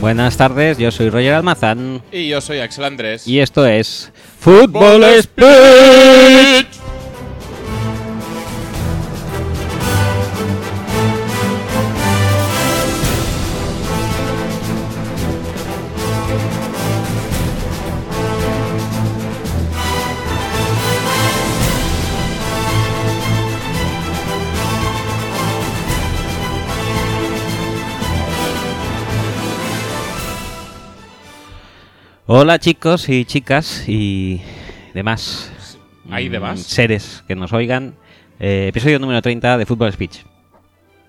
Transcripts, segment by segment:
Buenas tardes, yo soy Roger Almazán Y yo soy Axel Andrés. y esto es Fútbol Speech. Hola chicos y chicas y demás. ¿Hay mm, demás? Seres que nos oigan. Eh, episodio número 30 de Fútbol Speech.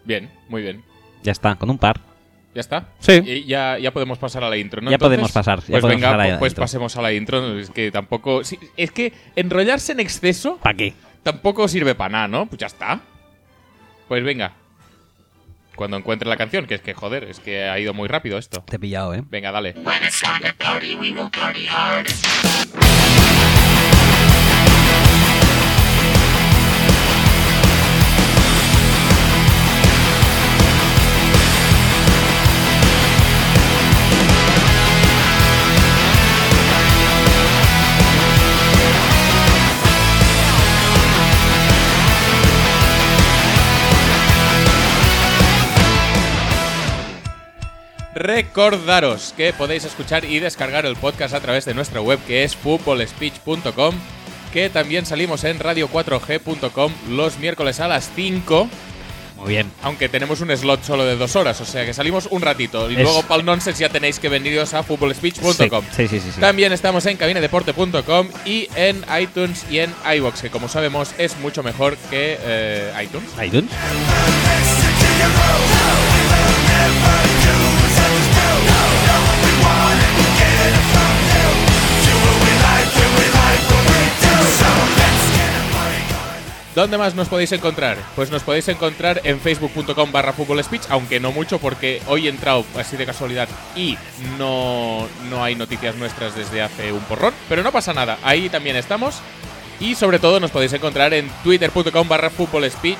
Bien, muy bien. Ya está, con un par. ¿Ya está? Sí. Y ya, ya podemos pasar a la intro, ¿no? Ya Entonces, podemos pasar, ya Pues podemos venga, pasar a la pues, pues intro. pasemos a la intro. Es que tampoco. sí, es que enrollarse en exceso ¿Para qué? tampoco sirve para nada, ¿no? Pues ya está. Pues venga. Cuando encuentre la canción, que es que joder, es que ha ido muy rápido esto. Te he pillado, ¿eh? Venga, dale. Recordaros que podéis escuchar y descargar el podcast a través de nuestra web que es footballspeech.com, que también salimos en radio4g.com los miércoles a las 5, Muy bien. aunque tenemos un slot solo de dos horas, o sea que salimos un ratito y Es- luego para el nonsense ya tenéis que veniros a footballspeech.com. Sí, sí, sí, sí. También estamos en cabinedeporte.com y en iTunes y en iBox, que como sabemos es mucho mejor que eh, iTunes. iTunes. ¿Dónde más nos podéis encontrar? Pues nos podéis encontrar en facebook.com barra Fútbol speech, aunque no mucho porque hoy he entrado así de casualidad y no, no hay noticias nuestras desde hace un porrón, pero no pasa nada, ahí también estamos y sobre todo nos podéis encontrar en twitter.com barra Fútbol speech,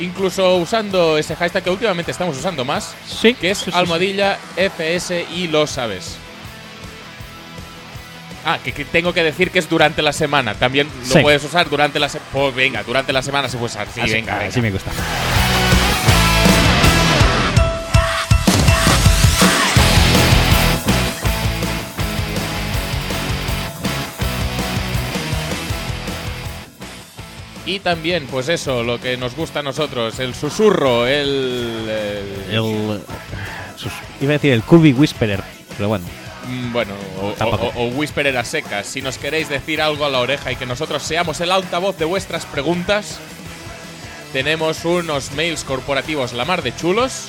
incluso usando ese hashtag que últimamente estamos usando más, Sí. que es Almohadilla FS y lo sabes. Ah, que, que tengo que decir que es durante la semana. También lo Sí. Ah, puedes usar durante la semana. Pues venga, durante la semana se puede usar. Sí, Así, venga, venga. así me gusta. Y también, pues eso, lo que nos gusta a nosotros, el susurro, el... eh, El, sus- iba a decir el Kirby Whisperer, pero bueno. mm, bueno, o, Tampoco. o- o whisperer a secas. Si nos queréis decir algo a la oreja y que nosotros seamos el altavoz de vuestras preguntas, tenemos unos mails corporativos la mar de chulos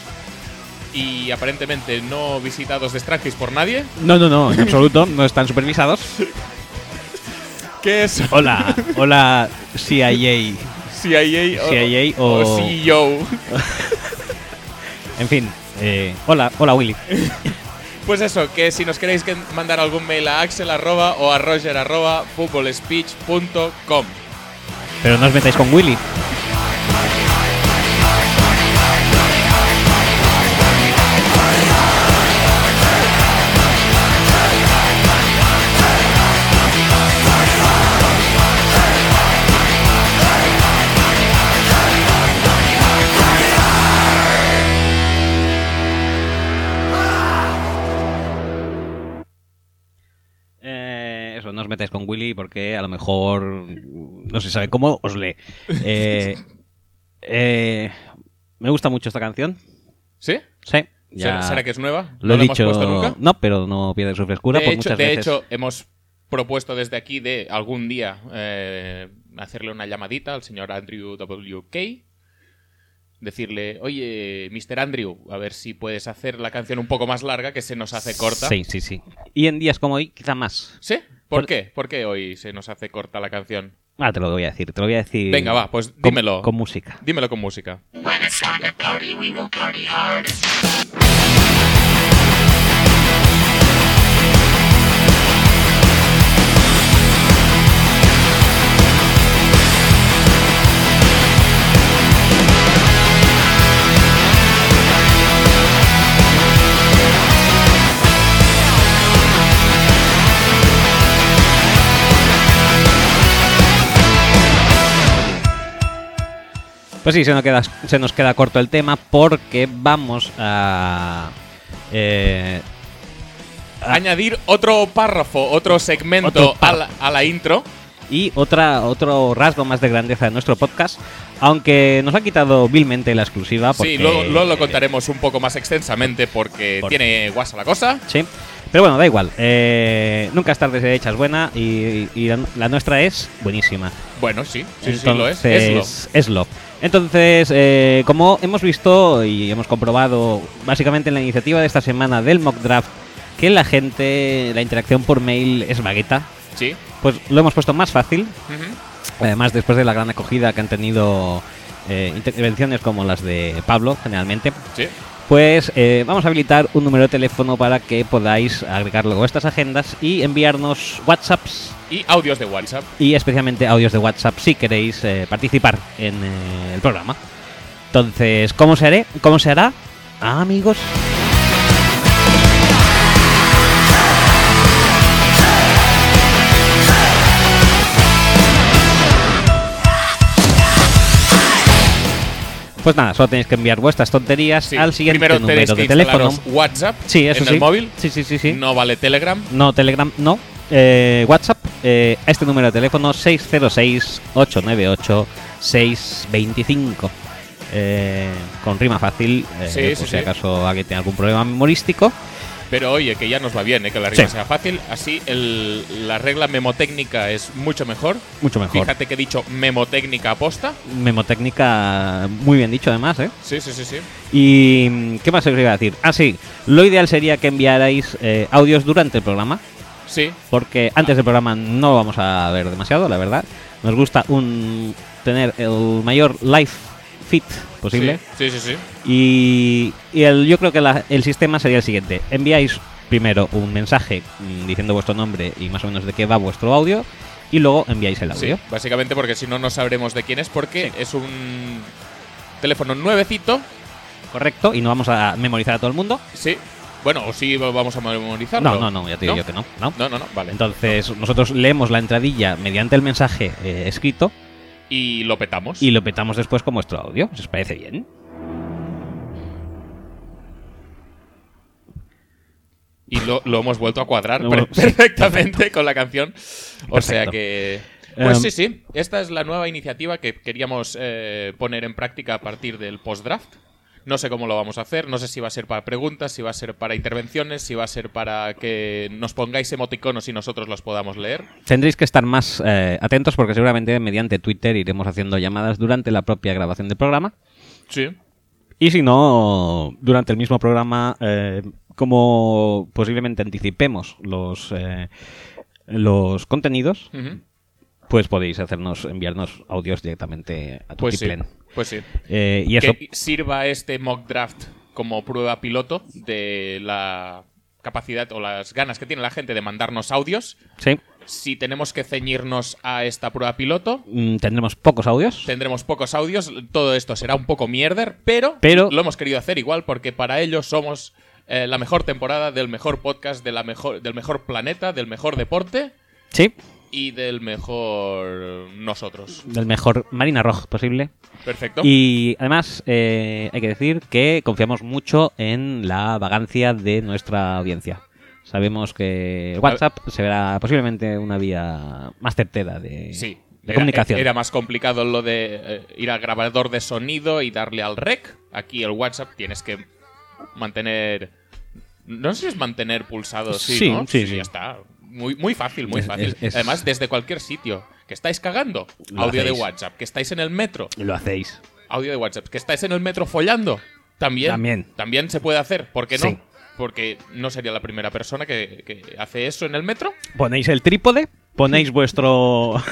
y aparentemente no visitados de Strangis por nadie. No, no, no, en absoluto, no están supervisados. ¿Qué es Hola, hola CIA. CIA o, CIA o- o CEO. En fin, eh, hola, hola Willy. Pues eso, que si nos queréis que- mandar algún mail a axel arroba o a roger arroba footballspeech.com. Pero no os metáis con Willy. Eh, eso, no os metáis con Willy porque a lo mejor no se sabe cómo os lee. Eh, eh, me gusta mucho esta canción. ¿Sí? Sí. ya ¿Será- ¿Será que es nueva? lo he ¿No dicho. hemos puesto nunca? No, pero no pierde su frescura de por hecho, muchas de veces. hecho, hemos propuesto desde aquí de algún día eh, hacerle una llamadita al señor Andrew WK. Decirle, oye, Mr. Andrew, a ver si puedes hacer la canción un poco más larga que se nos hace corta. Sí, sí, sí. Y en días como hoy, quizá más. ¿Sí? ¿Por, Por- qué? ¿Por qué hoy se nos hace corta la canción? Ah, te lo voy a decir, te lo voy a decir. Venga, va, pues con- dímelo. Con música. Dímelo con música. Pues sí, se nos queda, se nos queda corto el tema porque vamos a... eh, Añadir otro párrafo, otro segmento Ah. Otro a, la, a la intro. y otra, otro rasgo más de grandeza de nuestro podcast, aunque nos ha quitado vilmente la exclusiva. Ah, Porque, sí, luego, luego lo eh, contaremos un poco más extensamente porque Por- tiene guasa la cosa. Sí. Pero bueno, da igual. Eh, nunca es tarde si hecha es buena y, y la, la nuestra es buenísima. Bueno, sí, sí, sí, lo es. Es lo. Entonces, es lo. Entonces, eh, como hemos visto y hemos comprobado básicamente en la iniciativa de esta semana del mock draft que la gente, la interacción por mail es vagueta, Sí. pues lo hemos puesto más fácil. Ujú. Además, después de la gran acogida que han tenido eh, intervenciones como las de Pablo, generalmente, Sí. pues eh, vamos a habilitar un número de teléfono para que podáis agregar luego a estas agendas y enviarnos WhatsApps Y audios de WhatsApp. y especialmente audios de WhatsApp si queréis eh, participar en eh, el programa. Entonces, ¿cómo se, haré? ¿cómo se hará? Ah, amigos. Pues nada, solo tenéis que enviar vuestras tonterías Sí. al siguiente Primero tenéis número que de teléfono. instalaros WhatsApp Sí, eso en sí. el móvil. Sí, sí, sí, sí. No, No vale Telegram. Telegram, no. Eh, WhatsApp, eh, a este número de teléfono 606-898-625. Eh, con rima fácil, eh, Sí, por sí, si sí. acaso alguien tiene algún problema memorístico. Pero oye, que ya nos va bien, ¿eh? que la rima Sí. sea fácil. Así el- la regla memotécnica es mucho mejor. Mucho mejor. Fíjate que he dicho memotécnica aposta. Memotécnica, muy bien dicho además, ¿eh? Sí, sí, sí, sí. ¿Y mm, qué más os iba a decir? Ah, sí, lo ideal sería que enviarais eh, audios durante el programa. Sí, porque antes del programa no lo vamos a ver demasiado, la verdad. Nos gusta un tener el mayor live fit posible. Sí, sí, sí. sí. Y, y el, yo creo que la- el sistema sería el siguiente. Enviáis primero un mensaje mm, diciendo vuestro nombre y más o menos de qué va vuestro audio. Y luego enviáis el audio. Sí, básicamente porque si no, no sabremos de quién es, porque es un teléfono nuevecito. Correcto. Y no vamos a memorizar a todo el mundo. Sí, bueno, o sí vamos a memorizarlo. No, no, no, ya te digo ¿No? yo que no. ¿no? No, no, no, vale. Entonces, nosotros leemos la entradilla mediante el mensaje eh, escrito y lo petamos. y lo petamos después con vuestro audio. ¿Os parece bien? Y lo, lo hemos vuelto a cuadrar Lo per- hemos- sí, perfectamente con la canción. O sea Perfecto. que. Pues Em, sí, sí. Esta es la nueva iniciativa que queríamos eh, poner en práctica a partir del post-draft. No sé cómo lo vamos a hacer, no sé si va a ser para preguntas, si va a ser para intervenciones, si va a ser para que nos pongáis emoticonos y nosotros los podamos leer. Tendréis que estar más eh, atentos porque seguramente mediante Twitter iremos haciendo llamadas durante la propia grabación del programa. Sí. Y si no, durante el mismo programa, eh, como posiblemente anticipemos los, eh, los contenidos, Ujú. pues podéis hacernos enviarnos audios directamente a tu Eh, Pues sí. Pues sí. y eso, Que sirva este mock draft como prueba piloto de la capacidad o las ganas que tiene la gente de mandarnos audios. sí. Si tenemos que ceñirnos a esta prueba piloto, Mm, Tendremos pocos audios. tendremos pocos audios, todo esto será un poco mierder, pero, Pero- lo hemos querido hacer igual porque para ello somos eh, la mejor temporada del mejor podcast, de la mejor, del mejor planeta, del mejor deporte Sí. y del mejor nosotros. Del mejor Marina Roja posible. Perfecto. Y además eh, hay que decir que confiamos mucho en la vagancia de nuestra audiencia. Sabemos que WhatsApp será posiblemente una vía más certera de, Sí. de era- comunicación. Era más complicado lo de eh, ir al grabador de sonido y darle al rec. Aquí el WhatsApp tienes que mantener. No sé si es mantener pulsado, sí, Sí, ¿no? sí, sí. ya está. Muy, muy fácil, muy Es- fácil. es- es- Además, desde cualquier sitio. Que estáis cagando. Lo Audio de hacéis. WhatsApp. Que estáis en el metro. Y Lo hacéis. Audio de WhatsApp. Que estáis en el metro follando. También. También. se puede hacer. ¿Por qué no? Sí. Porque no sería la primera persona que, que hace eso en el metro. Ponéis el trípode, ponéis vuestro,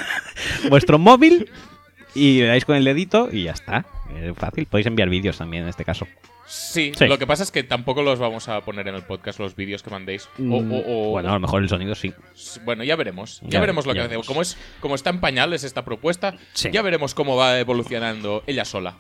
vuestro móvil y le dais con el dedito y ya está. Es fácil. Podéis enviar vídeos también en este caso. Sí, Sí. lo que pasa es que tampoco los vamos a poner en el podcast los vídeos que mandéis. O- o- o- Mm, Bueno, a lo mejor el sonido sí. s- bueno, ya veremos. Ya, Ya veremos, veremos lo que ya veremos. hacemos. Como, es, como está en pañales esta propuesta, Sí. ya veremos cómo va evolucionando ella sola.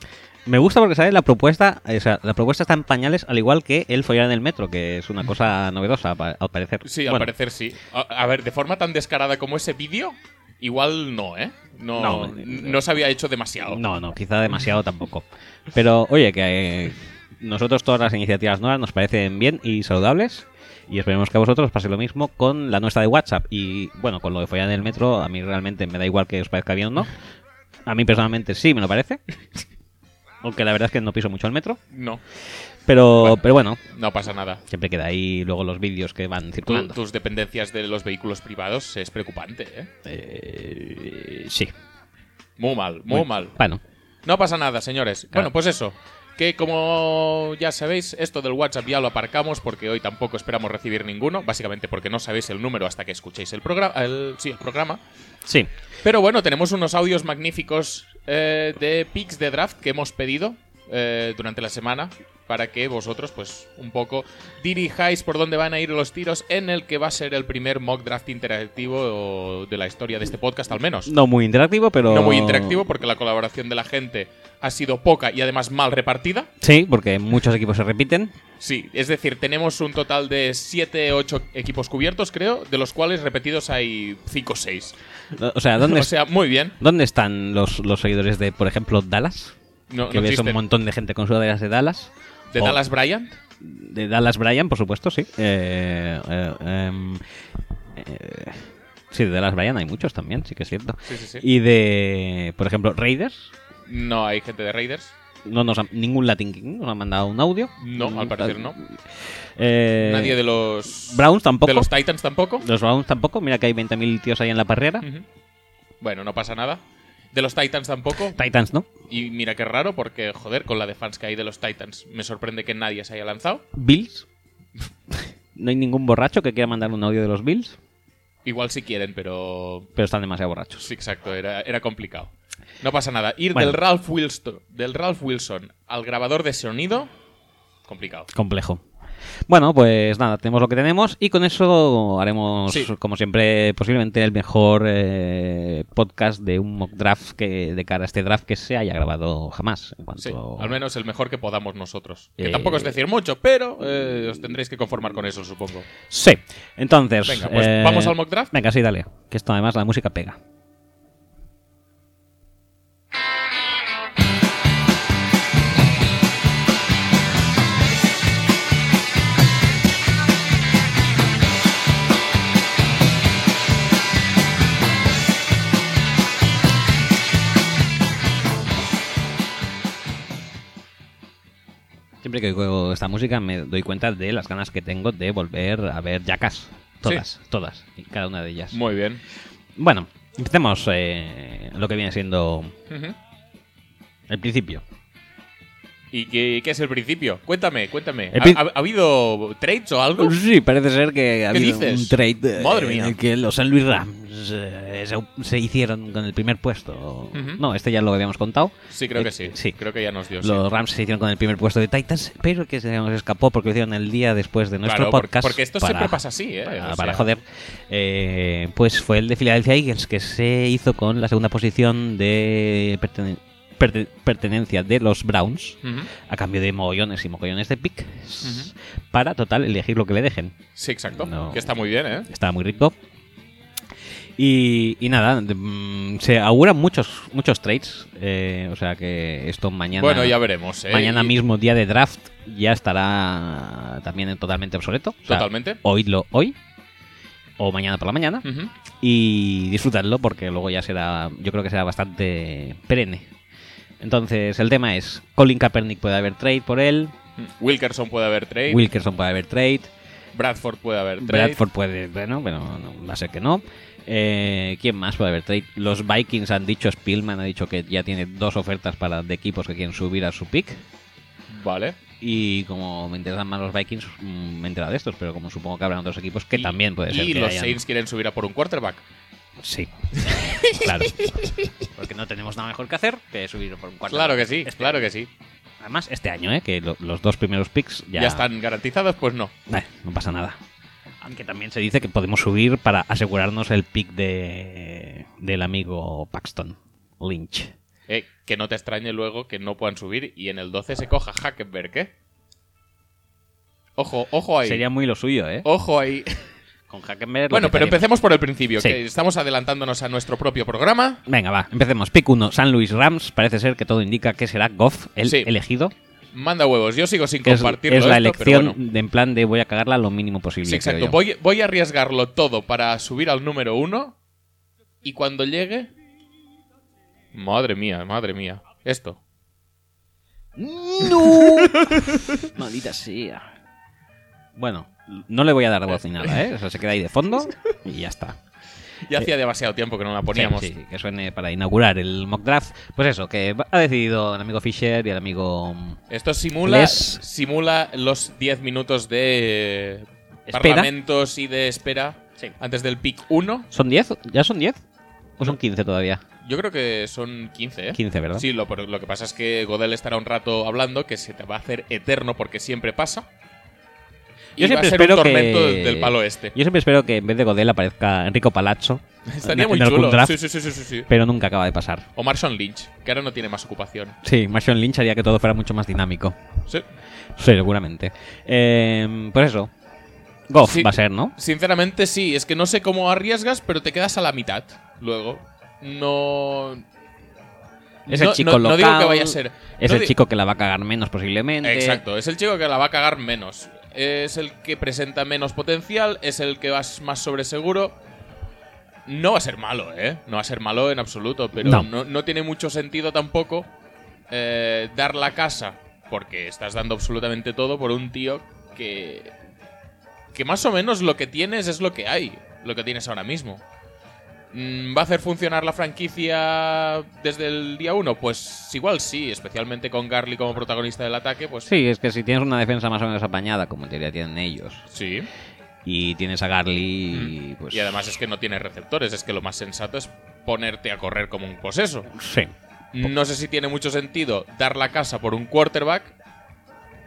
Me gusta porque, ¿sabes? La propuesta, eh, o sea, la propuesta está en pañales, al igual que el follar en el metro, que es una cosa novedosa, pa- al parecer. Sí, al Bueno, parecer sí. A, a ver, de forma tan descarada como ese vídeo Igual no, ¿eh? No, No, no, eh, se había hecho demasiado. No, no, quizá demasiado tampoco. Pero oye, que eh, nosotros todas las iniciativas nuevas nos parecen bien y saludables. Y esperemos que a vosotros os pase lo mismo con la nuestra de WhatsApp. Y bueno, con lo de follar en el metro, a mí realmente me da igual que os parezca bien o no. A mí personalmente sí me lo parece. Aunque la verdad es que no piso mucho el metro. No, Pero Bueno. bueno, pero bueno no pasa nada. siempre queda ahí luego los vídeos que van Tu- circulando. tus dependencias de los vehículos privados es preocupante, ¿eh? Eh, sí. Muy mal, muy, mal. Bueno, No pasa nada, señores. Claro. Bueno, pues eso. Que como ya sabéis, esto del WhatsApp ya lo aparcamos porque hoy tampoco esperamos recibir ninguno, básicamente porque no sabéis el número hasta que escuchéis el, programa el, sí, el programa. sí. Pero bueno, tenemos unos audios magníficos eh, de picks de draft que hemos pedido eh, durante la semana para que vosotros, pues, un poco dirijáis por dónde van a ir los tiros en el que va a ser el primer mock draft interactivo de la historia de este podcast, al menos. No muy interactivo, pero. No muy interactivo porque la colaboración de la gente ha sido poca y además mal repartida. Sí, porque muchos equipos se repiten. Sí, es decir, tenemos un total de 7, 8 equipos cubiertos, creo, de los cuales repetidos hay 5 o 6. O sea, ¿dónde, O sea, muy bien. ¿Dónde están los, los seguidores de, por ejemplo, Dallas? No, que ves no un Oh. existen. montón de gente con sudaderas de Dallas. ¿De O- Dallas Bryant? De Dallas Bryan, por supuesto, sí. Eh, eh, em, eh, sí, de Dallas Bryan hay muchos también, sí que es cierto. Sí, sí, sí. Y de, por ejemplo, Raiders. No hay gente de Raiders. No nos han- ningún Latin King nos ha mandado un audio. No, al parecer no. Mm, Eh, Nadie de los. Browns tampoco. De los Titans tampoco. Los Browns tampoco. Mira que hay 20.000 tíos ahí en la parrera. Ujú. Bueno, no pasa nada. De los Titans tampoco. Titans, ¿no? Y mira qué raro, porque, joder, con la de fans que hay de los Titans, me sorprende que nadie se haya lanzado. Bills. no hay ningún borracho que quiera mandar un audio de los Bills, Igual si quieren, pero. pero están demasiado borrachos. Sí, exacto, era, era complicado. No pasa nada. Ir Bueno. del, Ralph Wilson, del Ralph Wilson al grabador de sonido, complicado. Complejo. Bueno, pues nada, tenemos lo que tenemos y con eso haremos, Sí. como siempre, posiblemente el mejor eh, podcast de un mock draft que, de cara a este draft que se haya grabado jamás. En cuanto... Sí, al menos el mejor que podamos nosotros. Que Eh. tampoco es decir mucho, pero eh, os tendréis que conformar con eso, supongo. Sí. entonces. eh, Venga, pues, ¿vamos al mock draft? Venga, sí, dale. Que esto además la música pega. Siempre que oigo esta música me doy cuenta de las ganas que tengo de volver a ver Jackass. Todas, todas, y cada una de ellas. Muy bien. Bueno, empecemos eh, lo que viene siendo Ujú. el principio. ¿Y qué, qué es el principio? Cuéntame, cuéntame. El ¿Ha, prin- ha- ha habido trades o algo? Sí, parece ser que ha ¿Qué habido dices? un trade eh, Madre en mía. el que los San Luis Rams eh, se, se hicieron con el primer puesto. Ujú. No, este ya lo habíamos contado. Sí, creo Eh, que sí. sí. Creo que ya nos dio. sí. Los Rams se hicieron con el primer puesto de Titans, pero que se nos escapó porque lo hicieron el día después de nuestro Claro, porque- podcast. Porque esto para- siempre pasa así, ¿eh? para, O para sea, joder. Eh, pues fue el de Philadelphia Eagles que se hizo con la segunda posición de pertene- perte- pertenencia de los Browns Ujú. a cambio de mogollones y mogollones de pick para total elegir lo que le dejen. Sí, exacto. No. Que está muy bien, ¿eh? Estaba muy rico. Y, y nada, de- mm, se auguran muchos muchos trades, eh, o sea que esto mañana bueno, ya veremos. ¿eh? mañana Y- mismo día de draft ya estará también totalmente obsoleto. O sea, Totalmente. oídlo hoy o mañana por la mañana Ujú. y disfrutadlo porque luego ya será, yo creo que será bastante perenne. Entonces, el tema es, Colin Kaepernick puede haber trade por él, Wilkerson puede haber trade. Wilkerson puede haber trade, Bradford puede haber trade. Bradford puede, bueno, pero no, va a ser que no. Eh, ¿Quién más puede haber trade? Los Vikings han dicho, Spielman ha dicho que ya tiene dos ofertas para de equipos que quieren subir a su pick. Vale. Y como me interesan más los Vikings, mm, me he enterado de estos, pero como supongo que habrán otros equipos que Y- también puede ser. Y que los hayan- Saints quieren subir a por un quarterback. Sí, claro. Porque no tenemos nada mejor que hacer que subir por un cuarto. Claro que sí, claro que sí. Además, este año, ¿eh? que lo- los dos primeros picks ya, Ya. están garantizados? Pues no. Eh, no pasa nada. Aunque también se dice que podemos subir para asegurarnos el pick de del amigo Paxton Lynch. Eh, que no te extrañe luego que no puedan subir y en el 12 se coja Hackenberg, ¿eh? Ojo, ojo ahí. Sería muy lo suyo, ¿eh? Ojo ahí. Con Hackenberg. lo Oh. Bueno, que pero tenemos. empecemos por el principio, Sí. que estamos adelantándonos a nuestro propio programa. Venga, va, empecemos. Pick 1, San Luis Rams. Parece ser que todo indica que será Goff el Sí. elegido. Manda huevos, yo sigo sin Que es, compartirlo. es la esto, pero elección bueno. de en plan de voy a cagarla lo mínimo posible. creo Sí, exacto. yo. Voy, voy a arriesgarlo todo para subir al número uno. Y cuando llegue. Madre mía, madre mía. Esto. ¡No! Maldita sea. Bueno, no le voy a dar voz ni nada, ¿eh? O sea, se queda ahí de fondo y ya está. Ya hacía demasiado tiempo que no la poníamos. Eh, Sí, sí, que suene para inaugurar el mock draft. Pues eso, que va- ha decidido el amigo Fisher y el amigo mm, Esto simula, Les- simula los 10 minutos de eh, Espera. parlamentos y de espera Sí. antes del pick 1. ¿Son 10? ¿Ya son 10? ¿O son 15 todavía? Yo creo que son 15, ¿eh? 15, ¿verdad? Sí, lo, por- lo que pasa es que Godel estará un rato hablando que se te va a hacer eterno porque siempre pasa. Y Yo va a siempre ser espero un tormento que- del- del palo este. Yo siempre espero que en vez de Godel aparezca Enrico Palazzo. Estaría en- muy en algún chulo. draft, Sí, sí, sí, sí, sí, sí. Pero nunca acaba de pasar. O Marshawn Lynch, que ahora no tiene más ocupación. Sí, Marshawn Lynch haría que todo fuera mucho más dinámico. Sí. Sí, seguramente. Eh, pues eso. Goff Sí. va a ser, ¿no? Sinceramente sí, es que no sé cómo arriesgas, pero te quedas a la mitad luego. No... Es no, el chico no- no local. digo que vaya a ser. Es no el di- chico que la va a cagar menos posiblemente. Exacto, es el chico que la va a cagar menos. Es el que presenta menos potencial, es el que vas más sobre seguro. No va a ser malo, ¿eh? No va a ser malo en absoluto, pero No. no, no tiene mucho sentido tampoco eh, dar la casa, porque estás dando absolutamente todo por un tío que. que más o menos lo que tienes es lo que hay, lo que tienes ahora mismo. Mm, ¿Va a hacer funcionar la franquicia desde el día uno? Pues igual sí, especialmente con Garly como protagonista del ataque, pues Sí, es que si tienes una defensa más o menos apañada, como en teoría tienen ellos, sí. y tienes a Garly, y pues. Mm. Y además es que no tiene receptores, es que lo más sensato es ponerte a correr como un poseso. Sí. No sé si tiene mucho sentido dar la casa por un quarterback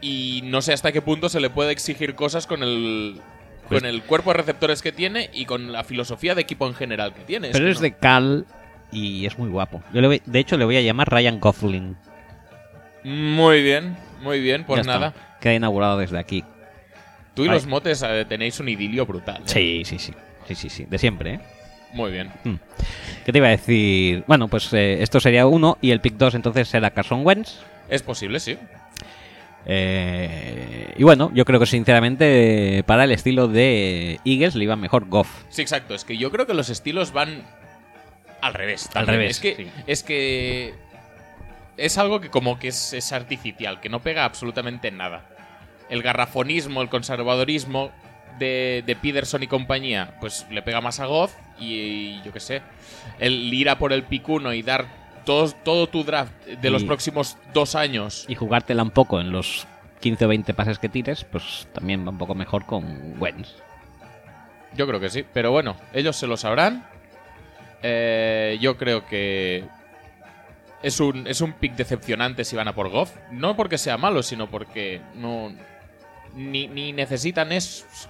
y no sé hasta qué punto se le puede exigir cosas con el Pues- con el cuerpo de receptores que tiene y con la filosofía de equipo en general que tiene. Pero que es no. de Cal y es muy guapo. Yo le voy- de hecho, le voy a llamar Ryan Gosling. Muy bien, muy bien, Ya pues está. nada. Queda inaugurado desde aquí. Tú y Ay. los motes eh, tenéis un idilio brutal. ¿eh? Sí, sí, sí. Sí, sí, sí. De siempre, ¿eh? Muy bien. ¿Qué te iba a decir? Bueno, pues eh, esto sería uno y el pick 2 entonces será Carson Wentz. Es posible, sí. Eh, y bueno, yo creo que sinceramente para el estilo de Eagles le iba mejor Goff. Sí, exacto. Es que yo creo que los estilos van al revés. Al también. revés, Es que, sí. es que es algo que como que es, es artificial, que no pega absolutamente en nada. El garrafonismo, el conservadorismo de, de Peterson y compañía, pues le pega más a Goff y, yo qué sé. El ir a por el picuno y dar todo, todo tu draft de los Y- próximos dos años. Y jugártela un poco en los 15 o 20 pases que tires, pues también va un poco mejor con Wentz. Yo creo que sí, pero bueno, ellos se lo sabrán. Eh, yo creo que es un, es un pick decepcionante si van a por Goff. No porque sea malo, sino porque no. Ni, ni necesitan es.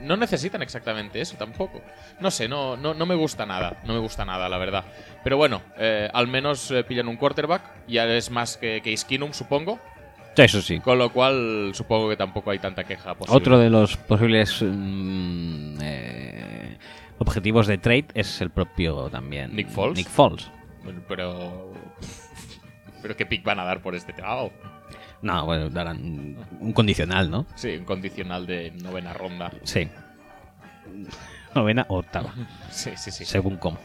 No necesitan exactamente eso tampoco. No sé, no, no, no me gusta nada. No me gusta nada, la verdad. Pero bueno, eh, al menos eh, pillan un quarterback. Ya es más que, que Iskinum, supongo. Eso sí. Con lo cual, supongo que tampoco hay tanta queja. posible. Otro de los posibles mm, eh, objetivos de trade es el propio también. Nick Foles. Nick Foles. Bueno, pero. Pero qué pick van a dar por este trabajo. No, bueno, darán un condicional, ¿no? Sí, un condicional de novena ronda. Sí. Novena o octava, Sí, sí, sí. según cómo.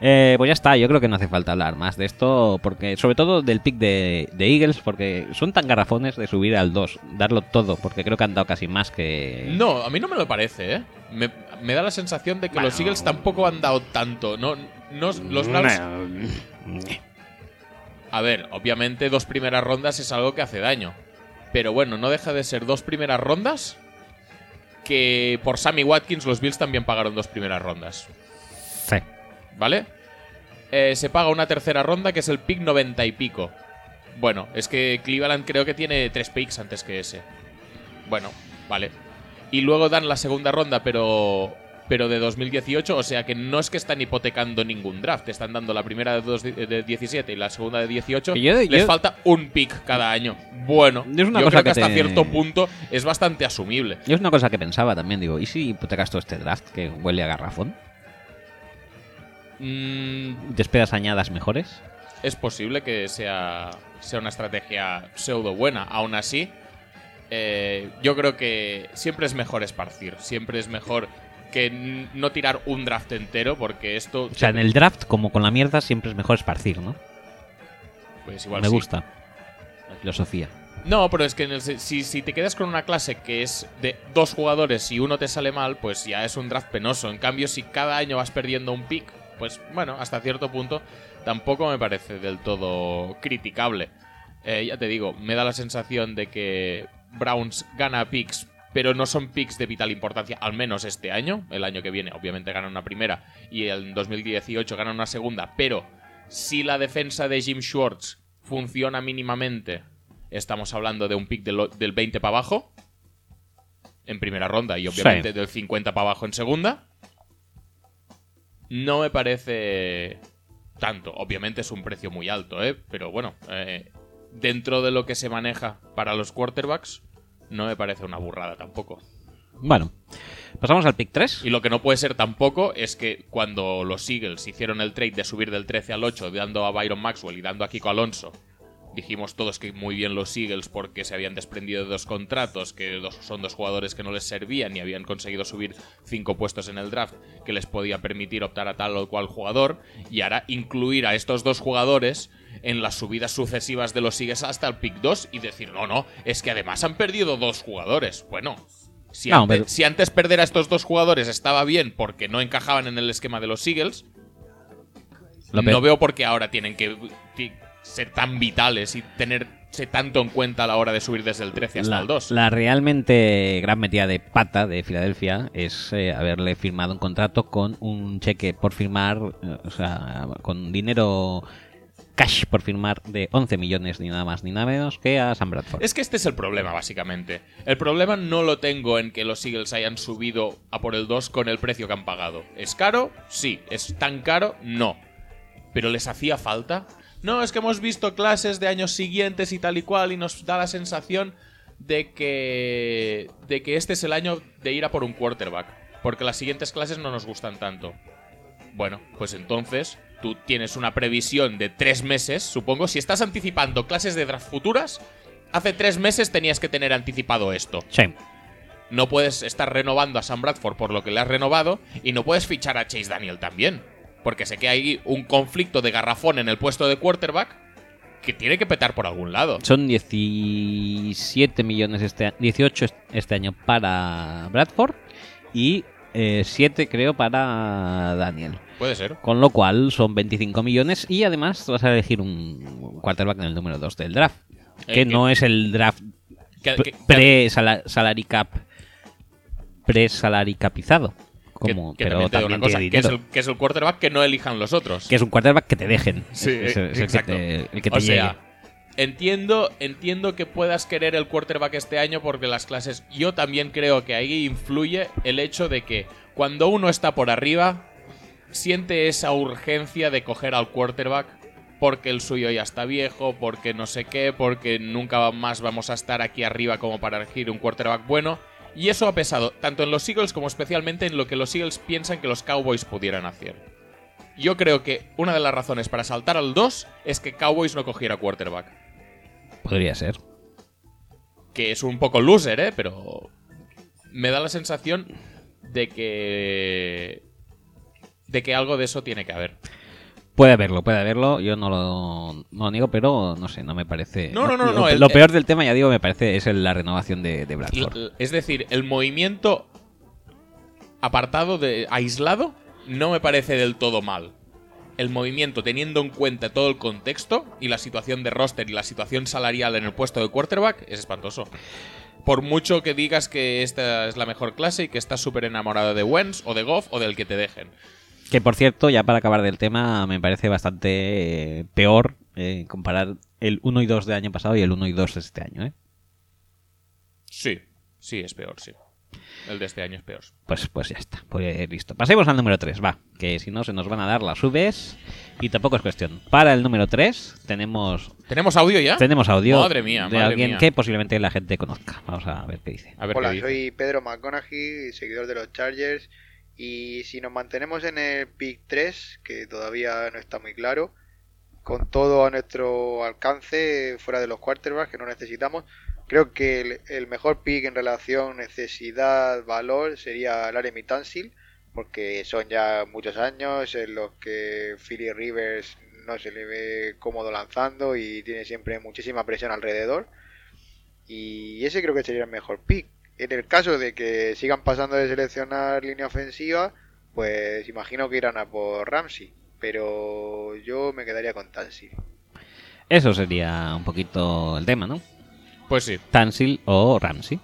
Eh, pues ya está, yo creo que no hace falta hablar más de esto, porque sobre todo del pick de, de Eagles, porque son tan garrafones de subir al 2, darlo todo, porque creo que han dado casi más que... No, a mí no me lo parece, ¿eh. Me, me da la sensación de que los Eagles tampoco han dado tanto. No, no, los Browns. A ver, obviamente dos primeras rondas es algo que hace daño. Pero bueno, no deja de ser dos primeras rondas. Que por Sammy Watkins los Bills también pagaron dos primeras rondas. Sí. ¿vale? Eh, se paga una tercera ronda que es el pick 90 y pico. Bueno, es que Cleveland creo que tiene tres picks antes que ese. Bueno, vale. Y luego dan la segunda ronda, pero pero de 2018, o sea que no es que están hipotecando ningún draft, te están dando la primera de, dos- de 17 y la segunda de 18, Que yo- les yo- falta un pick cada año. Bueno, Es una yo cosa creo que, que hasta te- cierto punto es bastante asumible. Yo es una cosa que pensaba también, digo, ¿y si hipotecas todo este draft que huele a garrafón? Mm, ¿Te esperas añadas mejores? es posible que sea, sea una estrategia pseudo buena. Aún así, eh, yo creo que siempre es mejor esparcir, siempre es mejor que n- no tirar un draft entero, porque esto O sea, en el draft, como con la mierda, siempre es mejor esparcir, ¿no? pues igual Me sí. gusta. La filosofía. No, pero es que en el se- si, si te quedas con una clase que es de dos jugadores y uno te sale mal, pues ya es un draft penoso. En cambio, si cada año vas perdiendo un pick, pues bueno, hasta cierto punto tampoco me parece del todo criticable. Eh, ya te digo, me da la sensación de que Browns gana picks, pero no son picks de vital importancia, al menos este año. El año que viene, obviamente, gana una primera y en 2018 gana una segunda, pero si la defensa de Jim Schwartz funciona mínimamente, estamos hablando de un pick del, o- del 20 para abajo en primera ronda y obviamente del 50 para abajo en segunda. No me parece tanto. Obviamente es un precio muy alto, ¿eh? pero bueno, eh, dentro de lo que se maneja para los quarterbacks, no me parece una burrada tampoco. Bueno, pasamos al pick 3. Y lo que no puede ser tampoco es que cuando los Eagles hicieron el trade de subir del 13 al 8, dando a Byron Maxwell y dando a Kiko Alonso, dijimos todos que muy bien los Eagles porque se habían desprendido de dos contratos, que dos- son dos jugadores que no les servían y habían conseguido subir cinco puestos en el draft que les podía permitir optar a tal o cual jugador. Y ahora incluir a estos dos jugadores en las subidas sucesivas de los Eagles hasta el pick 2 y decir, no, no, es que además han perdido dos jugadores. Bueno. Si, No, ante- pero- si antes perder a estos dos jugadores estaba bien porque no encajaban en el esquema de los Eagles, Lo pe- no veo por qué ahora tienen que ti- ser tan vitales y tenerse tanto en cuenta a la hora de subir desde el 13 hasta la, el 2. la realmente gran metida de pata de Filadelfia es eh, haberle firmado un contrato con un cheque por firmar, eh, o sea, con dinero cash por firmar de 11 millones ni nada más ni nada menos que a Sam Bradford. Es que este es el problema, básicamente. El problema no lo tengo en que los Eagles hayan subido a por el 2 con el precio que han pagado. ¿Es caro? Sí. ¿Es tan caro? No. ¿Pero les hacía falta? No, es que hemos visto clases de años siguientes y tal y cual y nos da la sensación de que de que este es el año de ir a por un quarterback, porque las siguientes clases no nos gustan tanto. Bueno, pues entonces tú tienes una previsión de tres meses, supongo. Si estás anticipando clases de draft futuras, hace tres meses tenías que tener anticipado esto. Sí. No puedes estar renovando a Sam Bradford por lo que le has renovado y no puedes fichar a Chase Daniel también. Porque sé que hay un conflicto de garrafón en el puesto de quarterback que tiene que petar por algún lado. Son 17 millones este a- 18 est- este año para Bradford y 7 creo para Daniel. Puede ser. Con lo cual son 25 millones y además vas a elegir un quarterback en el número 2 del draft. Eh, Que que- eh, no es el draft Que- que- pre-salary cap. Pre-salary capizado. que- Como, que pero también te digo también una cosa, tiene que es, dinero. el, que es el quarterback que no elijan los otros. Que es un quarterback que te dejen. Sí, Es- es- eh, es el que exacto. te, el que o te sea, llegue. entiendo, entiendo que puedas querer el quarterback este año porque las clases. Yo también creo que ahí influye el hecho de que cuando uno está por arriba, siente esa urgencia de coger al quarterback porque el suyo ya está viejo, porque no sé qué, porque nunca más vamos a estar aquí arriba como para elegir un quarterback bueno. Y eso ha pesado tanto en los Eagles como especialmente en lo que los Eagles piensan que los Cowboys pudieran hacer. Yo creo que una de las razones para saltar al 2 es que Cowboys no cogiera quarterback. Podría ser. Que es un poco loser, ¿eh? Pero me da la sensación de que... De que algo de eso tiene que haber. Puede haberlo, puede haberlo. Yo no lo, no lo niego, pero no sé, no me parece. No, no, no, Lo, no, el- lo peor del tema, ya digo, me parece, es el- la renovación de, de Bradford. L- Es decir, el movimiento apartado, de, aislado, no me parece del todo mal. El movimiento, teniendo en cuenta todo el contexto y la situación de roster y la situación salarial en el puesto de quarterback, es espantoso. Por mucho que digas que esta es la mejor clase y que estás súper enamorado de Wentz o de Goff o del que te dejen. Que por cierto, ya para acabar del tema, me parece bastante eh, peor eh, comparar el 1 y 2 del año pasado y el 1 y 2 de este año. ¿eh? Sí, sí, es peor, sí. El de este año es peor. Pues, pues ya está, pues eh, listo. Pasemos al número 3, va, que si no se nos van a dar las subes y tampoco es cuestión. Para el número 3 tenemos, ¿Tenemos audio ya? tenemos audio Madre mía, de madre alguien mía. que posiblemente la gente conozca. Vamos a ver qué dice. A ver Hola, qué dice. soy Pedro McConaughey, seguidor de los Chargers. Y si nos mantenemos en el pick 3, que todavía no está muy claro, con todo a nuestro alcance, fuera de los quarterbacks que no necesitamos, creo que el, el mejor pick en relación necesidad-valor sería Larry Mitansil, porque son ya muchos años en los que Philly Rivers no se le ve cómodo lanzando y tiene siempre muchísima presión alrededor. Y ese creo que sería el mejor pick. En el caso de que sigan pasando de seleccionar línea ofensiva, pues imagino que irán a por Ramsey. Pero yo me quedaría con Tansi. Eso sería un poquito el tema, ¿no? Pues sí. Tansil o Ramsey.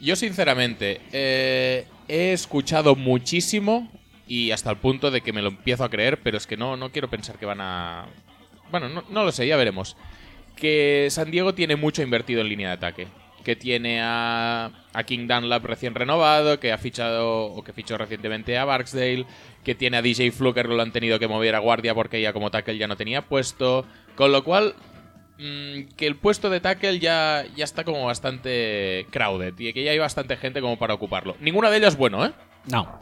Yo sinceramente eh, he escuchado muchísimo y hasta el punto de que me lo empiezo a creer, pero es que no, no quiero pensar que van a... Bueno, no, no lo sé, ya veremos. Que San Diego tiene mucho invertido en línea de ataque. Que tiene a, a King Dunlap recién renovado, que ha fichado o que fichó recientemente a Barksdale, que tiene a DJ Fluker, lo han tenido que mover a guardia porque ya como tackle ya no tenía puesto. Con lo cual, mm, que el puesto de tackle ya, ya está como bastante crowded y que ya hay bastante gente como para ocuparlo. Ninguna de ellas bueno, ¿eh? No.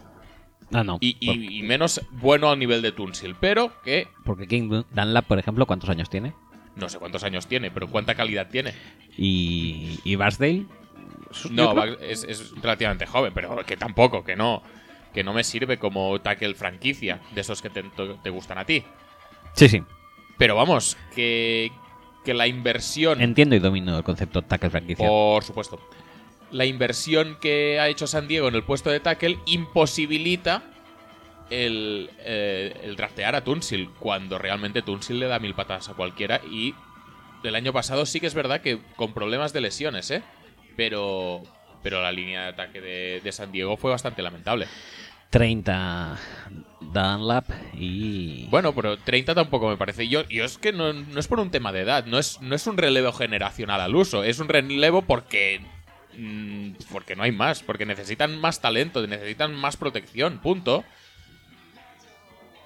No, no. Y, y- y menos bueno al nivel de Tunsil, pero que Porque King Dun- Dunlap, por ejemplo, ¿cuántos años tiene? no sé cuántos años tiene, pero cuánta calidad tiene. Y, y Barsdale. Yo creo- No, Bag- es, es relativamente joven, pero que tampoco, que no. Que no me sirve como tackle franquicia, de esos que te, to- te gustan a ti. Sí, sí. Pero vamos, que, que la inversión Entiendo y domino el concepto tackle franquicia. Por supuesto. La inversión que ha hecho San Diego en el puesto de tackle imposibilita el, eh, el draftear a Tunsil, cuando realmente Tunsil le da mil patadas a cualquiera. Y el año pasado sí que es verdad que con problemas de lesiones, ¿eh? Pero, pero la línea de ataque de, de San Diego fue bastante lamentable. 30 Dunlap y. Bueno, pero 30 tampoco me parece. Yo, yo es que no, no es por un tema de edad, no es, no es un relevo generacional al uso, es un relevo porque. mm, Porque no hay más, porque necesitan más talento, necesitan más protección, punto.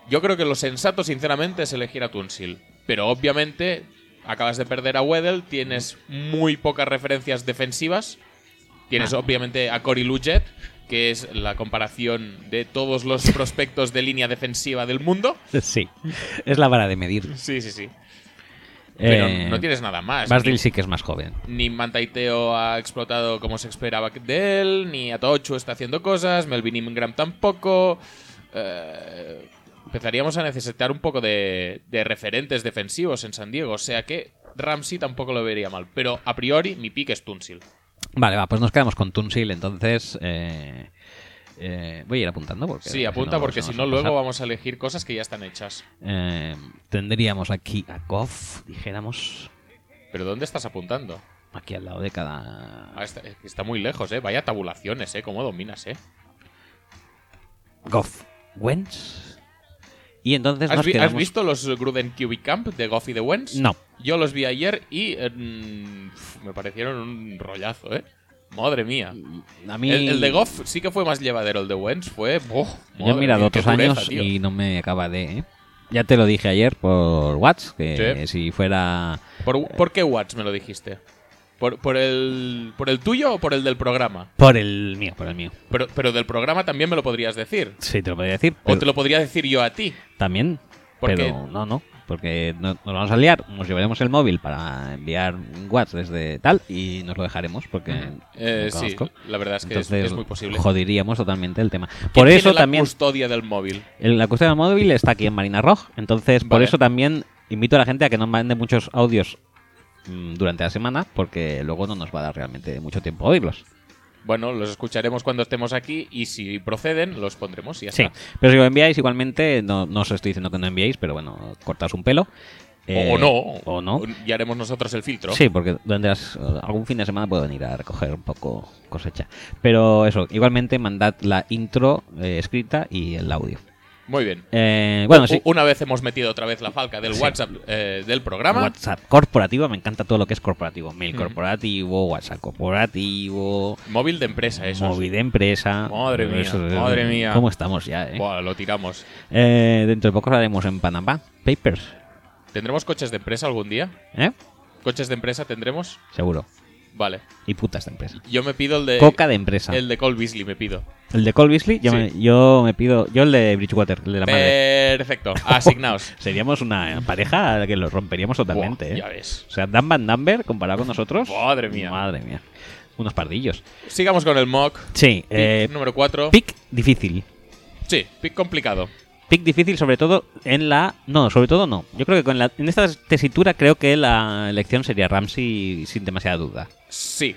Yo creo que lo sensato, sinceramente, es elegir a Tunsil. Pero obviamente, acabas de perder a Weddell, tienes muy pocas referencias defensivas. Tienes obviamente a Cory Luget, que es la comparación de todos los prospectos de línea defensiva del mundo. Sí. Es la vara de medir. Eh, Sí, sí, sí. Pero no tienes nada más. Barsdale ni, sí que es más joven. ni Mantaiteo ha explotado como se esperaba de él, ni Atochu está haciendo cosas, Melvin Ingram tampoco. Eh, empezaríamos a necesitar un poco de, de referentes defensivos en San Diego, o sea que Ramsey tampoco lo vería mal. Pero a priori mi pick es Tunsil. Vale, va, pues nos quedamos con Tunsil, entonces. eh, eh, voy a ir apuntando porque. Sí, apunta porque se si nos va no a luego pasar. vamos a elegir cosas que ya están hechas. Eh, tendríamos aquí a Goff, dijéramos. Pero ¿dónde estás apuntando? Aquí al lado de cada. Ah, está, está muy lejos, ¿eh? Vaya tabulaciones, ¿eh? ¿Cómo dominas, eh? Goff Wentz. Y entonces ¿Has, nos vi- has quedamos... visto los Gruden QB Camp de Goff y de Wentz? No. Yo los vi ayer y eh, mm, pf, me parecieron un rollazo, ¿eh? Madre mía. A mí... El, el de Goff sí que fue más llevadero, el de Wentz fue... ¡buah! Yo he madre mirado mía, qué otros dureza, años tío. y no me acaba de... ¿eh? Ya te lo dije ayer por Watts, que Sí. si fuera... ¿Por, por qué Watts me lo dijiste? ¿Por, por el, ¿Por el tuyo o por el del programa? Por el mío, por el mío. Pero, pero del programa también me lo podrías decir. Sí, te lo podría decir. o pero te lo podría decir yo a ti. También. ¿Por pero qué? no, no. Porque no- nos vamos a liar, nos llevaremos el móvil para enviar Watts desde tal y nos lo dejaremos porque... Eh, lo sí, conozco. la verdad es que es- Entonces, es, muy posible. jodiríamos totalmente el tema. ¿Quién Por tiene eso la también... custodia del móvil. El- La cuestión del móvil está aquí en Marina Roj, entonces por Vale. eso también invito a la gente a que nos mande muchos audios mm, durante la semana, porque luego no nos va a dar realmente mucho tiempo a oírlos. Bueno, los escucharemos cuando estemos aquí y si proceden los pondremos y ya Sí, está. pero si lo enviáis igualmente, no, no os estoy diciendo que no enviéis, pero bueno, cortaos un pelo. eh, o no. O no. Y haremos nosotros el filtro. Sí, porque durante las- eh, algún fin de semana puedo venir a recoger un poco cosecha. Pero eso, igualmente mandad la intro eh, escrita y el audio. Muy bien. Eh, bueno, sí. U- Una vez hemos metido otra vez la falca del Sí. WhatsApp eh, del programa. WhatsApp corporativo, me encanta todo lo que es corporativo. Mail Ujú. corporativo, WhatsApp corporativo, Móvil de empresa, eso. móvil de empresa. Madre mía, Eso es- madre mía. ¿Cómo estamos ya, eh? Buah, lo tiramos. Eh, Dentro de poco haremos en Panamá. Papers, ¿Tendremos coches de empresa algún día? ¿eh? ¿Coches de empresa tendremos? Seguro. Vale. Y putas de empresa. Yo me pido el de. Coca de empresa. Eh, El de Cole Beasley me pido. El de Cole Beasley, yo, Sí. Eh. me, yo me pido. Yo el de Bridgewater, el de la madre. Perfecto. Asignaos. Seríamos una pareja a la que los romperíamos totalmente, Buah, ¿eh? Ya ves. O sea, Dan Van Danver comparado con nosotros. Madre mía. Madre mía. Unos pardillos. Sigamos con el mock. Sí, Pick eh, número 4. pick difícil. Sí, pick complicado. Pick difícil, sobre todo en la. No, sobre todo no. Yo creo que con la... en esta tesitura, creo que la elección sería Ramsey sin demasiada duda. Sí.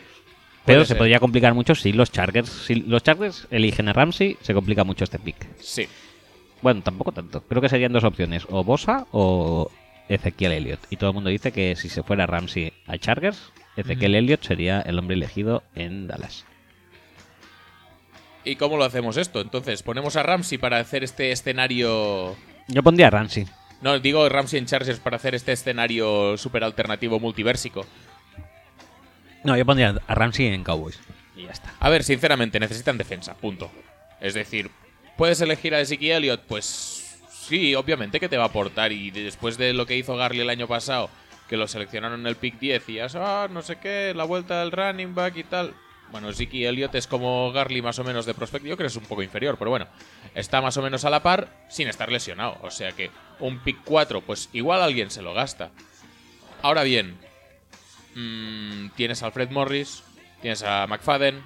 Pero Puede se ser. podría complicar mucho si los Chargers. Si los Chargers eligen a Ramsey, se complica mucho este pick. Sí. Bueno, tampoco tanto. Creo que serían dos opciones: o Bosa o Ezequiel Elliott. Y todo el mundo dice que si se fuera Ramsey a Chargers, Ezequiel Ujú. Elliott sería el hombre elegido en Dallas. ¿Y cómo lo hacemos esto? Entonces, ponemos a Ramsey para hacer este escenario. Yo pondría a Ramsey. No, digo Ramsey en Chargers para hacer este escenario super alternativo multiversico. No, yo pondría a Ramsey en Cowboys. Y ya está. A ver, sinceramente, necesitan defensa, punto. Es decir, ¿puedes elegir a Ezekiel Elliott? Pues sí, obviamente que te va a aportar. Y después de lo que hizo Garly el año pasado, que lo seleccionaron en el pick 10 y ya, ah, no sé qué, la vuelta del running back y tal. Bueno, Ziki Elliott es como Garly más o menos de prospecto. Yo creo que es un poco inferior, pero bueno. Está más o menos a la par sin estar lesionado. O sea que un pick 4, pues igual alguien se lo gasta. Ahora bien, mm, tienes a Alfred Morris, tienes a McFadden,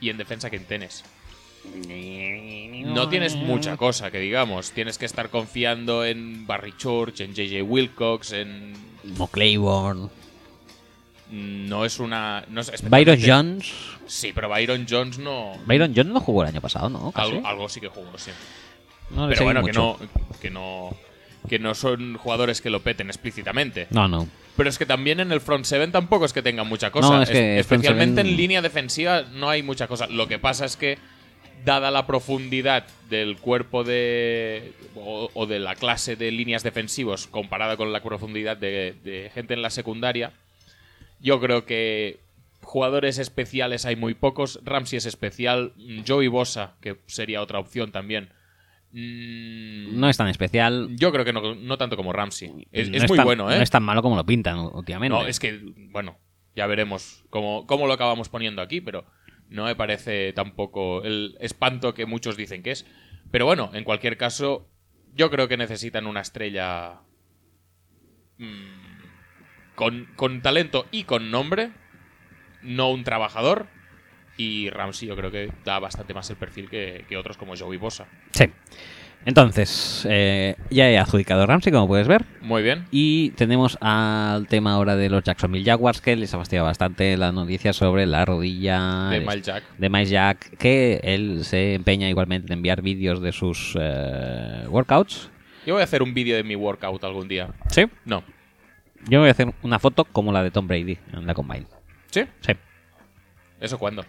y en defensa que tienes. No Eh. tienes mucha cosa que digamos. Tienes que estar confiando en Barry Church, en JJ Wilcox, en. mm, Mo Claiborne, No es una. No es especialmente- Byron Jones. Sí, pero Byron Jones no. Byron Jones no jugó el año pasado, ¿no? Casi. Algo, algo sí que jugó, sí. ¿Ah, No le Pero seguí bueno, que mucho. no, que no. Que no son jugadores que lo peten explícitamente. No, no. Pero es que también en el front seven tampoco es que tengan mucha cosa. No, es que Es- front especialmente seven- en línea defensiva no hay mucha cosa. Lo que pasa es que, dada la profundidad del cuerpo de. o, o de la clase de líneas defensivos comparada con la profundidad de, de gente en la secundaria, yo creo que jugadores especiales hay muy pocos. Ramsey es especial. Joey Bosa, que sería otra opción también. Mm, No es tan especial. Yo creo que no, no tanto como Ramsey. Es, No es muy tan- bueno, ¿eh? No es tan malo como lo pintan últimamente. No, es que, bueno, ya veremos cómo, cómo lo acabamos poniendo aquí, pero no me parece tampoco el espanto que muchos dicen que es. Pero bueno, en cualquier caso, yo creo que necesitan una estrella mm, con, con talento y con nombre, no un trabajador. Y Ramsey yo creo que da bastante más el perfil que, que otros como Joey Bosa. Sí. Entonces, eh, ya he adjudicado a Ramsey, como puedes ver. Muy bien. Y tenemos al tema ahora de los Jacksonville Jaguars, que les ha fastidiado bastante la noticia sobre la rodilla de el- Mal Jack. de Miles Jack, que él se empeña igualmente en enviar vídeos de sus eh, workouts. Yo voy a hacer un vídeo de mi workout algún día. Sí. No. Yo me voy a hacer una foto como la de Tom Brady en la Combine. ¿Sí? Sí. ¿Eso cuándo?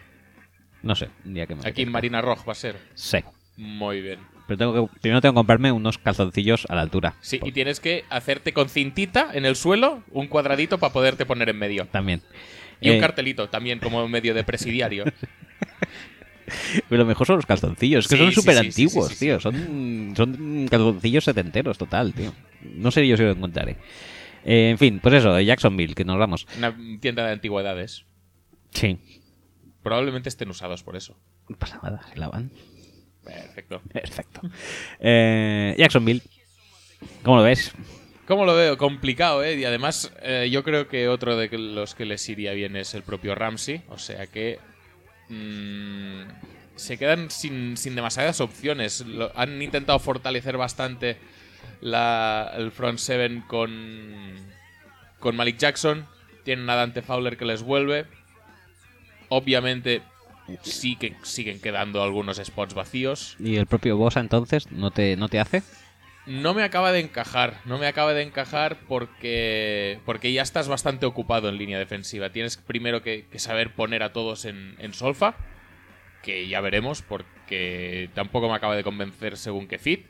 No sé, un día que me Aquí en apetezca. Marina Roja va a ser. Sí. Muy bien. Pero tengo que, primero tengo que comprarme unos calzoncillos a la altura. Sí, Por- y tienes que hacerte con cintita en el suelo un cuadradito para poderte poner en medio. También. Y un Eh, cartelito también como medio de presidiario. Pero lo mejor son los calzoncillos, que Sí, son sí, súper sí, sí, antiguos, sí, sí, tío. Son, son calzoncillos setenteros, total, tío. No sé yo si lo encontraré. Eh, en fin, pues eso, de Jacksonville, que nos vamos. Una tienda de antigüedades. Sí. Probablemente estén usados por eso. No pasa nada, se lavan. Perfecto. Perfecto. Eh, Jacksonville. ¿Cómo lo ves? ¿Cómo lo veo? Complicado, ¿eh? Y además eh, yo creo que otro de los que les iría bien es el propio Ramsey. O sea que... mm, se quedan sin, sin demasiadas opciones. Lo- han intentado fortalecer bastante la- el front seven con, con Malik Jackson. Tienen a Dante Fowler que les vuelve. Obviamente sí que siguen quedando algunos spots vacíos. ¿Y el propio Bosa entonces no te, no te hace? No me acaba de encajar, no me acaba de encajar porque, porque ya estás bastante ocupado en línea defensiva. Tienes primero que, que saber poner a todos en, en solfa que ya veremos porque tampoco me acaba de convencer según qué fit.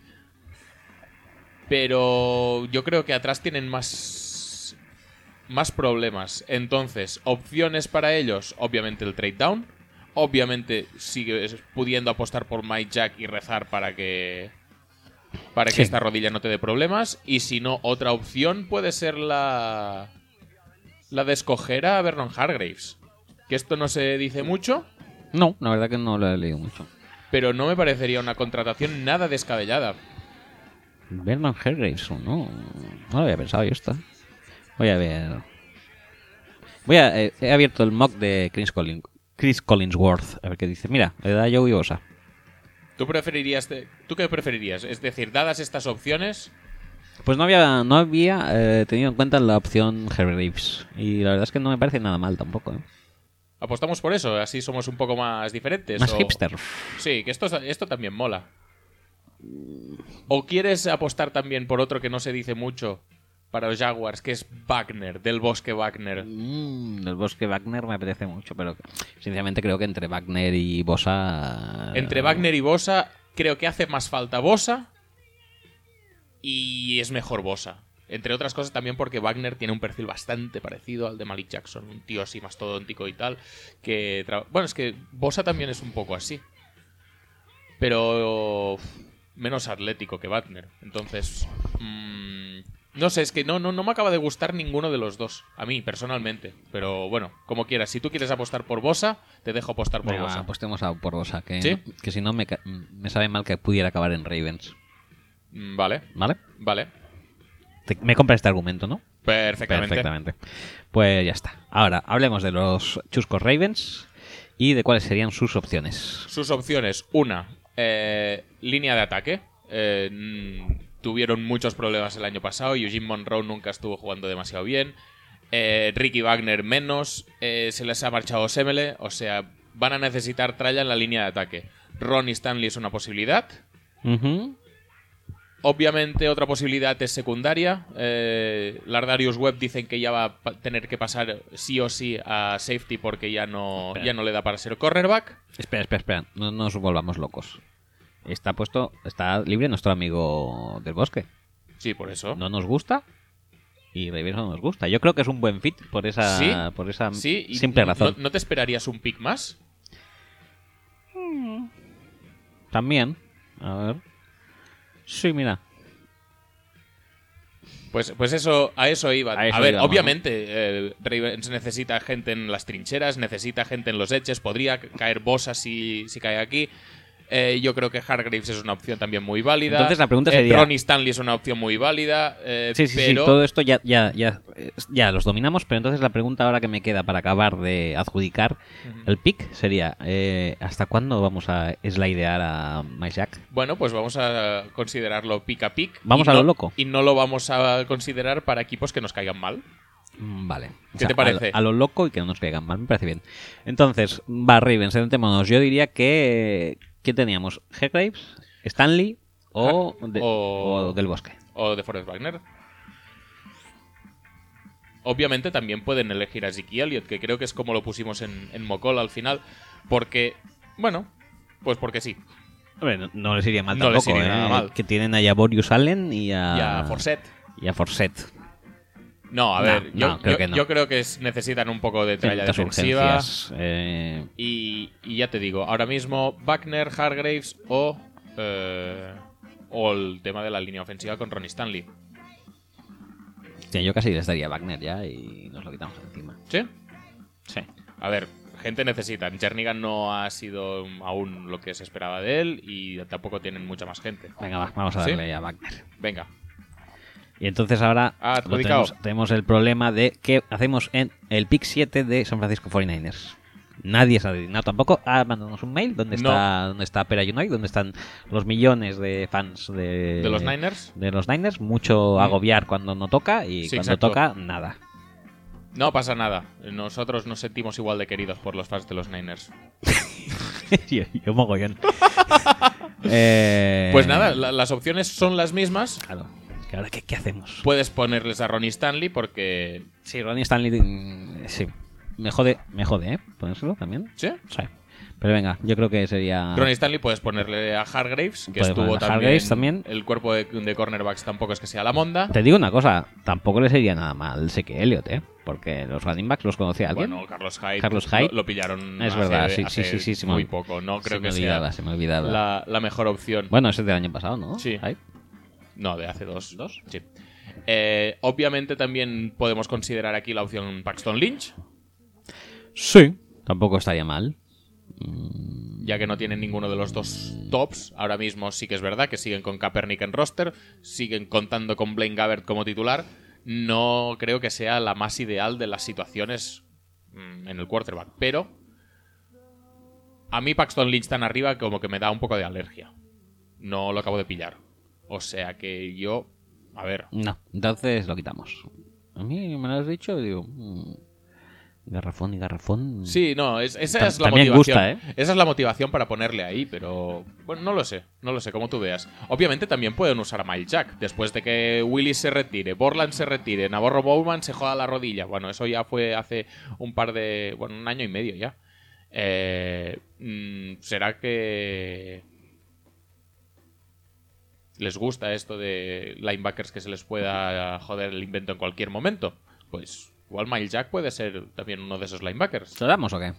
Pero yo creo que atrás tienen más más problemas. Entonces, opciones para ellos, obviamente el trade down, obviamente sigues pudiendo apostar por Mike Jack y rezar para que para que Sí. esta rodilla no te dé problemas y si no otra opción puede ser la la de escoger a Vernon Hargraves. Que esto no se dice mucho, No, la verdad que no lo he leído mucho. pero no me parecería una contratación nada descabellada. Berman Hargraves, ¿o no? No lo había pensado yo esta. Voy a ver. Voy a, eh, he abierto el mock de Chris, Collin- Chris Collinsworth. A ver qué dice. Mira, le da Joey Bosa. ¿Tú preferirías te- tú qué preferirías? Es decir, dadas estas opciones, Pues no había, no había eh, tenido en cuenta la opción Hargraves. Y la verdad es que no me parece nada mal tampoco. ¿eh? apostamos por eso, así somos un poco más diferentes Más o- hipster. Sí, que esto esto también mola. ¿O quieres apostar también por otro que no se dice mucho para los Jaguars, que es Wagner, del Bosque Wagner? Mm, el bosque Wagner me apetece mucho, pero sinceramente creo que entre Wagner y Bosa. eh, Entre Wagner y Bosa, creo que hace más falta Bosa y es mejor Bosa. Entre otras cosas también porque Wagner tiene un perfil bastante parecido al de Malik Jackson, un tío así mastodóntico y tal. Que tra- Bueno, es que Bosa también es un poco así. Pero uf, menos atlético que Wagner. Entonces, mm, no sé, es que no, no, no me acaba de gustar ninguno de los dos. A mí, personalmente. Pero bueno, como quieras. Si tú quieres apostar por Bosa, te dejo apostar por Venga, pues va, Bosa. apostemos a por Bosa, que, ¿Sí? que si no me, ca- me sabe mal que pudiera acabar en Ravens. Mm, Vale. ¿Vale? Vale, Te- me compra este argumento, ¿no? perfectamente. Perfectamente. Pues ya está. Ahora, hablemos de los chuscos Ravens y de cuáles serían sus opciones. Sus opciones, una, eh, línea de ataque. Eh, mm, tuvieron muchos problemas el año pasado, Eugene Monroe nunca estuvo jugando demasiado bien, eh, Ricky Wagner menos, eh, se les ha marchado Semele, o sea, van a necesitar tralla en la línea de ataque. Ronnie Stanley es una posibilidad, Ujú. Obviamente otra posibilidad es secundaria. Eh, Lardarius Webb dicen que ya va a pa- tener que pasar sí o sí a safety porque ya no, Espera. ya no le da para ser cornerback. Espera, espera, espera. No nos volvamos locos. Está puesto, está libre nuestro amigo del bosque. Sí, por eso. No nos gusta y Ravens no nos gusta. Yo creo que es un buen fit por esa, Sí, por esa sí, y simple no- razón. No, no te esperarías un pick más? También, a ver. Sí, mira. Pues, pues eso, a eso iba. A A, eso ver, íbamos, obviamente, eh, Ravens necesita gente en las trincheras, necesita gente en los edges, podría ca- caer Bosa si, si cae aquí. Eh, yo creo que Hargraves es una opción también muy válida. Entonces la pregunta Eh, sería- Ronnie Stanley es una opción muy válida. eh, Sí, sí, pero... sí. Todo esto ya, ya, ya, eh, ya los dominamos, pero entonces la pregunta ahora que me queda para acabar de adjudicar el pick sería: eh, ¿hasta cuándo vamos a slidear a MyJack? Bueno, pues vamos a considerarlo pick a pick. Vamos Y a lo no- loco. Y no lo vamos a considerar para equipos que nos caigan mal. Mm, Vale. ¿Qué te parece? A, lo loco y que no nos caigan mal, me parece bien. Entonces, va Ravens, sentémonos. Yo diría que. ¿Qué teníamos? ¿Hargraves? ¿Stanley? O, de- o- o del bosque. O de Forrest Wagner. Obviamente también pueden elegir a Zeke Elliott, que creo que es como lo pusimos en, en Mocol al final. Porque, bueno, pues porque sí. Hombre, no, no les iría mal No les tampoco, iría ¿eh? nada mal. Que tienen allá a Borius Allen y a. Y a Forsett. Y a Forsett. No, a Ah. No, ver, yo, no, creo yo- que no. yo creo que es- necesitan un poco de tralla Ciertas defensiva. urgencias. eh, Y, y ya te digo, ahora mismo Wagner, Hargraves o, eh, o el tema de la línea ofensiva con Ronnie Stanley. hostia, yo casi les daría a Wagner ya y nos lo quitamos encima. ¿Sí? Sí. A ver, gente necesita. Jernigan no ha sido aún lo que se esperaba de él y tampoco tienen mucha más gente. Venga, va, vamos a ¿Sí? darle a Wagner. Venga. Y entonces ahora Ah, lo adjudicado. tenemos, tenemos el problema de qué hacemos en el pick 7 de San Francisco 49ers. Nadie se ha adivinado tampoco. Ah, mándanos un mail. ¿Dónde No. está, dónde está Pera Unite? ¿Dónde están los millones de fans de, ¿De los Niners? De los Niners. Mucho Mm. agobiar cuando no toca y Sí, cuando exacto. toca, nada. No pasa nada. Nosotros nos sentimos igual de queridos por los fans de los Niners. yo, yo mogollón. Eh, Pues nada, la- las opciones son las mismas. Claro. Que ahora, ¿qué, qué hacemos? Puedes ponerles a Ronnie Stanley porque... sí, Ronnie Stanley. mm, Sí. Me jode, me jode, ¿eh? Ponérselo también. ¿Sí? Sí. Pero venga, yo creo que sería. Ronnie Stanley puedes ponerle a Hargraves, que Puedes estuvo ponerle a también, Hargraves también. El cuerpo de, de cornerbacks tampoco es que sea la monda. Te digo una cosa, tampoco le sería nada mal que Elliot, ¿eh? Porque los running backs los conocía alguien. Bueno, Carlos Hyde. Carlos lo- Hyde. Lo, pillaron es hace- verdad, sí, sí, hace sí, sí, se me muy ol- poco. No se creo me que olvidaba, sea se me olvidaba. la, la mejor opción. Bueno, ese es del año pasado, ¿no? Sí. Ahí. No, de hace dos. ¿Dos? Sí. Eh, obviamente también podemos considerar aquí la opción Paxton Lynch, Sí. Tampoco estaría mal. ya que no tienen ninguno de los dos tops. Ahora mismo sí que es verdad que siguen con Kaepernick en roster, siguen contando con Blaine Gabbert como titular. No creo que sea la más ideal de las situaciones mm, en el quarterback, pero a mí Paxton Lynch tan arriba como que me da un poco de alergia. No lo acabo de pillar. O sea que yo, a ver, No, entonces lo quitamos. A mí me lo has dicho y digo... mm, garrafón y garrafón... Sí, no, es- esa Tam- es la también motivación. gusta, ¿eh? Esa es la motivación para ponerle ahí, pero bueno, no lo sé, no lo sé, como tú veas. Obviamente también pueden usar a Mile Jack. Después de que Willis se retire, Borland se retire, Navarro Bowman se joda la rodilla. Bueno, eso ya fue hace un par de. Bueno, un año y medio ya. Eh, mm, ¿Será que les gusta esto de linebackers que se les pueda joder el invento en cualquier momento? Pues igual Mile Jack puede ser también uno de esos linebackers. ¿Lo damos o qué?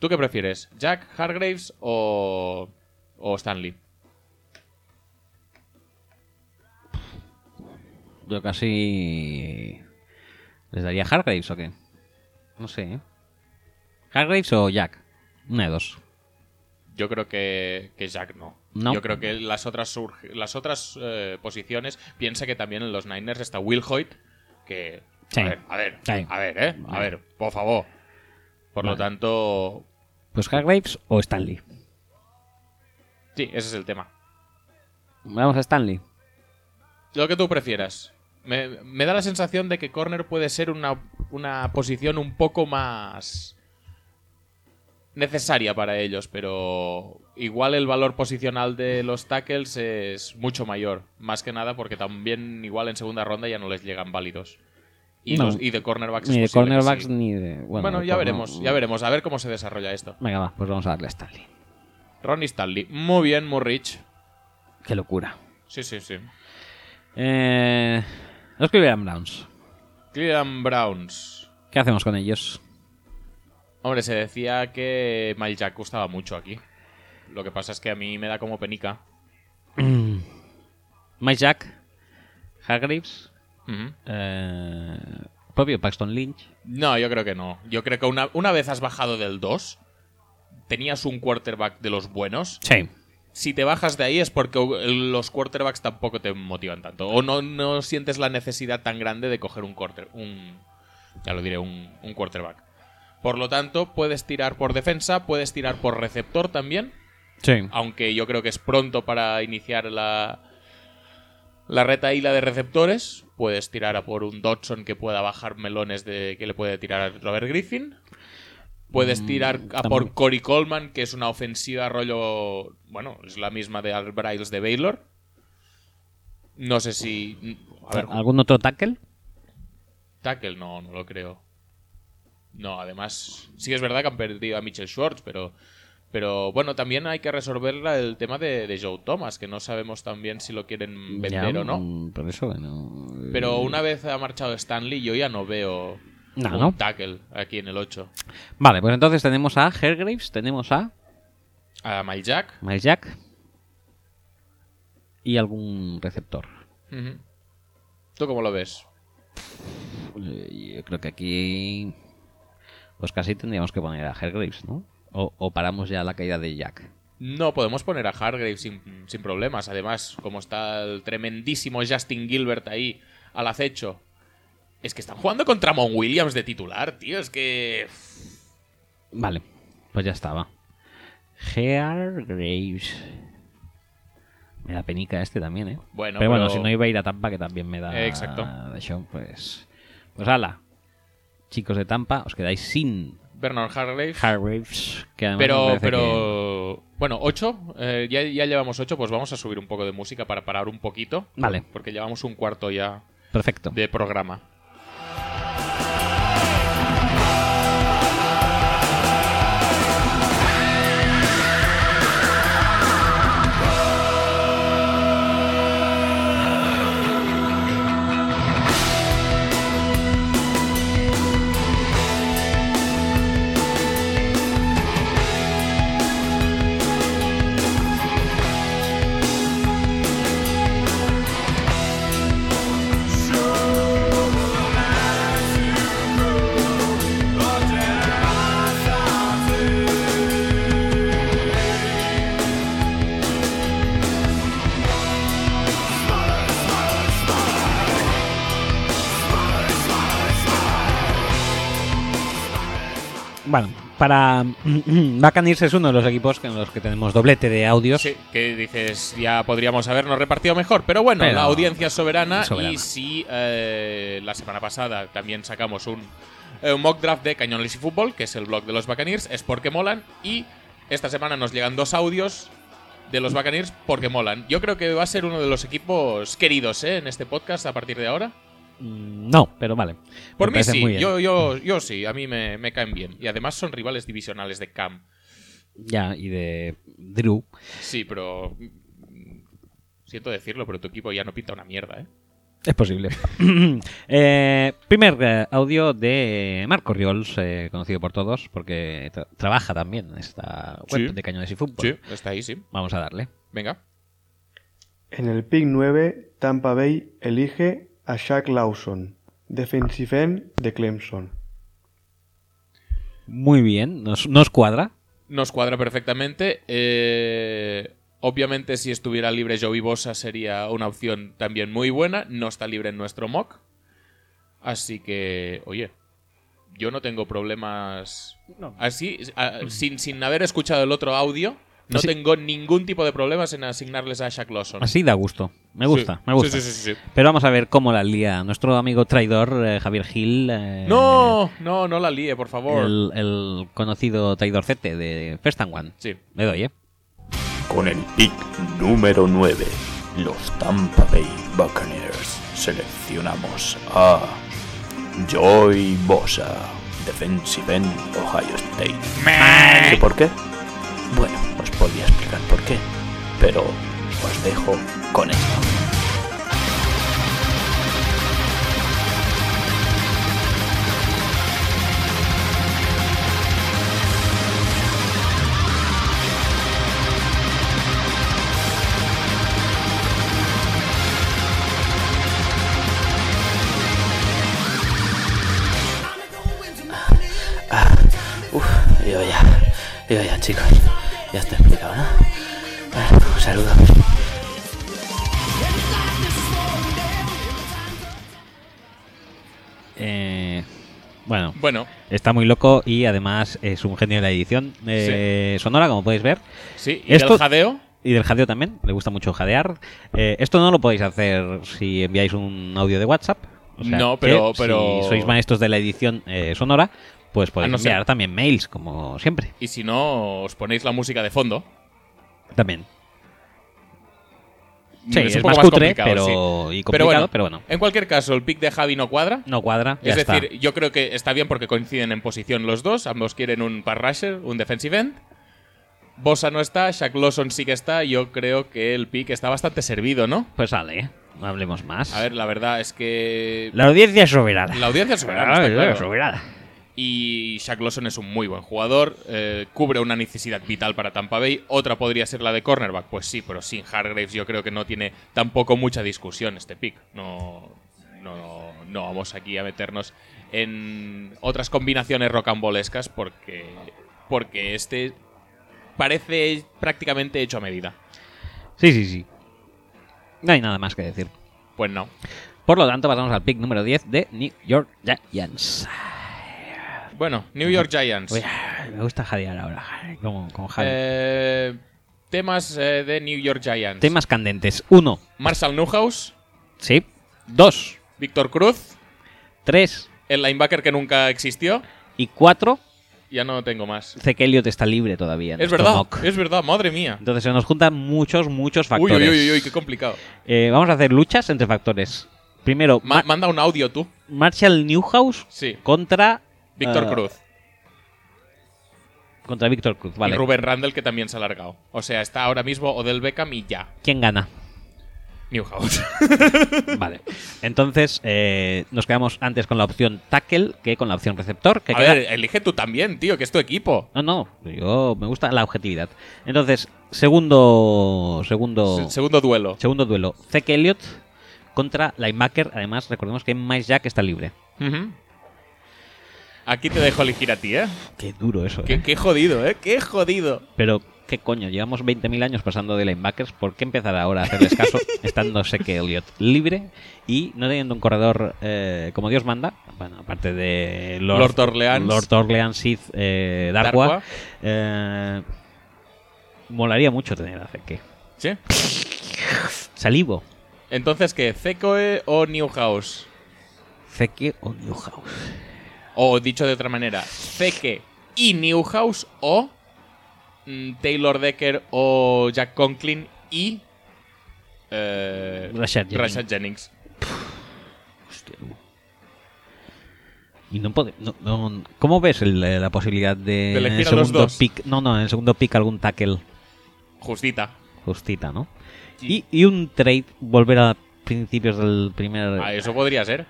¿Tú qué prefieres? ¿Jack, Hargraves o, o Stanley? Yo casi... ¿Les daría Hargraves o qué? No sé. ¿eh? ¿Hargraves o Jack? Una de dos. Yo creo que, que Jack no. No. Yo creo que las otras, surge- las otras eh, posiciones, piensa que también en los Niners está Will Hoyt, que... Sí. A ver, a ver, Sí. a ver, ¿eh? A Vale. ver, por favor. Por lo Vale. tanto, Pues Hargraves o Stanley. sí, ese es el tema. Vamos a Stanley. Lo que tú prefieras. Me, me da la sensación de que corner puede ser una, una posición un poco más necesaria para ellos, pero igual el valor posicional de los tackles es mucho mayor. Más que nada porque también igual en segunda ronda ya no les llegan válidos. Y, No. los- y de cornerbacks. es ni de posible que cornerbacks sí. ni de... Bueno, Bueno, de ya corner- veremos, ya veremos, a ver cómo se desarrolla esto. Venga, va, pues vamos a darle a Stanley. Ronnie Stanley, muy bien, muy rich. Qué locura. Sí, sí, sí. Eh, los Cleveland Browns. Cleveland Browns. ¿Qué hacemos con ellos? Hombre, se decía que Mile Jack gustaba mucho aquí. Lo que pasa es que a mí me da como penica. Mike Jack, Hargreaves, Ujú. eh, propio Paxton Lynch. No, yo creo que no. Yo creo que una, una vez has bajado del 2, tenías un quarterback de los buenos. Sí. Si te bajas de ahí es porque los quarterbacks tampoco te motivan tanto. O no, no sientes la necesidad tan grande de coger un quarter, un, ya lo diré, un, un quarterback. Por lo tanto, puedes tirar por defensa, puedes tirar por receptor también. Sí. aunque yo creo que es pronto para iniciar la, la retaíla de receptores. Puedes tirar a por un Dodson que pueda bajar melones de que le puede tirar a Robert Griffin. Puedes tirar a por tampoco. Cory Coleman, que es una ofensiva rollo. Bueno, es la misma de Al Briles de Baylor. No sé si. A ver, ¿Algún otro tackle? tackle no, no lo creo. No, además, sí es verdad que han perdido a Mitchell Schwartz, pero, pero bueno, también hay que resolver la- el tema de, de Joe Thomas, que no sabemos también si lo quieren vender Ya, o no. mm, Por eso, bueno. eh, Pero una vez ha marchado Stanley, yo ya no veo No, un no. tackle aquí en el 8. Vale, pues entonces tenemos a Hargreaves, tenemos a A Mike Jack. Mike Jack y algún receptor. Ujú. ¿Tú cómo lo ves? Eh, Yo creo que aquí. Pues casi tendríamos que poner a Hargreaves, ¿no? O, o paramos ya la caída de Jack. No, podemos poner a Hargrave sin, sin problemas. Además, como está el tremendísimo Justin Gilbert ahí al acecho. Es que están jugando contra Mon Williams de titular, tío. Es que. Vale, pues ya estaba. Hargreaves. Me da penica este también, ¿eh? Bueno, pero bueno, pero- si no iba a ir a Tampa, que también me da. Eh, exacto. de show, pues. Pues ala. Chicos de Tampa, os quedáis sin Bernard Hargrave. Hargreaves. Que además me pero, parece pero. Bueno, 8. ya, ya llevamos 8. Pues vamos a subir un poco de música para parar un poquito. que- Vale, Porque llevamos un cuarto ya perfecto. de programa. Thank Bueno, para. mm, Buccaneers es uno de los equipos en los que tenemos doblete de audios. Sí, que dices, ya podríamos habernos repartido mejor. Pero bueno, Pero- la audiencia es soberana, Soberana. y si eh, la semana pasada también sacamos un, eh, un mock draft de Cañones y Fútbol, que es el blog de los Buccaneers, es porque molan. Y esta semana nos llegan dos audios de los Buccaneers porque molan. Yo creo que va a ser uno de los equipos queridos ¿eh? en este podcast a partir de ahora. Mm, No, pero vale. Por Me mí parece muy sí, bien. yo, yo, yo sí, a mí me, me caen bien. Y además son rivales divisionales de Cam. Ya, y de Drew. Sí, pero... mm, Siento decirlo, pero tu equipo ya no pinta una mierda, ¿eh? Es posible. Eh, primer eh, audio de Marco Riols, eh, conocido por todos, porque tra- trabaja también en esta web Sí. de Cañones y Fútbol. Sí, está ahí, sí. Vamos a darle. Venga. En el pick 9, Tampa Bay elige a Shaq Lawson, defensive end de Clemson. Muy bien, nos, nos cuadra. Nos cuadra perfectamente. Eh, obviamente, si estuviera libre Joey Bosa sería una opción también muy buena. No está libre en nuestro mock. Así que, oye, yo no tengo problemas. Así, a- sin, sin haber escuchado el otro audio, no Así- tengo ningún tipo de problemas en asignarles a Shaq Lawson. Así da gusto. Me gusta, Sí. me gusta. Sí, sí, sí, sí. Pero vamos a ver cómo la lía nuestro amigo traidor eh, Javier Gil. eh, No, no, no la líe, por favor. El, el conocido traidorcete de First and One. Sí. Le doy, ¿eh? Con el pick número 9, los Tampa Bay Buccaneers seleccionamos a Joy Bosa, defensive end Ohio State. ¿Y por qué? Bueno, os podía explicar por qué, pero os dejo con esto. Uf, yo ya, yo ya, chicos. Ya está explicado, ¿no? Bueno, saludos. Eh, bueno, Bueno, está muy loco y además es un genio de la edición eh, sonora, como podéis ver. sí. ¿Y Esto- del jadeo? Y del jadeo también, le gusta mucho jadear. Eh, esto no lo podéis hacer si enviáis un audio de WhatsApp. O sea No, pero- que pero- Ah, Si sois maestros de la edición eh, sonora, pues podéis no ser- enviar también mails, como siempre. Y si no, os ponéis la música de fondo. También. Sí, un es, poco más cutre, complicado, sí. pero, y complicado, pero bueno. En cualquier caso, el pick de Javi no cuadra. No cuadra, ya es está. decir, yo creo que está bien porque coinciden en posición los dos. Ambos quieren un pass rusher, un defensive end. Bosa no está, Shaq Lawson sí que está. Yo creo que el pick está bastante servido, ¿no? Pues sale, no hablemos más. A ver, la verdad es que. La audiencia es soberana. Ah, La audiencia es soberana, La está audiencia es claro. soberana. Y Shaq Lawson es un muy buen jugador. eh, cubre una necesidad vital para Tampa Bay. Otra podría ser la de cornerback. Pues sí, pero sin Hargraves yo creo que no tiene tampoco mucha discusión este pick. No, no, no vamos aquí a meternos en otras combinaciones rocambolescas porque, porque este parece prácticamente hecho a medida. Sí, sí, sí. No hay nada más que decir. Pues no. Por lo tanto, pasamos al pick número 10 de New York Giants. Bueno, New York Giants. Oye, me gusta jadear ahora, como con Javi. Eh, temas eh, de New York Giants. Temas candentes. Uno, Marshall Newhouse, sí. Dos, Víctor Cruz. tres El linebacker que nunca existió. y cuatro. Ya no tengo más. Sé que Elliot está libre todavía. en Es nuestro verdad, mock. es verdad, madre mía. Entonces se nos juntan muchos, muchos Uy, factores. uy, uy, uy, qué complicado. Eh, vamos a hacer luchas entre factores. Primero, Ma- Ma- manda un audio tú. Marshall Newhouse Sí. contra Víctor eh, Cruz. Contra Víctor Cruz, vale. Y Rubén Randall, que también se ha alargado. O sea, está ahora mismo Odell Beckham y ya. ¿Quién gana? Newhouse. Vale. Entonces, eh, nos quedamos antes con la opción tackle que con la opción receptor. Que A queda- ver, elige tú también, tío, que es tu equipo. No, no, yo me gusta la objetividad. Entonces, segundo segundo Se- Segundo duelo. segundo duelo, Zeke Elliott contra linebacker, además recordemos que Miles Jack está libre. Ujú. Aquí te dejo elegir a ti, ¿eh? Qué duro eso. Qué, ¿eh? qué jodido, ¿eh? Qué jodido. Pero ¿Qué coño? Llevamos 20.000 años pasando de linebackers. ¿Por qué empezar ahora a hacerles caso estando que Elliot libre y no teniendo un corredor eh, como Dios manda? Bueno, aparte de Lord, Lord Orleans. Lord Orleans, Sith, eh, Darkwa. Darkwa. eh, molaría mucho tener a Zeke. ¿Sí? Salivo. Entonces, ¿qué? ¿Zecoe o Newhouse? Zeke o Newhouse. O dicho de otra manera, Zeke y Newhouse o mm, Taylor Decker o Jack Conklin y eh, Rashad Jennings. Rashad Jennings. Hostia, tú. Y no pode- no- no- ¿Cómo ves el- eh, la posibilidad de, De en elegir el a los segundo dos. pick? No, no, en el segundo pick algún tackle Justita. justita, ¿no? Sí. Y, y un trade volver a principios del primer. Ah, eso podría ser.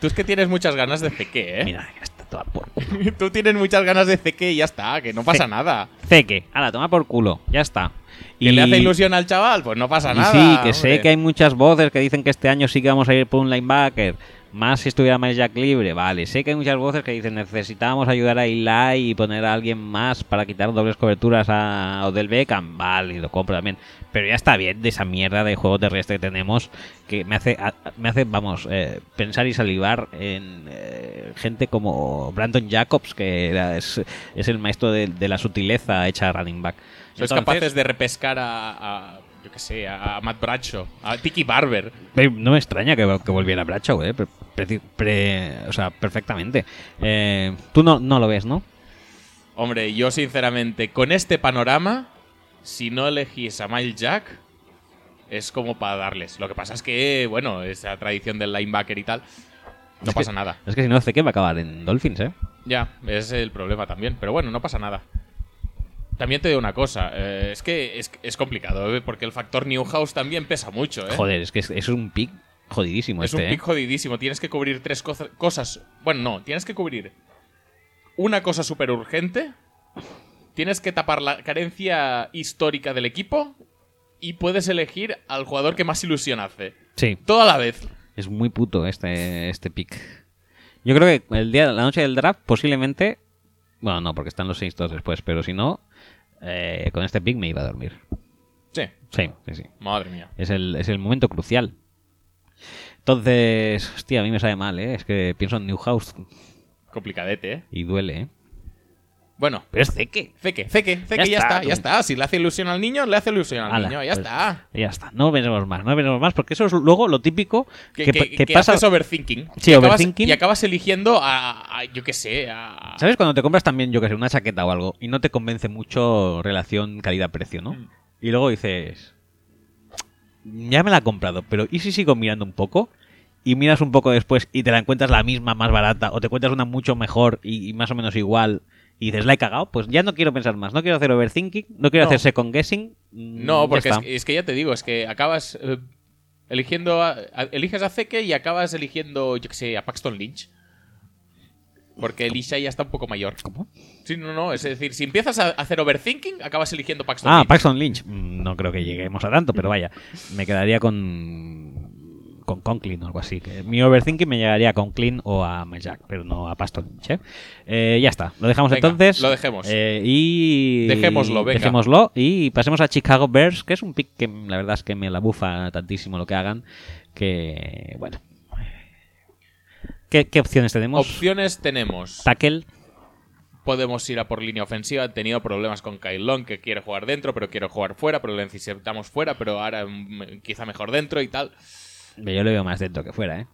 Tú es que tienes muchas ganas de Zeke, ¿eh? Mira, está toda por Tú tienes muchas ganas de Zeke y ya está, que no pasa Sí. nada. Zeke, ala, toma por culo, ya está. ¿Que le hace ilusión al chaval? Pues no pasa y nada. sí, que sé hombre. que hay muchas voces que dicen que este año sí que vamos a ir por un linebacker. Más si estuviera más Jack libre, vale. Sé que hay muchas voces que dicen necesitamos ayudar a Eli y poner a alguien más para quitar dobles coberturas a Odell Beckham, vale, lo compro también. Pero ya está bien de esa mierda de juego terrestre que tenemos que me hace, a- me hace vamos, eh, pensar y salivar en eh, gente como Brandon Jacobs, que era- es, es el maestro de, de la sutileza hecha running back. Sois Entonces- capaces de repescar a, a- yo qué sé, a, a Matt Bradshaw, a Tiki Barber. Eh, No me extraña que, que volviera Bracho, eh. pre- pre- pre- o sea, perfectamente. Eh, tú no, no lo ves, ¿no? Hombre, yo sinceramente, con este panorama, si no elegís a Mile Jack, es como para darles. Lo que pasa es que, bueno, esa tradición del linebacker y tal, no Es que- pasa nada. Es que si no, que va a acabar en Dolphins, ¿eh? Ya, es el problema también. Pero bueno, no pasa nada. También te digo una cosa, eh, es que es, es complicado, ¿eh? porque el factor Newhouse también pesa mucho. ¿eh? Joder, es que es, es un pick jodidísimo es este, un ¿eh? pick jodidísimo. Tienes que cubrir tres coza- cosas. Bueno, no, tienes que cubrir una cosa súper urgente. Tienes que tapar la carencia histórica del equipo. Y puedes elegir al jugador que más ilusión hace. Sí, Toda la vez. es muy puto este, este pick. Yo creo que el día, la noche del draft, posiblemente. Bueno, no, porque están los seis todos después, pero si no, eh, con este pick me iba a dormir. Sí, Sí, sí, sí. madre mía. Es el, es el momento crucial. Entonces, hostia, a mí me sabe mal, ¿eh? Es que pienso en Newhouse Complicadete, ¿eh? y duele, ¿eh? Bueno, Pero es Zeke. Zeke, Zeke, Ya Zeke, ya, está, está, tú. ya está. Si le hace ilusión al niño, le hace ilusión al Ala, niño, ya pues, está. Ya está. No pensemos más, no pensemos más, porque eso es luego lo típico que, Que, que- pa- que que pasa. haces overthinking. Sí, Y acabas- overthinking. Y acabas eligiendo a, a- yo qué sé, a... ¿Sabes cuando te compras también, yo que sé, una chaqueta o algo y no te convence mucho relación calidad-precio, ¿no? Mm. Y luego dices, ya me la he comprado, pero ¿y si sigo mirando un poco? Y miras un poco después y te la encuentras la misma, más barata, o te encuentras una mucho mejor y, y más o menos igual, y dices, la he cagado, pues ya no quiero pensar más, no quiero hacer overthinking, no quiero No. hacer second guessing. mm, No, ya porque es, está. es que ya te digo, es que acabas eh, eligiendo. a- a- eliges a Zeke y acabas eligiendo, yo qué sé, a Paxton Lynch. Porque Elisha ya está un poco mayor. ¿Cómo? Sí, no, no. Es decir, si empiezas a hacer overthinking, acabas eligiendo Paxton Ah, Lynch. Paxton Lynch. Mm, No creo que lleguemos a tanto, pero vaya. Me quedaría con. con Conklin o algo así. Que Mi overthinking me llegaría a Conklin o a Jack, pero no a Paxton Lynch. ¿eh? Eh, ya está. Lo dejamos Venga, entonces. lo dejemos. Eh, y. Dejémoslo, venga. Dejémoslo. Y pasemos a Chicago Bears, que es un pick que mm, la verdad es que me la bufa tantísimo lo que hagan. Que. bueno. ¿Qué, qué opciones tenemos? Opciones tenemos. Tackle. Podemos ir a por línea ofensiva. He tenido problemas con Kyle Long, que quiere jugar dentro, pero quiero jugar fuera, pero le necesitamos fuera, pero ahora mm, quizá mejor dentro y tal. Yo lo veo más dentro que fuera, ¿eh?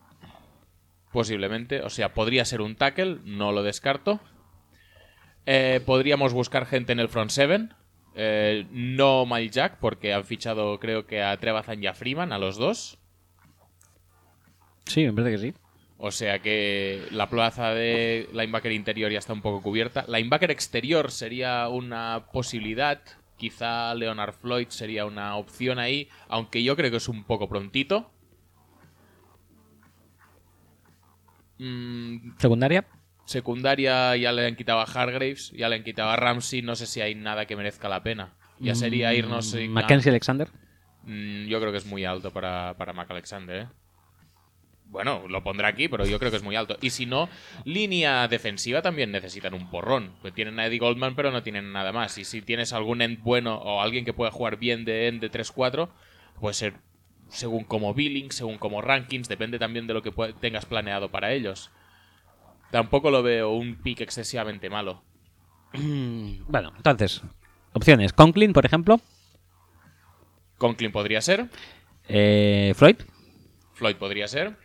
Posiblemente. O sea, podría ser un tackle, no lo descarto. Eh, podríamos buscar gente en el front seven. Eh, no Mal Jack, porque han fichado creo que a Trebazan y a Freeman, a los dos. Sí, me parece que sí. O sea que la plaza de linebacker interior ya está un poco cubierta. Linebacker exterior sería una posibilidad. Quizá Leonard Floyd sería una opción ahí, aunque yo creo que es un poco prontito. Mm, Secundaria. secundaria ya le han quitado a Hargraves, ya le han quitado a Ramsey, no sé si hay nada que merezca la pena. Ya sería irnos sin Mackenzie Mm, Alexander. Mm, yo creo que es muy alto para, para Mac Alexander, ¿eh? Bueno, lo pondrá aquí, pero yo creo que es muy alto. Y si no, línea defensiva también necesitan un porrón. Pues tienen a Eddie Goldman, pero no tienen nada más. Y si tienes algún end bueno o alguien que pueda jugar bien de end de 3-4, puede ser según como billing, según como rankings, depende también de lo que pue- tengas planeado para ellos. Tampoco lo veo un pick excesivamente malo. Mm, Bueno, entonces, opciones. Conklin, por ejemplo. Conklin podría ser, Eh, Freud. Floyd podría ser.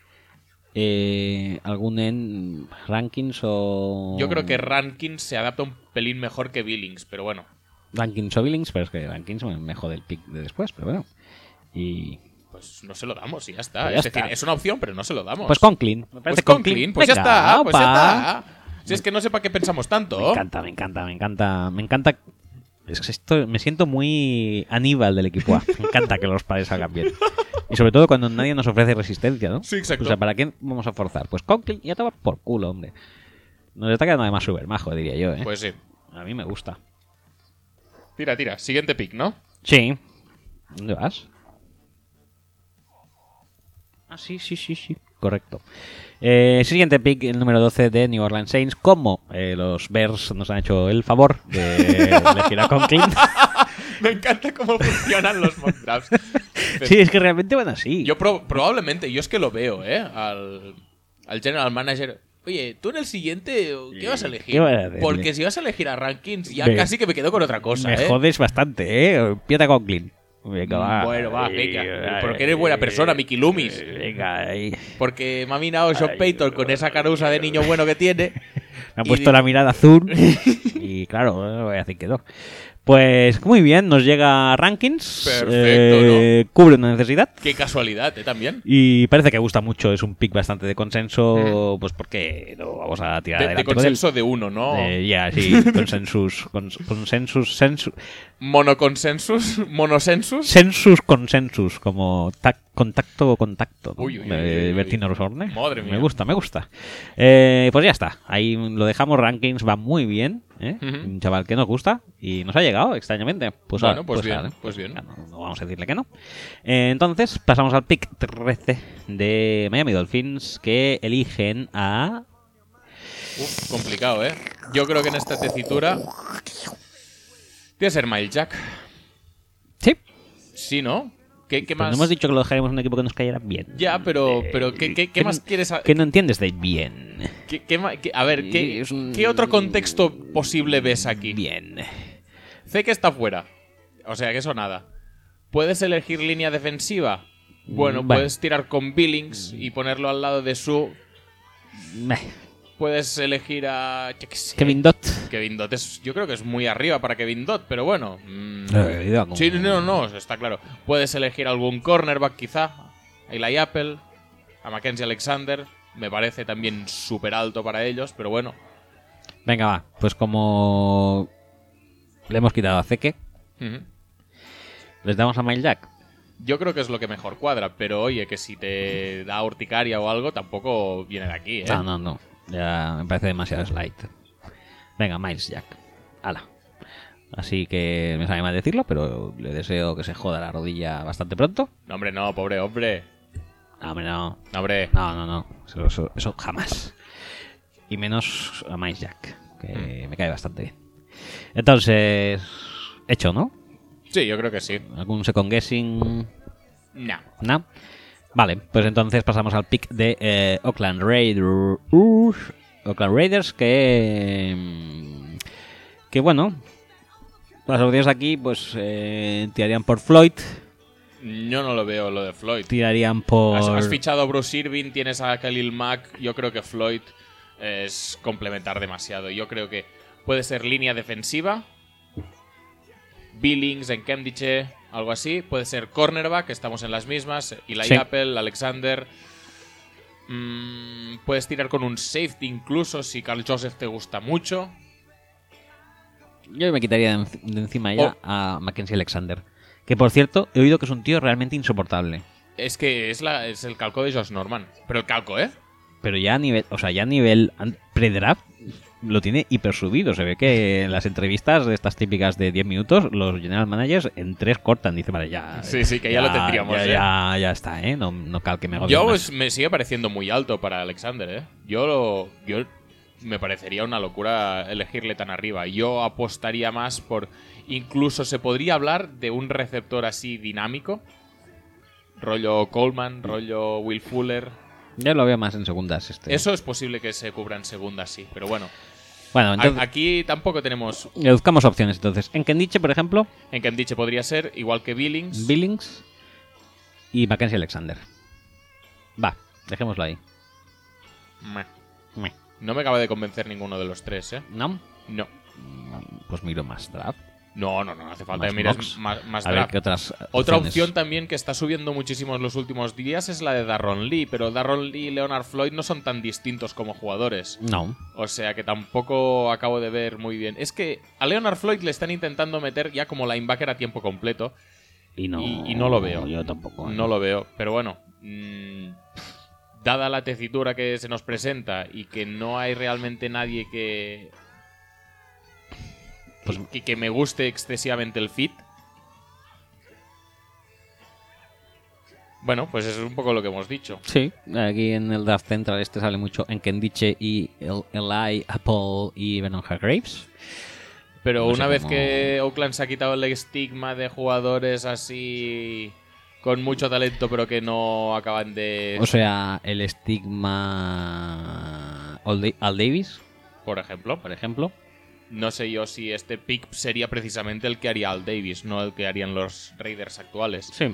eh, algún en rankings o... Yo creo que Rankins se adapta un pelín mejor que Billings, pero bueno. Rankings o Billings, pero es que Rankings me, me jode el pick de después, pero bueno. Y... Pues no se lo damos y ya está. Pues ya es decir, está. es una opción, pero no se lo damos. Pues Conklin. Me Pues parece Conklin, pues ya Venga, está, pues ya opa. está. Si es que no sé para qué pensamos Me tanto. encanta, me encanta, me encanta, me encanta. Es que esto, me siento muy Aníbal del equipo A. Me encanta que los padres salgan bien. Y sobre todo cuando nadie nos ofrece resistencia, ¿no? Sí, exacto. O sea, ¿para qué vamos a forzar? Pues Conklin ya toma por culo, hombre. Nos está quedando además súper majo, diría yo, ¿eh? Pues sí. A mí me gusta. Tira, tira. Siguiente pick, ¿no? Sí. ¿Dónde vas? Ah, sí, sí, sí, sí. Correcto. Eh, siguiente pick, el número 12 de New Orleans Saints. Como eh, los Bears nos han hecho el favor de elegir a Conklin. Me encanta cómo funcionan los mock drafts. sí, es que realmente van así. Yo pro- probablemente, yo es que lo veo, ¿eh? Al, al general manager. Oye, tú en el siguiente, ¿qué vas a elegir? ¿Qué vas a hacer? Porque si vas a elegir a rankings, ya Me- casi que me quedo con otra cosa, Me ¿eh? jodes bastante, ¿eh? Empieza Conklin. Venga, va. Bueno, va, Ay, venga. ay, Porque eres buena persona, Mickey Loomis. Venga, ahí. Porque me ha minado Sean Ay, Payton con esa carusa de niño bueno que tiene. Me ha Y puesto de- la mirada azul y claro, bueno, voy a decir que no. Pues muy bien, nos llega rankings. Perfecto, eh, Cubre una necesidad. Qué casualidad, ¿eh? También. Y parece que gusta mucho, es un pick bastante de consenso, pues porque no vamos a tirar Mm. De, de adelante con él. consenso de uno, ¿no? Eh, ya, sí, consensus, cons- consensus, sensu- Monoconsensus, monosensus. sensus, consensus, como tac- contacto o contacto. ¿no? Uy, uy, uy, Eh, uy, uy. Bertino Osborne. Madre mía. Me gusta, me gusta. Eh, pues ya está, ahí lo dejamos, rankings va muy bien, ¿eh? Ujú. un chaval que nos gusta y nos ha llegado extrañamente. Pues, Bueno, ah, pues bien, ah, pues bien. ah, No, no vamos a decirle que no. Eh, entonces pasamos al pick 13 de Miami Dolphins que eligen a... Uf, complicado, ¿eh? Yo creo que en esta tesitura. Tiene que ser Mile Jack. Sí, Sí, ¿no? ¿Qué, qué Pero más? Pues no hemos dicho que lo dejaremos en un equipo que nos cayera bien. Ya, pero- pero ¿qué- qué- qué que más no- quieres a- Que no entiendes de bien. ¿Qué- qué ma- qué- a ver, Y ¿qué, es un- qué otro contexto posible ves aquí? Bien. Sé que está fuera. O sea, que eso nada. ¿Puedes elegir línea defensiva? Bueno, Mm, vale. puedes tirar con Billings y ponerlo al lado de su. Meh. Puedes elegir a. yo qué sé. Kevin Dot. Kevin Dot es, yo creo que es muy arriba para Kevin Dot, pero bueno. mm. Eh, iba como- sí, no, no, está claro. Puedes elegir algún cornerback quizá, a Eli Apple, a Mackenzie Alexander, me parece también súper alto para ellos, pero bueno. Venga, va. Pues como le hemos quitado a Zeke, Ujú. les damos a Mile Jack. Yo creo que es lo que mejor cuadra, pero oye, que si te da urticaria o algo, tampoco viene de aquí, ¿eh? Ah, No, no, no. Ya me parece demasiado slide. Venga, Miles Jack. Ala. Así que me sabe mal decirlo, pero le deseo que se joda la rodilla bastante pronto. No, hombre, no, pobre hombre. No, hombre, no. No, hombre. No, no, no. Eso, eso- eso jamás. Y menos a Miles Jack, que me cae bastante bien. Entonces, hecho, ¿no? Sí, yo creo que sí. ¿Algún second guessing? No. No. Vale, pues entonces pasamos al pick de eh, Oakland Raiders. Uf, Oakland Raiders que... mm, Que bueno. Las opciones aquí, pues, eh, tirarían por Floyd, Yo no lo veo lo de Floyd. tirarían por... Has, has fichado a Bruce Irving, tienes a Khalil Mack. Yo creo que Floyd es complementar demasiado. Yo creo que puede ser línea defensiva. Billings en Kemdiche, algo así. Puede ser cornerback, estamos en las mismas. Eli Sí. Apple, Alexander. Mm, puedes tirar con un safety incluso si Carl Joseph te gusta mucho. Yo me quitaría de, enci- de encima ya Oh. a Mackenzie Alexander. Que por cierto, he oído que es un tío realmente insoportable. Es que es, la, es el calco de Josh Norman. Pero el calco, ¿eh? Pero ya a nivel, o sea, ya a nivel an- pre-draft, lo tiene hiper subido. Se ve que en las entrevistas de estas típicas de 10 minutos, los general managers en 3 cortan. Dice, vale, ya. Sí, sí, que ya lo tendríamos, Ya, ¿eh? ya, ya está, ¿eh? No, no cal que me agobie Yo más. pues, me sigue pareciendo muy alto para Alexander, ¿eh? Yo lo, yo me parecería una locura elegirle tan arriba. Yo apostaría más por incluso se podría hablar de un receptor así dinámico, rollo Coleman, rollo Will Fuller. Ya lo veo más en segundas. Este. Eso es posible que se cubra en segunda, sí, pero bueno, Bueno, a- entonces. aquí tampoco tenemos Reduzcamos opciones entonces. En Kendiche, por ejemplo, en Kendiche podría ser igual que Billings. Billings y Mackenzie Alexander. Va, dejémoslo ahí. Meh. Meh. No me acaba de convencer ninguno de los tres, ¿eh? ¿No? No. Pues miro más draft. No, no, no, hace falta Más que mires mocks. más, más a ver draft. qué otras. Otra opciones. opción también que está subiendo muchísimo en los últimos días es la de Darron Lee, pero Darron Lee y Leonard Floyd no son tan distintos como jugadores. No. O sea que tampoco acabo de ver muy bien. Es que a Leonard Floyd le están intentando meter ya como linebacker a tiempo completo. Y no, Y- y no lo veo. Yo tampoco. ¿eh? No lo veo, pero bueno. mm, dada la tesitura que se nos presenta y que no hay realmente nadie que. Pues- que, que me guste excesivamente el fit. Bueno, pues eso es un poco lo que hemos dicho. Sí, aquí en el draft central este sale mucho en Kendiche y el Eli Apple y Benonja Graves. Pero No sé una vez cómo- que Oakland se ha quitado el estigma de jugadores así. con mucho talento, pero que no acaban de. O sea, el estigma Al Da- Al Davis, por ejemplo. por ejemplo. No sé yo si este pick sería precisamente el que haría Al Davis, no el que harían los Raiders actuales. Sí,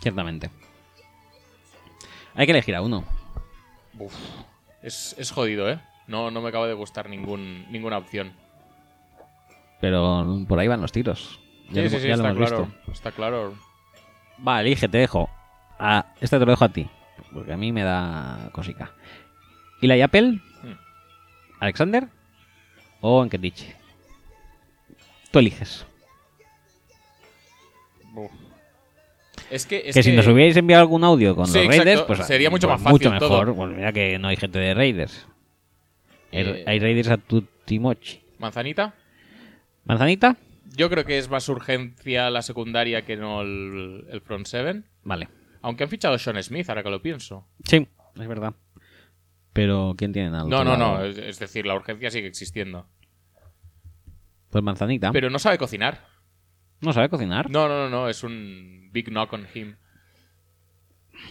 ciertamente. Hay que elegir a uno. Es, es jodido, ¿eh? No, no me acaba de gustar ningún, ninguna opción. Pero por ahí van los tiros. Ya lo- sí, sí, sí, ya lo está hemos claro. visto. Está claro. Va, elige, te dejo. A, esta te lo dejo a ti. Porque a mí me da cosica. ¿Eli Apple? Hmm. ¿Alexander? ¿O en Kendiche? Tú eliges. Es que, es que, si nos hubierais enviado algún audio con Sí, los exacto. Raiders, pues Sería mucho pues más fácil Mucho todo. mejor. Pues mira que no hay gente de Raiders. Hay, Eh. hay Raiders a tu Timochi. ¿Manzanita? ¿Manzanita? Yo creo que es más urgencia la secundaria que no el, el front seven. Vale. Aunque han fichado a Sean Smith, ahora que lo pienso. Sí, es verdad. Pero ¿quién tiene nada? No, no, no. Es, es decir, la urgencia sigue existiendo. Pues Manzanita. Pero no sabe cocinar. No sabe cocinar. No, no, no, no, es un big knock on him.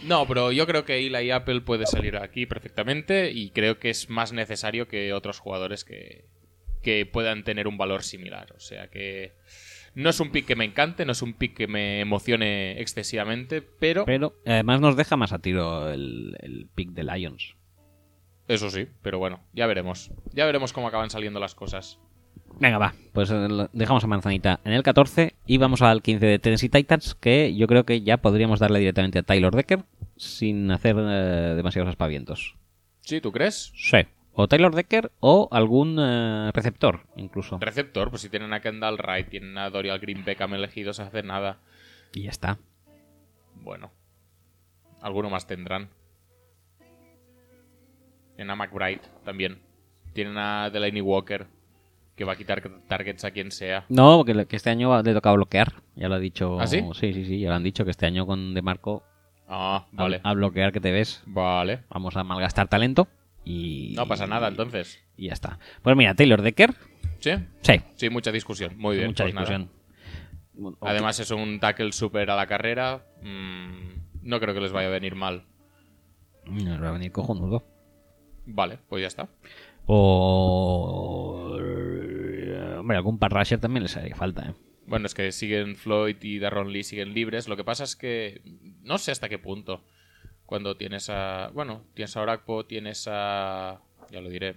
No, pero yo creo que Eli Apple puede salir aquí perfectamente y creo que es más necesario que otros jugadores que, que puedan tener un valor similar. O sea que no es un pick que me encante, no es un pick que me emocione excesivamente, pero Pero además nos deja más a tiro el, el pick de Lions. eso sí, pero bueno, ya veremos. Ya veremos cómo acaban saliendo las cosas. Venga, va. Pues eh, lo- dejamos a Manzanita en el 14 y vamos al 15 de Tennessee Titans, que yo creo que ya podríamos darle directamente a Tyler Decker sin hacer eh, demasiados espavientos. ¿Sí, tú crees? Sí. O Tyler Decker o algún eh, receptor, incluso. Receptor, pues si tienen a Kendall Wright, tienen a Dorial Green Beckham elegidos hace nada. Y ya está. Bueno, alguno más tendrán. Tienen a McBride también. Tienen a Delaney Walker, que va a quitar targets a quien sea. No, porque le- que este año va- le toca bloquear. Ya lo ha dicho. ¿Ah, sí? Sí, sí, sí, Ya lo han dicho que este año con DeMarco Ah, a- vale. a bloquear que te ves. Vale. Vamos a malgastar talento y. No pasa nada entonces. Y ya está. Pues mira, Taylor Decker. ¿Sí? Sí. Sí, mucha discusión. Muy bien. mucha pues nada. discusión. Oh, Además es un tackle super a la carrera. Mm, no creo que les vaya a venir mal. Nos va a venir cojonudo. Vale, pues ya está. O. Hombre, algún parrasher también les haría falta, ¿eh? Bueno, es que siguen Floyd y Darron Lee siguen libres. Lo que pasa es que no sé hasta qué punto. Cuando tienes a. Bueno, tienes a Orakpo, tienes a. Ya lo diré.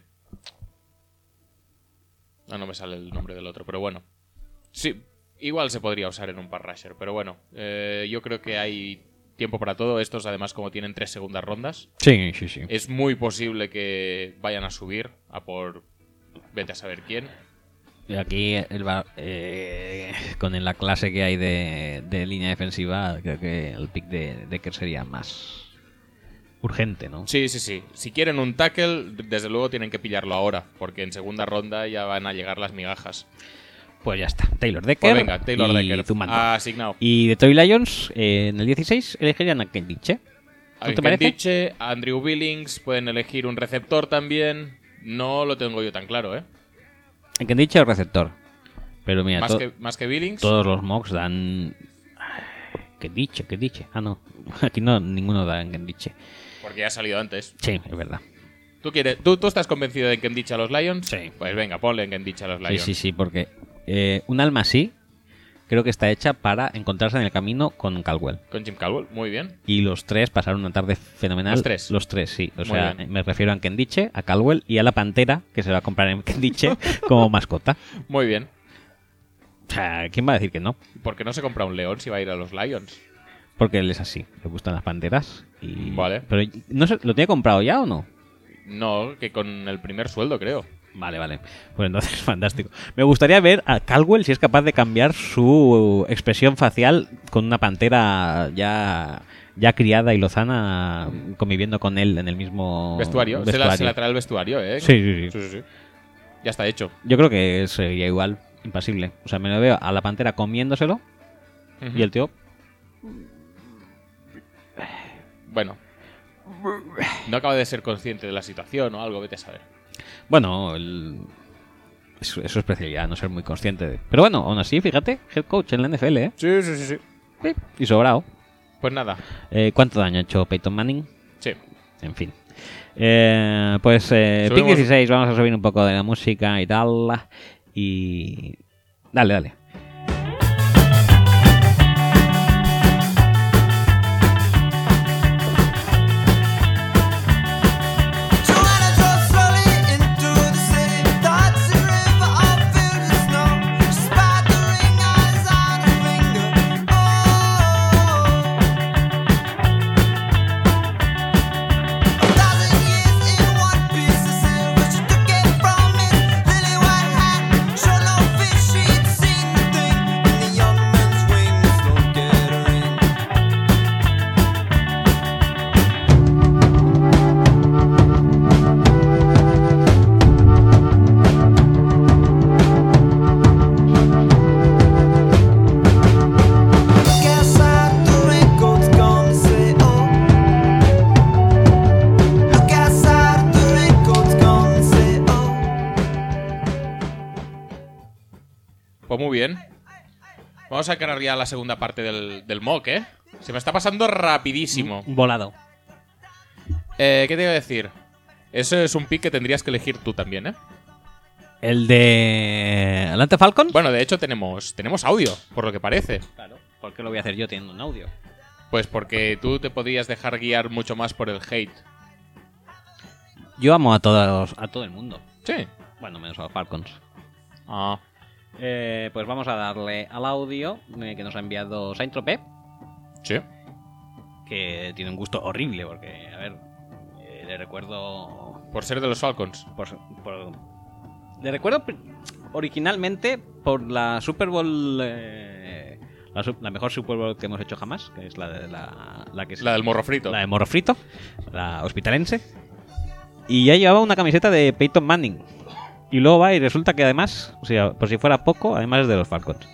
Ah, No, no me sale el nombre del otro, pero bueno. Sí, igual se podría usar en un par rusher, pero bueno. eh, yo creo que hay tiempo para todo. Estos, además, como tienen tres segundas rondas, Sí, sí, sí. es muy posible que vayan a subir a por. Vete a saber quién. Y Aquí el va- eh, con la clase que hay de, de línea defensiva, creo que el pick de Decker sería más urgente, ¿no? Sí, sí, sí. Si quieren un tackle, desde luego tienen que pillarlo ahora, porque en segunda ronda ya van a llegar las migajas. Pues ya está. Taylor Decker. Pues venga, Taylor y Decker. Ah, zumbando. Asignado. Y de Toy Lions, eh, en el 16 elegirían a Kendiche. A te parece? Kendiche, a Andrew Billings, pueden elegir un receptor también. No lo tengo yo tan claro, ¿eh? En Kendiche o receptor. Pero mira, Más to- que, más que Billings. todos los mocks dan. Kendiche, Kendiche. Ah, no. Aquí no, ninguno da en Kendiche. Porque ya ha salido antes. Sí, es verdad. ¿Tú, quieres, tú, tú estás convencido de Kendiche a los Lions? Sí. Pues venga, ponle en Kendiche a los Sí, Lions. sí, sí, porque eh, un alma así creo que está hecha para encontrarse en el camino con Caldwell. Con Jim Caldwell, muy bien. Y los tres pasaron una tarde fenomenal. Los tres. Los tres, sí. O Muy sea, bien. me refiero a Kendiche, a Caldwell y a la pantera que se va a comprar en Kendiche como mascota. Muy bien. O sea, ¿quién va a decir que no? ¿Por qué no se compra un león si va a ir a los Lions? Porque él es así. Le gustan las panteras. Y... Vale. Pero no sé, ¿lo tiene comprado ya o no? No, que con el primer sueldo, creo. Vale, vale. Pues entonces, fantástico. Me gustaría ver a Caldwell si es capaz de cambiar su expresión facial con una pantera ya, ya criada y lozana conviviendo con él en el mismo Vestuario. Se, la, se la trae el vestuario, ¿eh? Sí, sí, sí. Ya está hecho. Yo creo que sería igual, impasible. O sea, me lo veo a la pantera comiéndoselo y el tío. Bueno. No acaba de ser consciente de la situación o algo, vete a saber. Bueno, el- es, es su especialidad, no ser muy consciente de. Pero bueno, aún así, fíjate, head coach en la NFL, ¿eh? Sí, sí, sí, sí. Y sobrado. Pues nada. Eh, ¿Cuánto daño ha hecho Peyton Manning? Sí. En fin. Eh, pues eh, Pick Subimos- 16, vamos a subir un poco de la música y tal. Y. Dale, dale. Thank you Pues muy bien. Vamos a encarar ya la segunda parte del, del mock, ¿eh? Se me está pasando rapidísimo. Volado. Eh, ¿Qué te iba a decir? Ese es un pick que tendrías que elegir tú también, ¿eh? El de. Atlanta Falcons. Bueno, de hecho tenemos, tenemos audio, por lo que parece. Claro. ¿Por qué lo voy a hacer yo teniendo un audio? Pues porque tú te podrías dejar guiar mucho más por el hate. Yo amo a todos, a todo el mundo. Sí. Bueno, menos a los Falcons. Ah. Eh, pues vamos a darle al audio eh, que nos ha enviado Saint Tropez, Sí. que tiene un gusto horrible, porque, a ver, eh, le recuerdo Por ser de los Falcons. por, por- le recuerdo pri- originalmente por la Super Bowl eh, la, su- la mejor Super Bowl que hemos hecho jamás que es la de la, la que es- La del morro frito. la de morro frito la hospitalense y ya llevaba una camiseta de Peyton Manning y luego va y resulta que además o sea por si fuera poco además es de los Falcons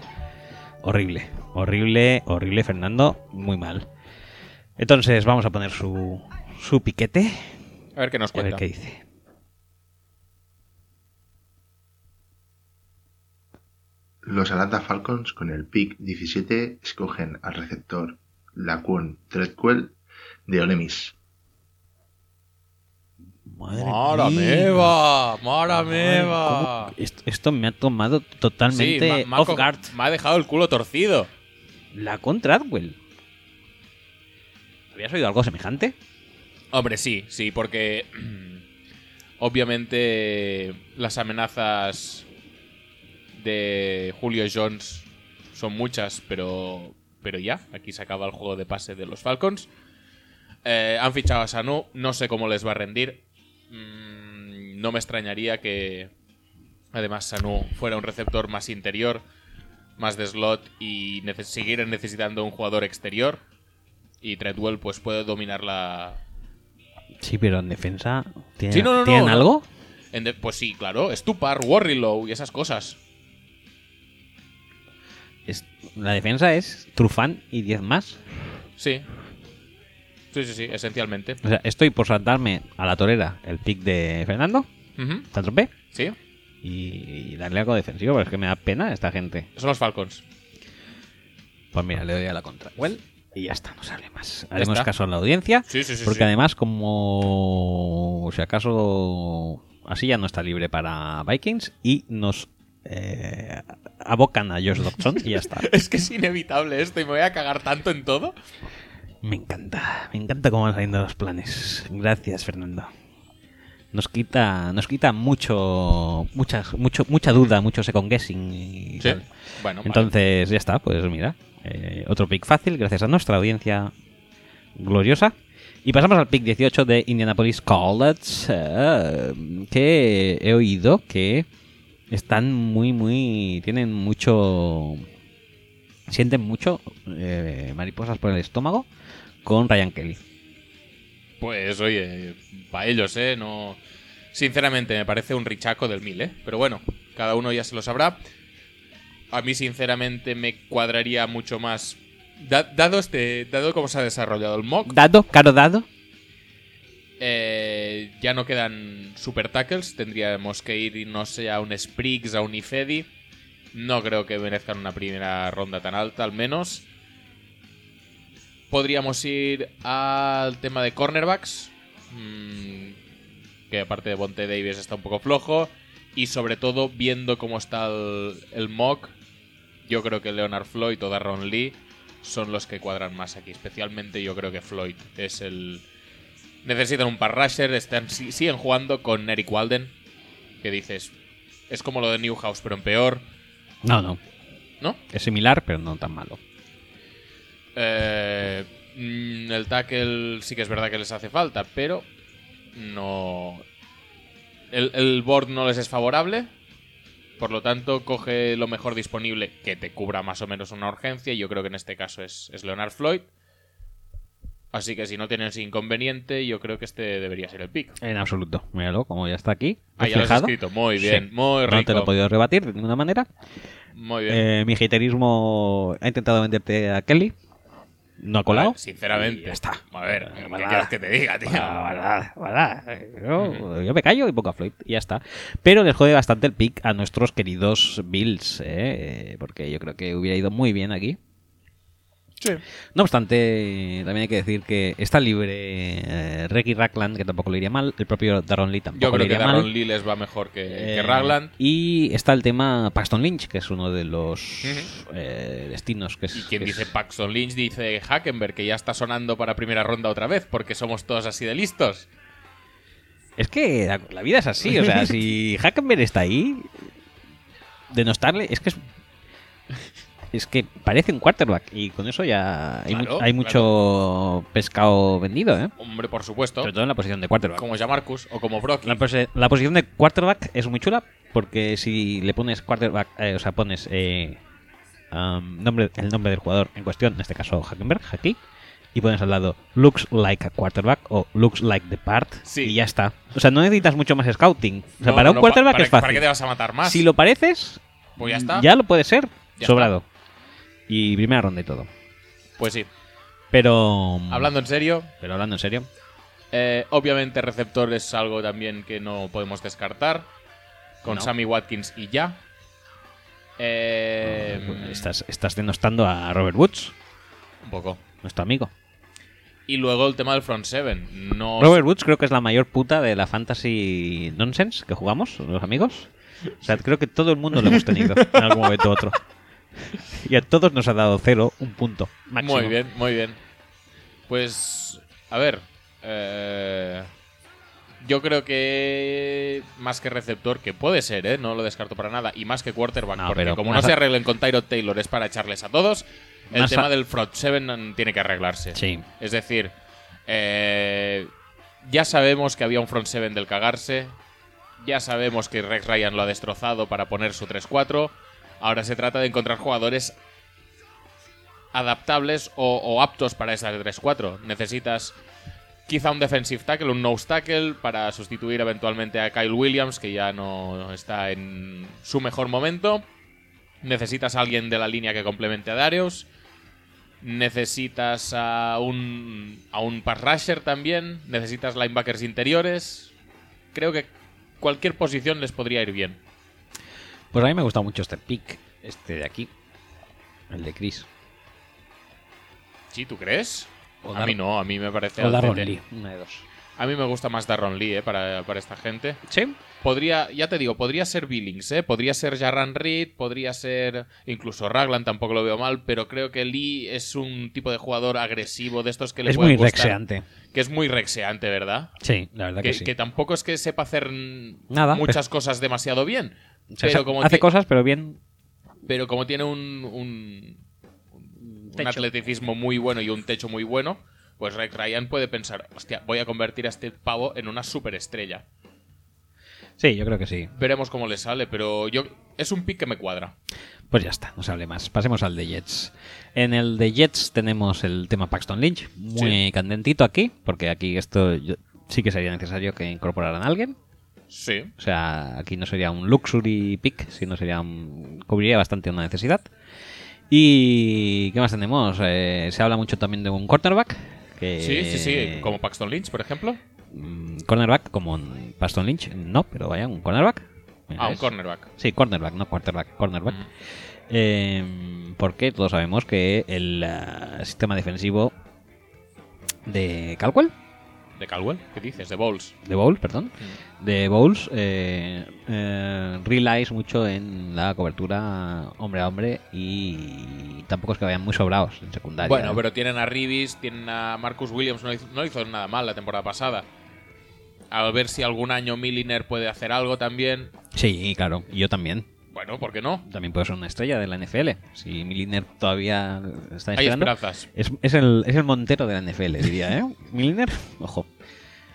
horrible horrible horrible Fernando muy mal entonces vamos a poner su su piquete A ver qué nos a ver cuenta. qué dice Los Atlanta Falcons con el pick 17 escogen al receptor Laquan Treadwell de Ole Miss. Madre ¡Mara mía. meva! ¡Mara Madre, meva! ¿cómo? Esto, esto me ha tomado totalmente Sí, me ha- me ha off co- guard. Me ha dejado el culo torcido. La contra Adwell. ¿Habías oído algo semejante? Hombre, sí, sí, porque obviamente las amenazas de Julio Jones son muchas, pero, pero ya, aquí se acaba el juego de pase de los Falcons. Eh, han fichado a Sanu, no sé cómo les va a rendir. Mm, no me extrañaría que además Sanu fuera un receptor más interior, más de slot y neces- siguieran necesitando un jugador exterior. Y Treadwell pues puede dominar la, Sí, pero en defensa. ¿Tienen, Sí, no, no, no, ¿tienen no. algo? En de- pues sí, claro. Stupar, Warrilow y esas cosas. Es- la defensa es Trufán y 10 más. Sí. Sí, sí, sí, esencialmente. O sea, estoy por saltarme a la torera el pick de Fernando, Ujú, Santropé, Sí. y, y darle algo defensivo, pero es que me da pena esta gente. Son los Falcons. Pues mira, le doy a la contra. y ya está, no sale más. Ya Haremos está. caso a la audiencia. Sí, sí, sí, Porque sí. además, como si acaso así ya no está libre para Vikings y nos eh, abocan a Josh Dobson y ya está. Es que es inevitable esto y me voy a cagar tanto en todo. Me encanta, me encanta cómo van saliendo los planes. Gracias, Fernando. Nos quita, nos quita mucho, muchas, mucho, mucha duda, mucho second guessing. Y Sí. tal. Bueno, vale. Entonces ya está, pues mira, eh, otro pick fácil gracias a nuestra audiencia gloriosa. Y pasamos al pick 18 de Indianapolis College, eh, que he oído que están muy, muy, tienen mucho, sienten mucho eh, mariposas por el estómago con Ryan Kelly. Pues oye, para ellos, ¿eh? No... Sinceramente, me parece un richaco del mil, ¿eh? Pero bueno, cada uno ya se lo sabrá. A mí, sinceramente, me cuadraría mucho más. da- dado, este, dado cómo se ha desarrollado el mock, Dado, caro dado. Eh, ya no quedan super tackles. Tendríamos que ir, no sé, a un Spriggs, a un Ifedi. No creo que merezcan una primera ronda tan alta, al menos. Podríamos ir al tema de cornerbacks. mm, que aparte de Bonte Davis está un poco flojo. Y sobre todo, viendo cómo está el, el mock, yo creo que Leonard Floyd o Darron Lee son los que cuadran más aquí. Especialmente yo creo que Floyd es el, necesitan un par rusher, están, si- siguen jugando con Eric Walden, que dices, es como lo de Newhouse, pero en peor, No, no, ¿no? es similar, pero no tan malo. Eh, mm, el tackle sí que es verdad que les hace falta, pero no... El, el board no les es favorable, por lo tanto coge lo mejor disponible que te cubra más o menos una urgencia, y yo creo que en este caso es, es Leonard Floyd. Así que si no tienes inconveniente, yo creo que este debería ser el pick. En absoluto. Míralo, como ya está aquí. Ah, ya lo has reflejado. escrito. Muy bien, No muy te lo he rico. podido rebatir de ninguna manera. Muy bien. Eh, mi haterismo ha intentado venderte a Kelly. No ha colado. A ver, sinceramente. Y ya está. A ver, ¿qué Balada. quieres que te diga, tío? Ah, balada, balada. Mm. Yo, yo me callo y pongo a Floyd y ya está. Pero les jode bastante el pick a nuestros queridos Bills, eh, porque yo creo que hubiera ido muy bien aquí. No obstante, también hay que decir que está libre eh, Ricky Rackland, que tampoco le iría mal. El propio Darron Lee tampoco Yo le creo que iría mal. Darron Lee les va mejor que, que Eh, Ragland. Y está el tema Paxton Lynch, que es uno de los Ujú. eh, destinos que es. Y quien que es- dice Paxton Lynch dice Hackenberg, que ya está sonando para primera ronda otra vez, porque somos todos así de listos. Es que la, la vida es así, o sea, si Hackenberg está ahí, denostarle, es que es. Es que parece un quarterback y con eso ya hay, mu- Claro, hay mucho pescado vendido, ¿eh? Hombre, por supuesto. Sobre todo en la posición de quarterback. Como Jamarcus o como Brock. La, pose- la posición de quarterback es muy chula porque si le pones quarterback, eh, o sea, pones eh, am, nombre, el nombre del jugador en cuestión, en este caso Hackenberg, aquí, y pones al lado looks like a quarterback o looks like the part Sí. y ya está. O sea, no necesitas mucho más scouting. O sea, No, para no, un no, pa- quarterback para- es fácil. ¿Para qué te vas a matar más? si lo pareces, Pues ya está. lo puede ser, Ya sobrado. Y primera ronda y todo. Pues sí. Pero Hablando en serio, pero hablando en serio, Eh, obviamente receptor es algo también que no podemos descartar. Con No. Sammy Watkins y Ah, ya. Eh, estás estás denostando a Robert Woods, Un poco. nuestro amigo. Y luego el tema del front seven. No Robert Woods creo que es la mayor puta de la fantasy nonsense que jugamos, los amigos. O sea, creo que todo el mundo lo hemos tenido en algún momento u otro. Y a todos nos ha dado cero, un punto máximo. Muy bien, muy bien. Pues, a ver. eh, yo creo que más que receptor, que puede ser, ¿eh? no lo descarto para nada, y más que quarterback, No, porque pero como no más se a- arreglen con Tyrod Taylor es para echarles a todos, el Más a- tema del front seven mm, tiene que arreglarse. Sí. Es decir, eh, ya sabemos que había un front seven del cagarse. Ya sabemos que Rex Ryan lo ha destrozado para poner su 3-4. Ahora se trata de encontrar jugadores adaptables o, o aptos para esa 3-4. Necesitas Quizá un defensive tackle, un nose tackle, para sustituir eventualmente a Kyle Williams, que ya no está en su mejor momento. Necesitas a alguien de la línea que complemente a Darius. Necesitas a un, a un pass rusher también. Necesitas linebackers interiores. Creo que cualquier posición les podría ir bien. Pues a mí me gusta mucho este pick, este de aquí, el de Chris. ¿Sí, tú crees? O a Dar- mí no, a mí me parece. O Darron altete. Lee, una de dos. A mí me gusta más Darron Lee eh, para, para esta gente. ¿Sí? Podría, ya te digo, podría ser Billings, ¿eh? podría ser Jarran Reed, podría ser incluso Raglan, tampoco lo veo mal, pero creo que Lee es un tipo de jugador agresivo de estos que le Es pueden muy gustar, rexeante. Que es muy rexeante, ¿verdad? Sí, la verdad que, Que, sí. que tampoco es que sepa hacer mm, Nada, muchas cosas demasiado bien. O sea, Pero sa- como, hace ti- cosas, pero bien. pero como tiene un, un, un Techo. atleticismo muy bueno y un techo muy bueno, pues Rick Ryan puede pensar, hostia, voy a convertir a este pavo en una superestrella. Sí, yo creo que sí. Veremos cómo le sale, pero yo es un pick que me cuadra. Pues ya está, no se hable más. Pasemos al de Jets. En el de Jets tenemos el tema Paxton Lynch, muy candentito aquí, porque aquí esto yo- sí que sería necesario que incorporaran a alguien. Sí. O sea, aquí no sería un luxury pick, sino sería un- cubriría bastante una necesidad. ¿Y qué más tenemos? Eh, se habla mucho también de un cornerback. Que, Sí, sí, Eh. sí, como Paxton Lynch, por ejemplo. Mm, cornerback, como en Paxton Lynch, no, pero vaya, un cornerback. Mira, Ah, un Mm. es- cornerback. Sí, cornerback, no quarterback, cornerback. Eh, porque todos sabemos que el ah, sistema defensivo de Caldwell, De Caldwell, ¿qué dices? De Bowles. de Bowles, perdón, de Bowles, eh, eh, relies mucho en la cobertura hombre a hombre y tampoco es que vayan muy sobrados en secundaria. ¿eh? Bueno, pero tienen a Ribis, tienen a Marcus Williams, no hizo, no hizo nada mal la temporada pasada. A ver si algún año Milliner puede hacer algo también. Sí, claro, y yo también. Bueno, ¿por qué no? También puedo ser una estrella de la NFL. Si Miliner todavía está Hay esperando, esperanzas. Es, es el, es el montero de la NFL, diría, ¿eh? Milner, ojo.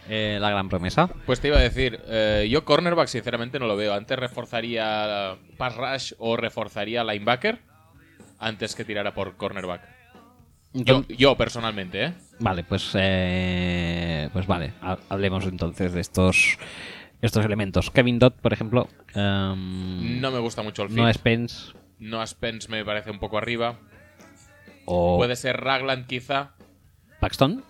Eh, la gran promesa. Pues te iba a decir, eh, yo cornerback sinceramente no lo veo. Antes reforzaría pass rush o reforzaría linebacker antes que tirara por cornerback. Yo, Enton- yo personalmente, ¿eh? vale, pues, eh, pues vale. ha- Hablemos entonces de estos, estos elementos. Kevin Dodd, por ejemplo. em, No me gusta mucho el fit. no es Pence. Noah Spence me parece un poco arriba. O Puede ser Ragland, quizá. Paxton.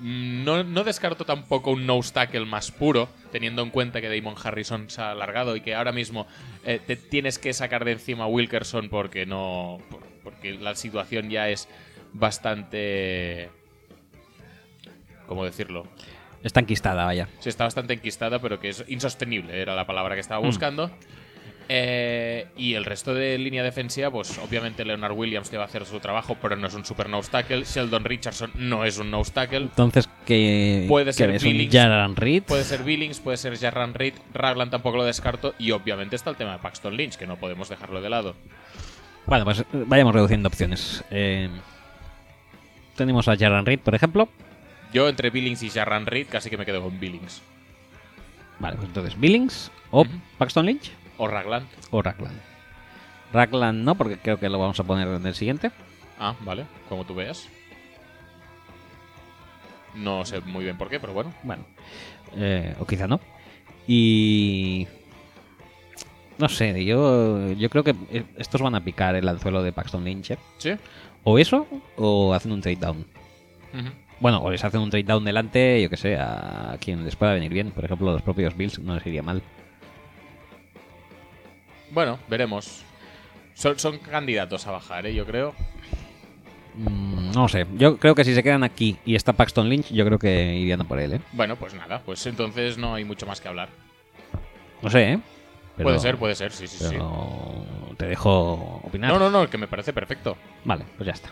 Mm, No, no descarto tampoco un nose tackle más puro, teniendo en cuenta que Damon Harrison se ha alargado y que ahora mismo eh, te tienes que sacar de encima a Wilkerson porque no. por- porque la situación ya es bastante. ¿Cómo decirlo? Está enquistada, vaya. Sí, está bastante enquistada, pero que es insostenible, era la palabra que estaba buscando. Eh, y el resto de línea defensiva, pues obviamente Leonard Williams te va a hacer su trabajo, pero no es un super nose tackle. Sheldon Richardson no es un nose tackle. Entonces, que Puede que ser ves? un Billings. Jaran Reed. Puede ser Billings, puede ser Jarran Reed, Raglan tampoco lo descarto. Y obviamente está el tema de Paxton Lynch, que no podemos dejarlo de lado. Bueno, pues eh, vayamos reduciendo opciones. Eh, tenemos a Jaran Reed, por ejemplo. Yo entre Billings y Jarran Reed casi que me quedo con Billings. Vale, pues entonces Billings o Ujú. Paxton Lynch. O Raglan. o Raglan. Raglan no, porque creo que lo vamos a poner en el siguiente. Ah, vale, como tú veas. No sé muy bien por qué, pero bueno. Bueno, eh, o quizá no. Y. No sé, yo, yo creo que eh, estos van a picar el anzuelo de Paxton Lynch. ¿eh? Sí. O eso, o hacen un trade down. Ujú. Bueno, o les hacen un trade down delante, yo que sé, a quien les pueda venir bien. Por ejemplo, a los propios Bills no les iría mal. Bueno, veremos. Son, son candidatos a bajar, ¿eh? yo creo. Mm, no sé, yo creo que si se quedan aquí y está Paxton Lynch, yo creo que irían a por él, ¿eh? Bueno, pues nada, pues entonces no hay mucho más que hablar. No sé, ¿eh? Pero- puede ser, puede ser, sí, sí, pero sí. No, te dejo opinar. no, no, que me parece perfecto. Vale, pues ya está.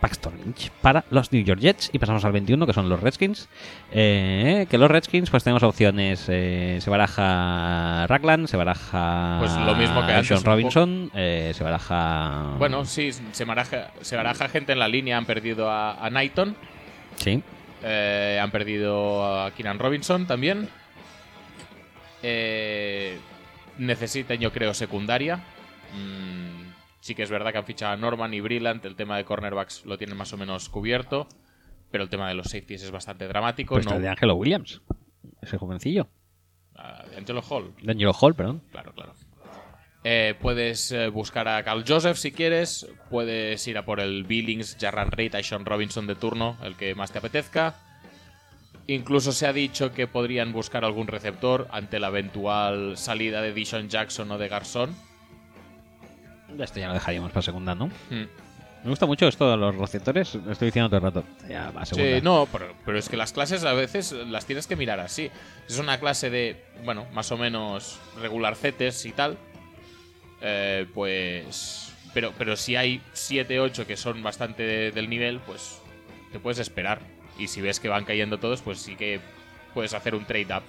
Paxton Lynch para los New York Jets y pasamos al 21 que son los Redskins. Eh, que los Redskins pues tenemos opciones. eh, se baraja Ragland, se baraja Pues lo mismo que antes, Sean un Robinson, eh, se Ah. baraja... Bueno, sí, se baraja, se baraja gente en la línea. Han perdido a, a Knighton, Sí, eh, han perdido a Keenan Robinson también. Eh, necesitan, yo creo, secundaria. Mm, sí que es verdad que han fichado a Norman y Brillant. El tema de cornerbacks lo tienen más o menos cubierto. pero el tema de los safeties es bastante dramático. Pues no, está el de Angelo Williams, ese jovencillo. Ah, de Angelo Hall. De Angelo Hall, perdón. Claro, claro. Eh, puedes eh, buscar a Carl Joseph si quieres. Puedes ir a por el Billings, Jarran Reed, Sean Robinson de turno, el que más te apetezca. Incluso se ha dicho que podrían buscar algún receptor ante la eventual salida de Dishon Jackson o de Garzón. Esto ya lo dejaríamos para segunda, ¿no? Mm. Me gusta mucho esto de los receptores, lo estoy diciendo todo el rato. Ya va, segunda. Sí, no, pero, pero es que las clases a veces las tienes que mirar así. Es una clase de, bueno, más o menos regularcetes y tal. eh, pues. Pero, pero si hay 7, 8 que son bastante de- del nivel, pues te puedes esperar. Y si ves que van cayendo todos, pues sí que puedes hacer un trade up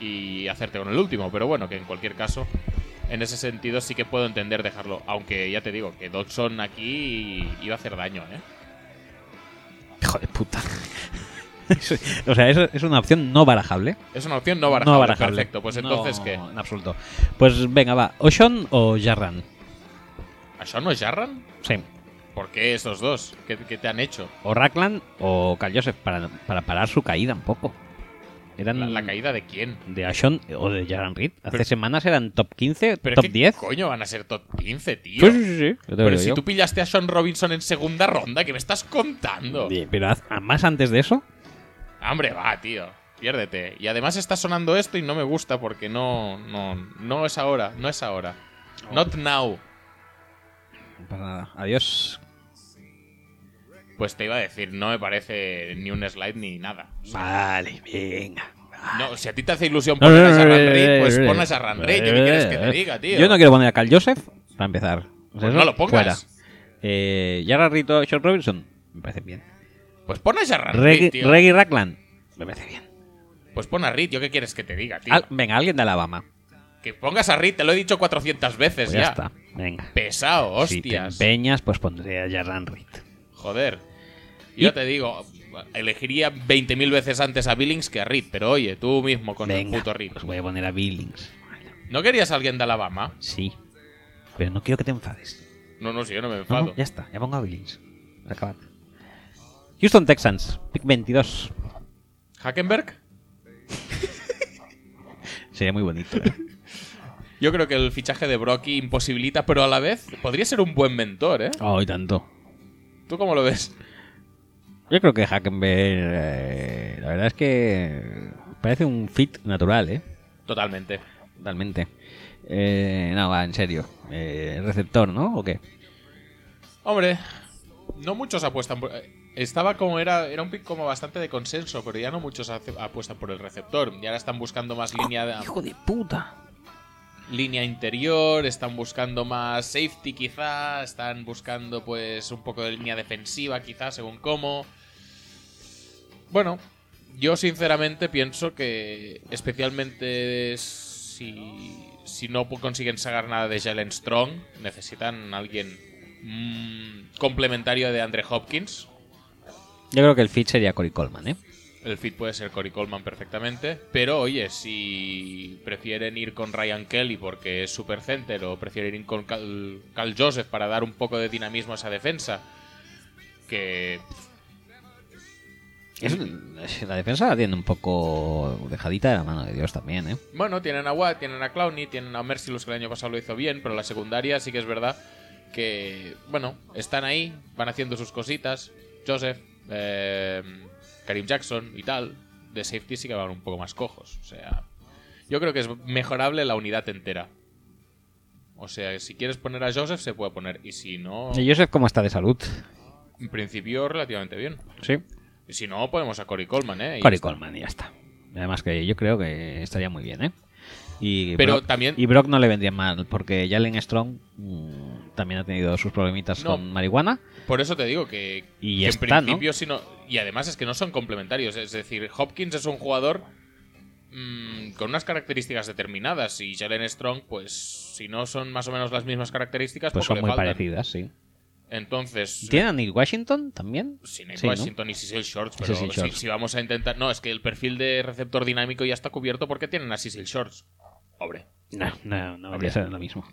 y hacerte con el último. Pero bueno, que en cualquier caso, en ese sentido sí que puedo entender dejarlo. Aunque ya te digo que Dodson aquí iba a hacer daño, ¿eh? Hijo de puta. Eso- o sea, eso es una opción no barajable. Es una opción no barajable. no barajable. Perfecto, pues entonces No, ¿qué? En absoluto. Pues venga, va. ¿Oshon o Jarran? ¿A Sean o Jarran? Sí. ¿Por qué estos dos? ¿Qué, qué te han hecho? O Rackland o Carl Joseph para, para parar su caída un poco. Eran ¿La, la caída de quién? de Ashon o de Jaran Reed. Hace Pero- semanas eran top 15, ¿Pero top qué 10. coño van a ser top 15, tío? Sí, sí, sí, sí. Yo te lo Pero digo si yo. tú pillaste a Sean Robinson en segunda ronda, ¿qué me estás contando? Sí, Pero haz- a- más antes de eso, Hombre, va, tío. Piérdete. Y además está sonando esto y no me gusta porque no. No, no es ahora. No es ahora. Oh. Not now. no pasa nada. Adiós. Pues te iba a decir, no me parece ni un slide ni nada. Vale, venga. No, si a ti te hace ilusión poner a Jarran Reed, pues pones a Jarran Reed. ¿Qué quieres que te diga, tío? Yo no quiero poner a Carl Joseph para empezar. O sea, Pues eso, no lo pongas. Fuera. Eh, Jaran Reed o Sean Robinson, me parece bien. Pues pon a Jarran Reed, Reggie tío. Reggie Rackland, me parece bien. Pues pon a Reed, ¿yo qué quieres que te diga, tío? Al- venga, alguien de Alabama. Que pongas a Reed, te lo he dicho 400 veces Pues ya. ya está. Venga. Pesado, Si te hostias. empeñas, pues pondría a Jarran Reed. Joder. Y- Yo te digo, elegiría 20.000 veces antes a Billings que a Reed, pero oye, tú mismo con el Venga, puto Reed. pues voy a poner a Billings. ¿No querías a alguien de Alabama? Sí. Pero no quiero que te enfades. No, no, si yo no me No, enfado. no, ya está, ya pongo a Billings. Acabad. Houston Texans, pick 22. ¿Hackenberg? Sería muy bonito. ¿eh? Yo creo que el fichaje de Brocky imposibilita, pero a la vez podría ser un buen mentor, ¿eh? Ay, tanto. ¿Tú cómo lo ves? Yo creo que Hackenberg, eh, la verdad es que parece un fit natural, ¿eh? Totalmente. Totalmente. Eh, no, va, en serio. Eh, receptor, ¿no? ¿O qué? Hombre, no muchos apuestan por... eh, Estaba como era, era un pick como bastante de consenso, pero ya no muchos hace- apuestan por el receptor. Y ahora están buscando más línea, de- Hijo de puta. línea interior, están buscando más safety quizá, están buscando pues un poco de línea defensiva quizá, según cómo. Bueno, yo sinceramente pienso que especialmente si, si no po- consiguen sacar nada de Jalen Strong, necesitan alguien mm, complementario de Andre Hopkins. Yo creo que el fit sería Cory Coleman, ¿eh? El fit puede ser Cory Coleman perfectamente. Pero oye, si prefieren ir con Ryan Kelly porque es supercenter o prefieren ir con Cal, Cal Joseph para dar un poco de dinamismo a esa defensa, que Es- la defensa la tiene un poco dejadita de la mano de Dios también, ¿eh? Bueno, tienen a Watt, tienen a Clowney, tienen a Mercilus, que el año pasado lo hizo bien, pero la secundaria sí que es verdad que, bueno, están ahí, van haciendo sus cositas. Joseph, eh, Karim Jackson y tal, de safety sí que van un poco más cojos. O sea, yo creo que es mejorable la unidad entera. O sea, si quieres poner a Joseph, se puede poner. Y si no, ¿Y Joseph cómo está de salud? en principio, relativamente bien. Sí. Y si no, ponemos a Cory Coleman, ¿eh? Y ya Cory está. Coleman, y ya está. Además que yo creo que estaría muy bien, ¿eh? Y Pero Brock, también- y Brock no le vendría mal, porque Jalen Strong mm, también ha tenido sus problemitas No. con marihuana. Por eso te digo que, Y que ya en está, ¿no? principio si no- y además es que no son complementarios, es decir, Hopkins es un jugador mm, con unas características determinadas y Jalen Strong, pues si no son más o menos las mismas características, Pues poco son le muy faltan. parecidas, sí. Entonces, ¿Tienen a Nick Washington también? sin el Sí, ¿no? Washington y Cecil Shorts, Y pero Cecil si- Shorts. Si, vamos a intentar, no, es que el perfil de receptor dinámico ya está cubierto porque tienen a Cecil Shorts. Hombre, No, no, no Hombre. debería ser lo mismo.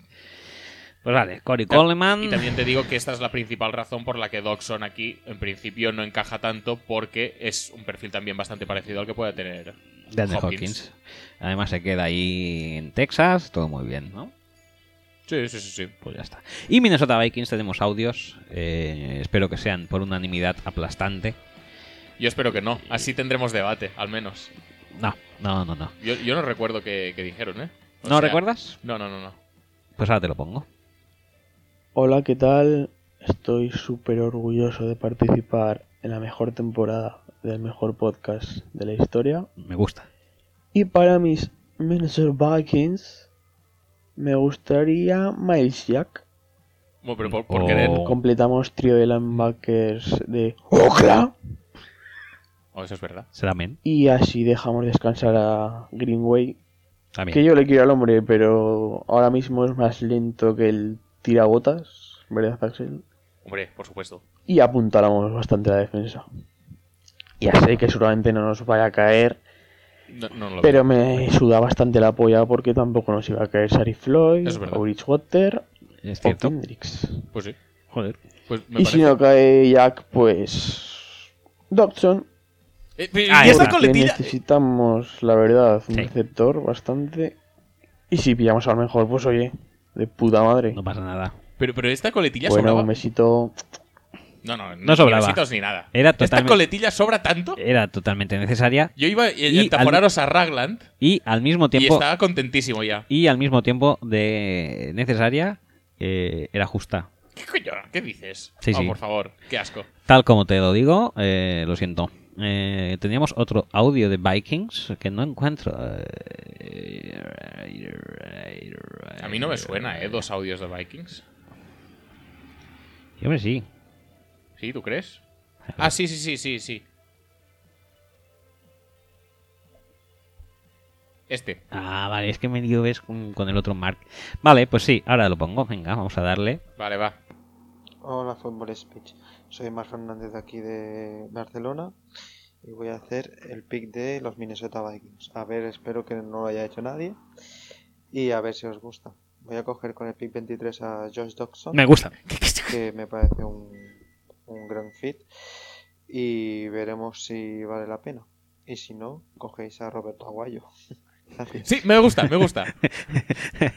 Pues vale, Cory Coleman. Y también te digo que esta es la principal razón por la que Dodson aquí, en principio, no encaja tanto, porque es un perfil también bastante parecido al que puede tener Daniel Hopkins. Hopkins. Además se queda ahí en Texas, todo muy bien, ¿no? Sí, sí, sí, sí. Pues ya está. Y Minnesota Vikings tenemos audios. eh, espero que sean por unanimidad aplastante. Yo espero que no. Así tendremos debate, al menos. No, no, no, no. Yo, yo no recuerdo que, dijeron, ¿eh? O ¿No sea- recuerdas? No, no, no, no. Pues ahora te lo pongo. Hola, ¿qué tal? Estoy súper orgulloso de participar en la mejor temporada del mejor podcast de la historia. Me gusta. Y para mis Minnesota Vikings, me gustaría Miles Jack. Bueno, pero por, por Oh. querer. Completamos trío de linebackers de Oakland. Oh, eso es verdad. Será men. Y así dejamos descansar a Greenway. También. Que yo le quiero al hombre, pero ahora mismo es más lento que el tirabotas, ¿verdad, Axel? Hombre, por supuesto. y apuntáramos bastante la defensa. Ya sé que seguramente no nos vaya a caer, No, no lo pero me suda bastante la polla porque tampoco nos iba a caer Sari Floyd, Es verdad. o Bridgewater Es o cierto. Kendricks. veo. Pues sí. Joder. Pues me Y parece. si no cae Jack, pues. Dodson. Eh, pero- Ah, ¿Y es esa verdad. porque coletilla? necesitamos, la verdad, un Sí. receptor bastante. Y si pillamos al mejor, pues oye, de puta madre. No pasa nada. Pero, pero esta coletilla bueno, sobraba. un besito. No, no, No sobraba. Ni besitos ni nada. Era ¿Esta totalmente- coletilla sobra tanto? Era totalmente necesaria. Yo iba a Y a taponaros a Ragland Y al mismo y tiempo. estaba contentísimo ya. Y al mismo tiempo de necesaria. eh, era justa. ¿Qué coño? ¿Qué dices? Sí, Ah, sí. por favor, qué asco. Tal como te lo digo, eh, lo siento. Eh, teníamos otro audio de Vikings que no encuentro. Eh, A mí no me suena, ¿eh? Dos audios de Vikings. Yo me sí. ¿Sí? ¿Tú crees? Ah, sí, sí, sí, sí, sí. Este. Ah, vale, es que me dio ves con, con el otro Mark. Vale, pues sí, ahora lo pongo. Venga, vamos a darle. Vale, va. Hola, Fútbol Speech. Soy Mar Fernández de aquí de Barcelona y voy a hacer el pick de los Minnesota Vikings. A ver, espero que no lo haya hecho nadie y a ver si os gusta. Voy a coger con el pick 23 a Josh Dodson, Me gusta. que me parece un, un gran fit y veremos si vale la pena. Y si no, cogéis a Roberto Aguayo. Gracias. Sí, me gusta, me gusta.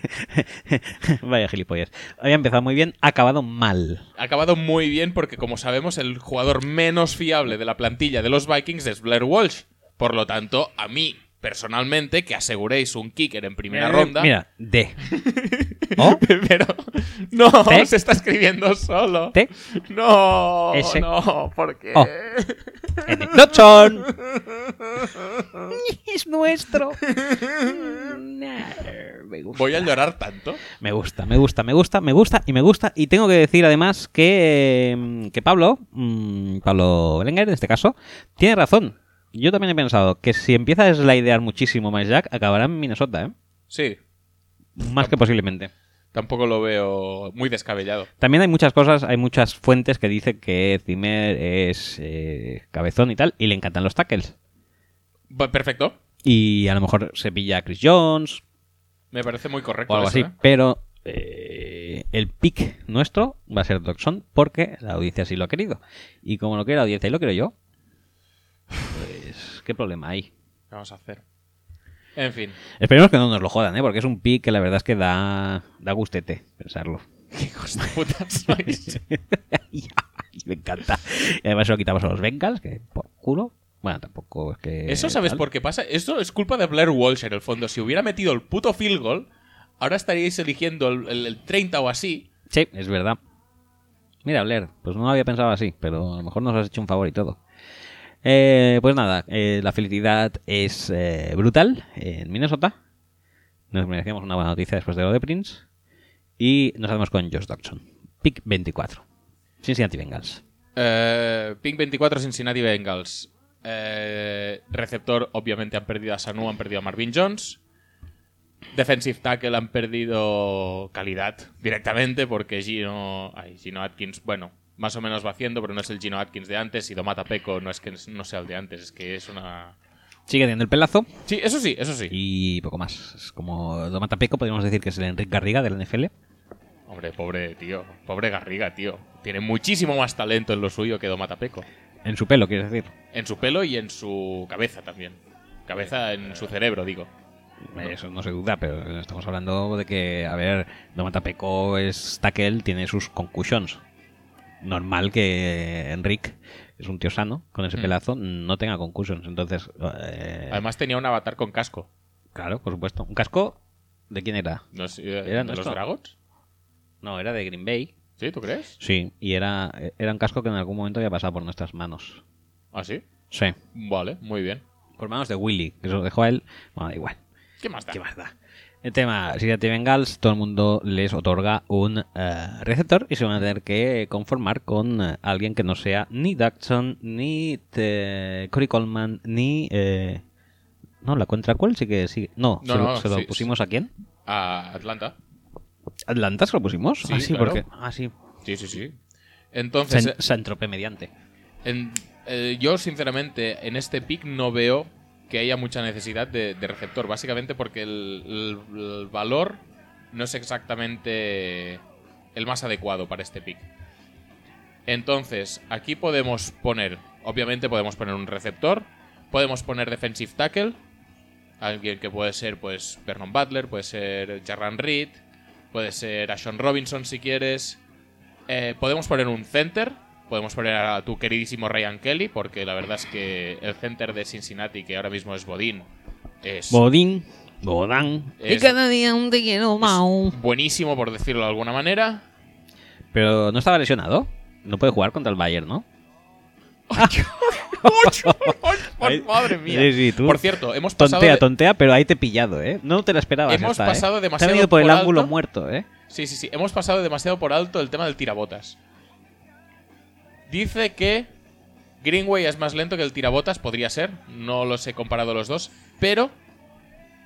Vaya gilipollas. Había empezado muy bien, ha acabado mal. Ha acabado muy bien porque, como sabemos, el jugador menos fiable de la plantilla de los Vikings es Blair Walsh. Por lo tanto, a mí, personalmente, que aseguréis un kicker en primera Eh, ronda. Mira, D. O, Pero. No, ¿Te? se está escribiendo solo. T, No, Ese. no, ¿por qué? O. N. ¡Dodson! Es nuestro. Me gusta. Voy a llorar tanto. Me gusta, me gusta, me gusta, me gusta y me gusta. Y tengo que decir además que, mm, que Pablo, mm, Pablo Belenguer en este caso, tiene razón. Yo también he pensado que si empieza a slidear muchísimo más Jack, acabará en Minnesota, ¿eh? Sí, Más que posiblemente. tampoco lo veo muy descabellado. También hay muchas cosas, hay muchas fuentes que dicen que Zimmer es eh, cabezón y tal, y le encantan los tackles. Va- Perfecto, Y a lo mejor se pilla a Chris Jones me parece muy correcto. o algo eso, así, ¿eh? pero eh, el pick nuestro va a ser Doxon porque la audiencia sí lo ha querido. Y como lo quiere la audiencia y lo quiero yo, pues qué problema hay. ¿Qué vamos a hacer? En fin, Esperemos que no nos lo jodan, ¿eh? porque es un pick que la verdad es que da, da gustete pensarlo. qué hijos de puta sois. Me encanta. Y además se lo quitamos a los Bengals, que por culo. Bueno, tampoco es que. Eso sabes tal. por qué pasa. Esto es culpa de Blair Walsh en el fondo. Si hubiera metido el puto field goal, ahora estaríais eligiendo el, el- el 30 o así. Sí, es verdad. Mira, Blair, pues no lo había pensado así, pero a lo mejor nos has hecho un favor y todo. Eh, pues nada, eh, la felicidad es eh, brutal en Minnesota. Nos merecemos una buena noticia después de lo de Prince. Y nos hacemos con Josh Dodson. Pick 24. Cincinnati Bengals. Eh, Pink 24, Cincinnati Bengals. Eh, receptor, obviamente han perdido a Sanu, han perdido a Marvin Jones. Defensive tackle han perdido calidad directamente porque Gino, ay, Gino Atkins, bueno, más o menos va haciendo, pero no es el Gino Atkins de antes y Domata Peco no es que no sea el de antes, es que es una... Sigue teniendo el pelazo Sí, eso sí, eso sí. y poco más. Es como Domata Peco, podríamos decir que es el Enrique Garriga del NFL. Hombre, pobre tío. Pobre Garriga, tío. Tiene muchísimo más talento en lo suyo que Domatapeco. En su pelo, quieres decir. En su pelo y en su cabeza también. Cabeza en su cerebro, digo. Eh, Eso no se duda, pero estamos hablando de que, a ver, Domatapeco es tackle, tiene sus concussions. Normal que Enric, es un tío sano, con ese Mm. pelazo, no tenga concussions. Entonces, eh, Además tenía un avatar con casco. claro, por supuesto. ¿Un casco? ¿De quién era? No sé, ¿Era ¿De los nuestro? Dragons? No, era de Green Bay. ¿Sí? ¿Tú crees? Sí, y era, era un casco que en algún momento había pasado por nuestras manos. ¿Ah, sí? Sí, Vale, muy bien. por manos de Willy, que se lo dejó a él. Bueno, da igual. ¿Qué más da? ¿Qué más da? El tema Cincinnati Bengals, todo el mundo les otorga un eh, receptor y se van a tener que conformar con eh, alguien que no sea ni Dodson, ni eh, Corey Coleman, ni... eh, no, la contra cual sí que sigue. No, No, se, lo- no, se lo sí, pusimos a quién? A Atlanta. ¿Atlanta se lo pusimos? Sí, ah, sí, claro. porque... Ah, sí. Sí, sí, sí. Entonces, eh, San- Santrope mediante. en- eh, yo sinceramente en este pick no veo que haya mucha necesidad de, de receptor, básicamente porque el, el- el valor no es exactamente el más adecuado para este pick. Entonces, aquí podemos poner, obviamente podemos poner un receptor, podemos poner defensive tackle, alguien que puede ser pues Vernon Butler, puede ser Jarran Reed, puede ser Ashon Robinson si quieres, eh, podemos poner un center. Podemos poner a tu queridísimo Ryan Kelly, porque la verdad es que el center de Cincinnati, que ahora mismo es Bodin, es Bodín, Bodán. Es- Y cada día un te quiero más. buenísimo, por decirlo de alguna manera. Pero no estaba lesionado. No puede jugar contra el Bayern, ¿no? Ay, ¡Madre mía! Sí, sí, tú. Por cierto, hemos pasado, Tontea, de- tontea, pero ahí te he pillado, ¿eh? No te la esperabas. Hemos esta, ¿eh? pasado Te demasiado ha venido por el por ángulo alto. muerto, ¿eh? sí, sí, sí, hemos pasado demasiado por alto el tema del tirabotas. Dice que Greenway es más lento que el tirabotas, podría ser, no los he comparado los dos, pero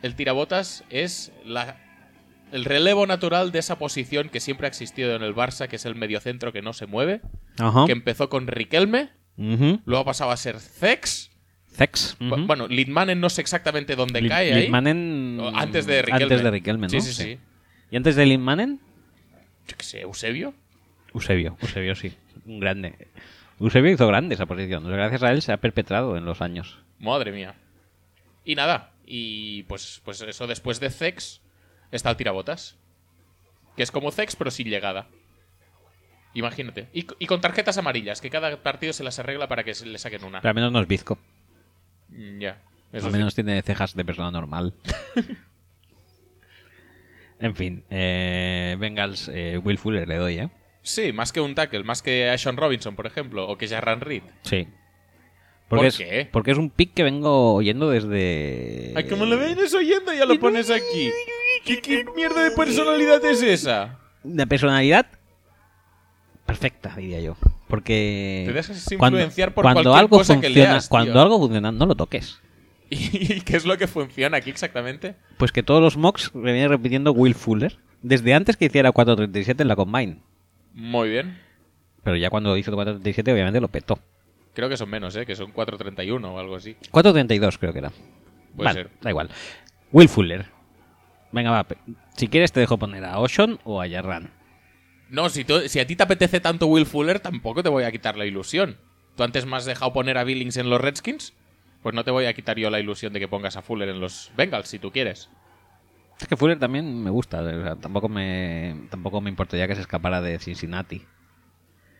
el tirabotas es la, el relevo natural de esa posición que siempre ha existido en el Barça, que es el mediocentro que no se mueve, Ajá. que empezó con Riquelme, Ujú. luego ha pasado a ser Zex, Zex. ujú. Bu- Bueno, Litmanen no sé exactamente dónde Lin- cae ahí. Lindmanen- O Antes de Riquelme. Antes de Riquelme, ¿no? Sí, sí, sí. ¿Y antes de Lindmanen? Yo qué sé, Eusebio. Eusebio. Eusebio, sí. Un grande. Eusebio hizo grande esa posición. O sea, Gracias a él se ha perpetrado en los años. Madre mía. Y nada. Y pues, pues eso, después de Zex está el tirabotas. Que es como Zex, pero sin llegada. Imagínate. Y, c- y con tarjetas amarillas, que cada partido se las arregla para que se le saquen una. Pero al menos no es bizco. Mm, Ya. Eso Al sí. menos tiene cejas de persona normal. en fin. Eh, Bengals, eh, Will Fuller le doy, ¿eh? Sí, más que un tackle, más que a Sean Robinson, por ejemplo, o que Jarran Reed. Sí. ¿Por Porque es, qué? Porque es un pick que vengo oyendo desde. Ay, como Eh. lo vienes oyendo, ya lo pones aquí. ¿Qué, qué mierda de personalidad es esa? Una personalidad perfecta, diría yo. Porque. Te dejas Eh, cuando- influenciar por cuando cualquier algo cosa que funciona, leas, tío. Cuando algo funciona, no lo toques. ¿Y qué es lo que funciona aquí exactamente? Pues que todos los mocks me viene repitiendo Will Fuller desde antes que hiciera 4.37 en la Combine. Muy bien. Pero ya cuando hizo 4.37, obviamente lo petó. Creo que son menos, ¿eh? Que son 4.31 o algo así. 4.32 creo que era. Puede vale, ser. da igual. Will Fuller. Venga, va. pe- Si quieres, te dejo poner a Oshon o a Yarran. No, si, tú- si a ti te apetece tanto Will Fuller, tampoco te voy a quitar la ilusión. Tú antes me has dejado poner a Billings en los Redskins, pues no te voy a quitar yo la ilusión de que pongas a Fuller en los Bengals, si tú quieres. Es que Fuller también me gusta, o sea, tampoco me tampoco me importaría que se escapara de Cincinnati.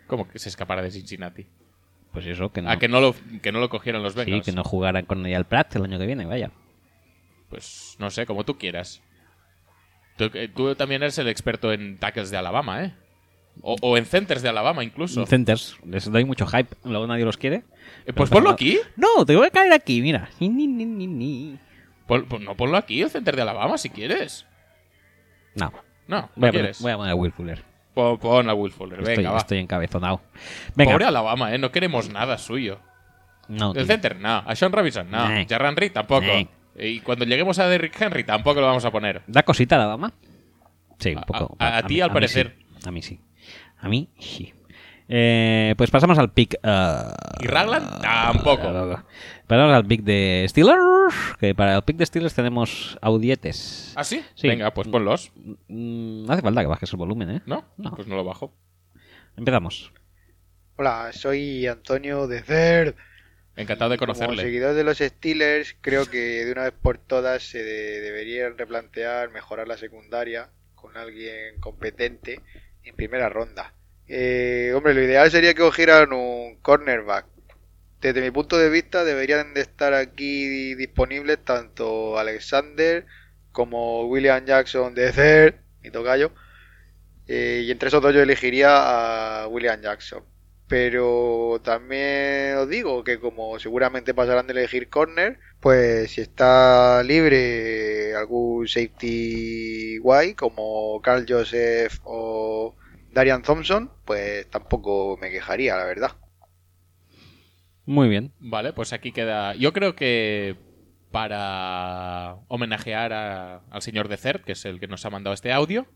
¿Cómo que se escapara de Cincinnati? Pues eso, que no, A que no lo, que no lo cogieron los sí, Bengals. que no jugaran con el Pratt el año que viene, vaya. Pues no sé, como tú quieras. Tú, eh, tú también eres el experto en tackles de Alabama, ¿eh? O, o en centers de Alabama incluso. Centers, les doy mucho hype, luego nadie los quiere. Eh, Pero pues ponlo no- aquí. No, te voy a caer aquí, mira. Ni, ni, ni, ni, ni. Pon- pon- no ponlo aquí, el center de Alabama, si quieres. No, No, voy no a, poner, quieres. voy a poner a Will Fuller. Pon, pon a Will Fuller, venga, estoy, va. estoy encabezonado. Venga, Pobre Alabama, ¿eh? No queremos nada suyo. no, El tío. center, no. A Sean Robinson, no. Eh. Jarran Reed, tampoco. Eh. Y cuando lleguemos a Derrick Henry, tampoco lo vamos a poner. ¿Da cosita la dama? Sí, un A- poco. a- a ti, mí- al mí parecer. sí. A mí sí. A mí sí. Eh, pues pasamos al pick. ¿Y Ragland? Ah, Tampoco. pasamos al pick de Steelers. Que para el pick de Steelers tenemos audietes. ¿Ah, sí? Venga, pues ponlos. Mm, No hace falta que bajes el volumen, ¿eh? ¿No? Pues no lo bajo. Empezamos. Hola, soy Antonio de Zerd. Encantado de Como conocerle. seguidor de los Steelers, creo que de una vez por todas se de- deberían replantear mejorar la secundaria con alguien competente en primera ronda. Eh, hombre, lo ideal sería que cogieran un cornerback. Desde mi punto de vista, deberían de estar aquí disponibles tanto Alexander como William Jackson de Cer, mi tocayo. Eh, y entre esos dos yo elegiría a William Jackson. Pero también os digo que como seguramente pasarán de elegir corner, pues si está libre algún safety guay como Carl Joseph o Darian Thompson, pues tampoco me quejaría, la verdad. Muy bien. Vale, pues aquí queda. Yo creo que para homenajear a- al señor de Cert, que es el que nos ha mandado este audio,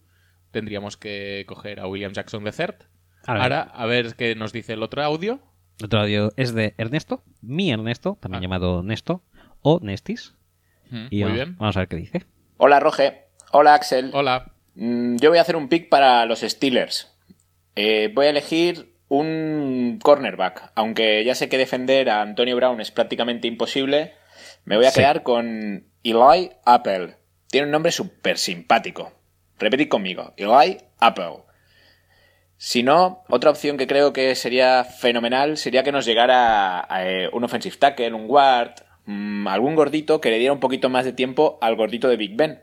tendríamos que coger a William Jackson de Cert. A ver. Ahora, a ver qué nos dice el otro audio. Otro audio es de Ernesto. Mi Ernesto, Ah. también llamado Nesto. O Nestis. Mm, y muy vamos, bien. vamos a ver qué dice. Hola, Roge. Hola, Axel. Mm, Hola. yo voy a hacer un pick para los Steelers. Eh, voy a elegir un cornerback. Aunque ya sé que defender a Antonio Brown es prácticamente imposible, me voy a Sí. quedar con Eli Apple. Tiene un nombre súper simpático. Repetid conmigo. Eli Apple. Si no, otra opción que creo que sería fenomenal sería que nos llegara eh, un offensive tackle, un guard, mm, algún gordito que le diera un poquito más de tiempo al gordito de Big Ben.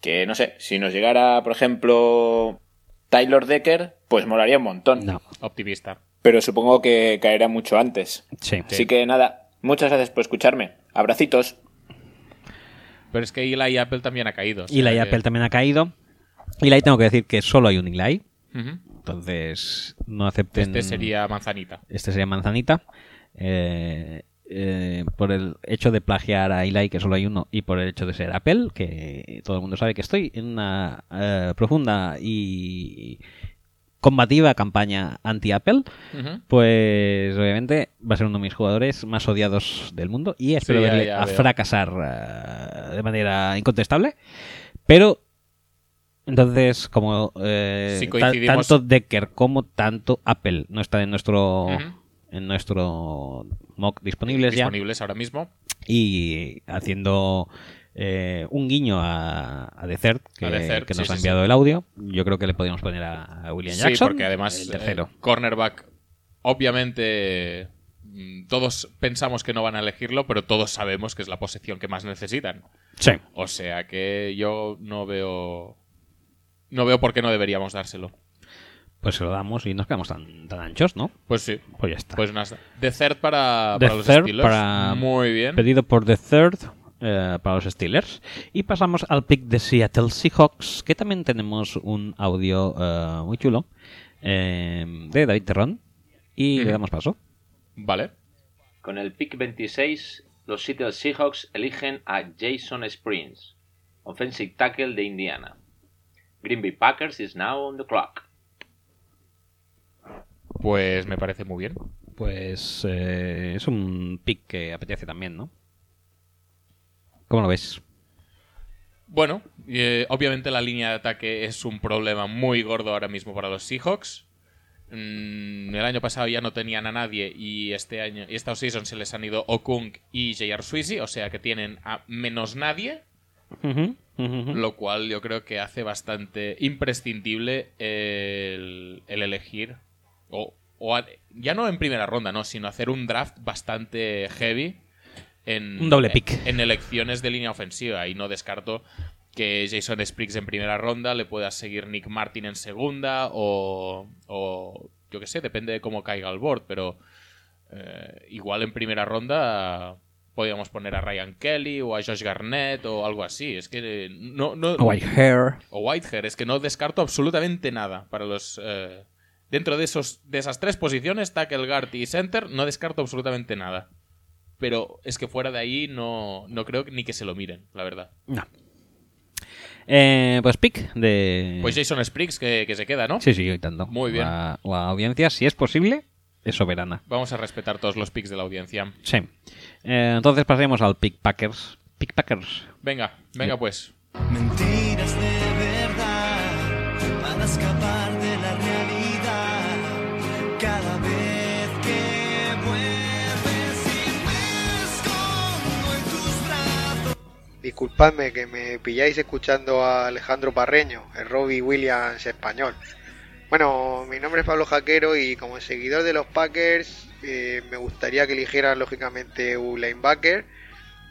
Que no sé, si nos llegara, por ejemplo, Tyler Decker, pues molaría un montón. Optimista. Pero supongo que caerá mucho antes. Sí. Así que nada, muchas gracias por escucharme. Abracitos. Pero es que Eli Apple también ha caído. o sea Y la que- Apple también ha caído. Y la tengo que decir que solo hay un Eli. Ujú. Entonces, no acepten. Este sería Manzanita. Este sería Manzanita. Eh, eh, por el hecho de plagiar a Eli, que solo hay uno, y por el hecho de ser Apple, que todo el mundo sabe que estoy en una eh, profunda y combativa campaña anti-Apple, Ujú. pues obviamente va a ser uno de mis jugadores más odiados del mundo y espero Sí, ya- verle ya a veo. fracasar eh, de manera incontestable. Pero entonces, como eh, Si ta- coincidimos- tanto Decker como tanto Apple no están en nuestro Ujú. en nuestro mock Oh. disponibles, Disponibles ahora mismo. ya y haciendo eh, un guiño a, a The Third, que, A The Third, que sí, nos ha sí, enviado sí. el audio, yo creo que le podríamos poner a, a William Jackson. Sí, porque además el eh, tercero. cornerback, obviamente mm, todos pensamos que no van a elegirlo, pero todos sabemos que es la posición que más necesitan. Sí. O sea que yo no veo no veo por qué no deberíamos dárselo. Pues se lo damos y nos quedamos tan, tan anchos, ¿no? Pues sí. Pues ya está. Pues nada, de third para, The para los Third Steelers. para- Muy bien. Pedido por The Third eh, para los Steelers. Y pasamos al pick de Seattle Seahawks, que también tenemos un audio eh, muy chulo eh, de David Terrón. Y le damos paso. Vale. Con el pick 26, los Seattle Seahawks eligen a Jason Springs, offensive tackle de Indiana. Green Bay Packers is now on the clock. Pues me parece muy bien. Pues eh, es un pick que apetece también, ¿no? ¿Cómo lo ves? Bueno, eh, obviamente la línea de ataque es un problema muy gordo ahora mismo para los Seahawks. Mm, el año pasado ya no tenían a nadie y este año y esta season se les han ido Okung y J.R. Sweezy, o sea que tienen a menos nadie, lo cual yo creo que hace bastante imprescindible el, el elegir o, o a- ya no en primera ronda, no, sino hacer un draft bastante heavy en Un doble pick. en elecciones de línea ofensiva y no descarto que Jason Spriggs en primera ronda le pueda seguir Nick Martin en segunda o, o yo qué sé, depende de cómo caiga el board, pero eh, igual en primera ronda podríamos poner a Ryan Kelly o a Josh Garnett o algo así. Es que eh, no... no O Whitehair. O Whitehair. Es que no descarto absolutamente nada para los... eh, dentro de, esos, de esas tres posiciones, tackle, guard y center, no descarto absolutamente nada. Pero es que fuera de ahí no, no creo ni que se lo miren, la verdad. Eh, pues pick de... Pues Jason Spriggs que, que se queda, ¿no? Sí, sí, hoy tanto. Muy bien. La, la audiencia, si es posible, es soberana. Vamos a respetar todos los picks de la audiencia. Sí. Eh, entonces pasemos al pick Packers. Pick Packers. Venga, venga pues. Mentiras de verdad para escapar de la realidad. Cada vez que vuelves y me escondo en tus brazos. Disculpadme que me pilláis escuchando a Alejandro Parreño, el Robbie Williams español. Bueno, mi nombre es Pablo Jaquero y como seguidor de los Packers eh, me gustaría que eligieran lógicamente un linebacker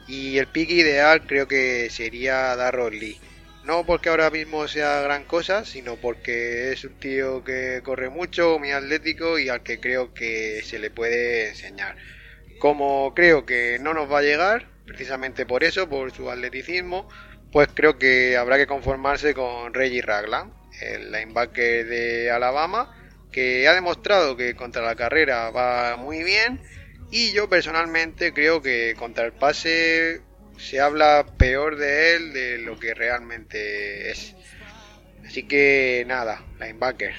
y el pick ideal creo que sería Darron Lee. No porque ahora mismo sea gran cosa, sino porque es un tío que corre mucho, muy atlético y al que creo que se le puede enseñar. Como creo que no nos va a llegar, precisamente por eso, por su atleticismo, pues creo que habrá que conformarse con Reggie Ragland, el linebacker de Alabama, que ha demostrado que contra la carrera va muy bien y yo personalmente creo que contra el pase se habla peor de él de lo que realmente es. Así que nada, linebacker.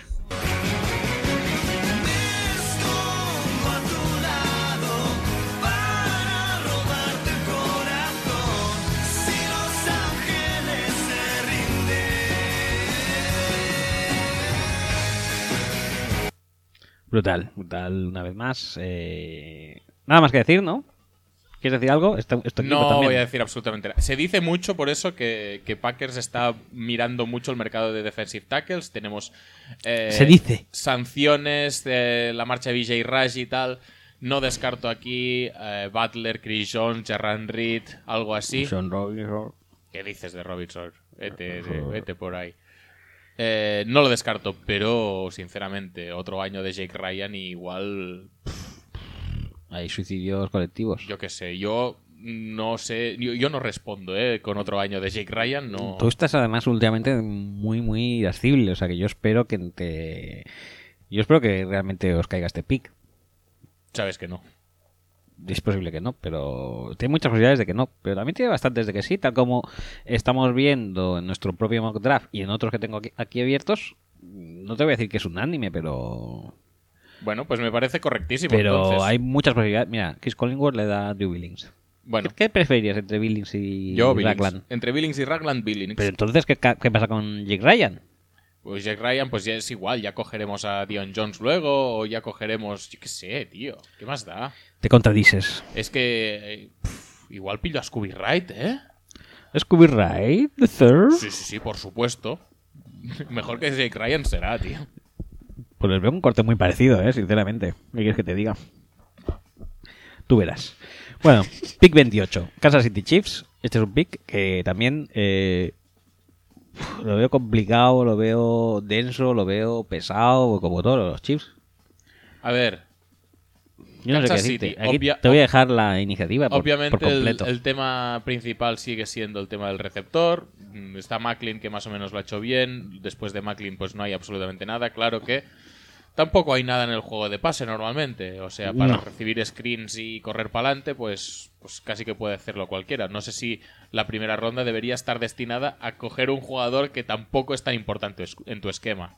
Brutal, brutal una vez más. Eh, Nada más que decir, ¿no? ¿Quieres decir algo? Este- este equipo No también. voy a decir absolutamente nada. Se dice mucho por eso que, que Packers está mirando mucho el mercado de defensive tackles. Tenemos eh, Se dice. sanciones de la marcha de Vijay Raj y tal. No descarto aquí eh, Butler, Chris Jones, Jarran Reed, algo así. John Robinson. ¿Qué dices de Robinson? Vete, vete por ahí. Eh, no lo descarto, pero sinceramente, otro año de Jake Ryan y igual Hay suicidios colectivos. Yo qué sé, yo no sé, yo, yo no respondo, ¿eh? Con otro año de Jake Ryan, no. Tú estás además últimamente muy, muy irascible. O sea que yo espero que te... Yo espero que realmente os caiga este pick. Sabes que no. Es posible que no, pero tiene muchas posibilidades de que no. Pero también tiene bastantes de que sí, tal como estamos viendo en nuestro propio mock draft y en otros que tengo aquí, aquí abiertos. No te voy a decir que es unánime, pero. Bueno, pues me parece correctísimo. pero entonces. hay muchas posibilidades. Mira, Chris Collingwood le da a Drew Billings. Bueno. ¿Qué, qué preferirías entre Billings y Yo, Billings. Ragland? Entre Billings y Ragland, Billings. Pero entonces, ¿qué, ca- qué pasa con Jake Ryan? Pues Jake Ryan, pues ya es igual, ya cogeremos a Dion Jones luego, o ya cogeremos. Yo qué sé, tío. ¿Qué más da? Te contradices. Es que. eh, pf, igual pillo a Scooby Wright, ¿eh? Scooby Wright, the third. Sí, sí, sí, por supuesto. Mejor que Jake Ryan será, tío. Pues les veo un corte muy parecido, ¿eh? sinceramente. ¿Qué quieres que te diga? Tú verás. Bueno, pick 28. Kansas City Chiefs. Este es un pick que también eh, lo veo complicado, lo veo denso, lo veo pesado, como todos los Chiefs. A ver, Yo no sé qué Kansas decirte. City, Aquí obvia- te voy a dejar la iniciativa por, Obviamente por completo. El, el tema principal sigue siendo el tema del receptor. Mm, Está Macklin que más o menos lo ha hecho bien. Después de Macklin pues no hay absolutamente nada. Claro que tampoco hay nada en el juego de pase normalmente. O sea, para No. recibir screens y correr para adelante pues, pues casi que puede hacerlo cualquiera. No sé si la primera ronda debería estar destinada a coger un jugador que tampoco es tan importante es- en tu esquema.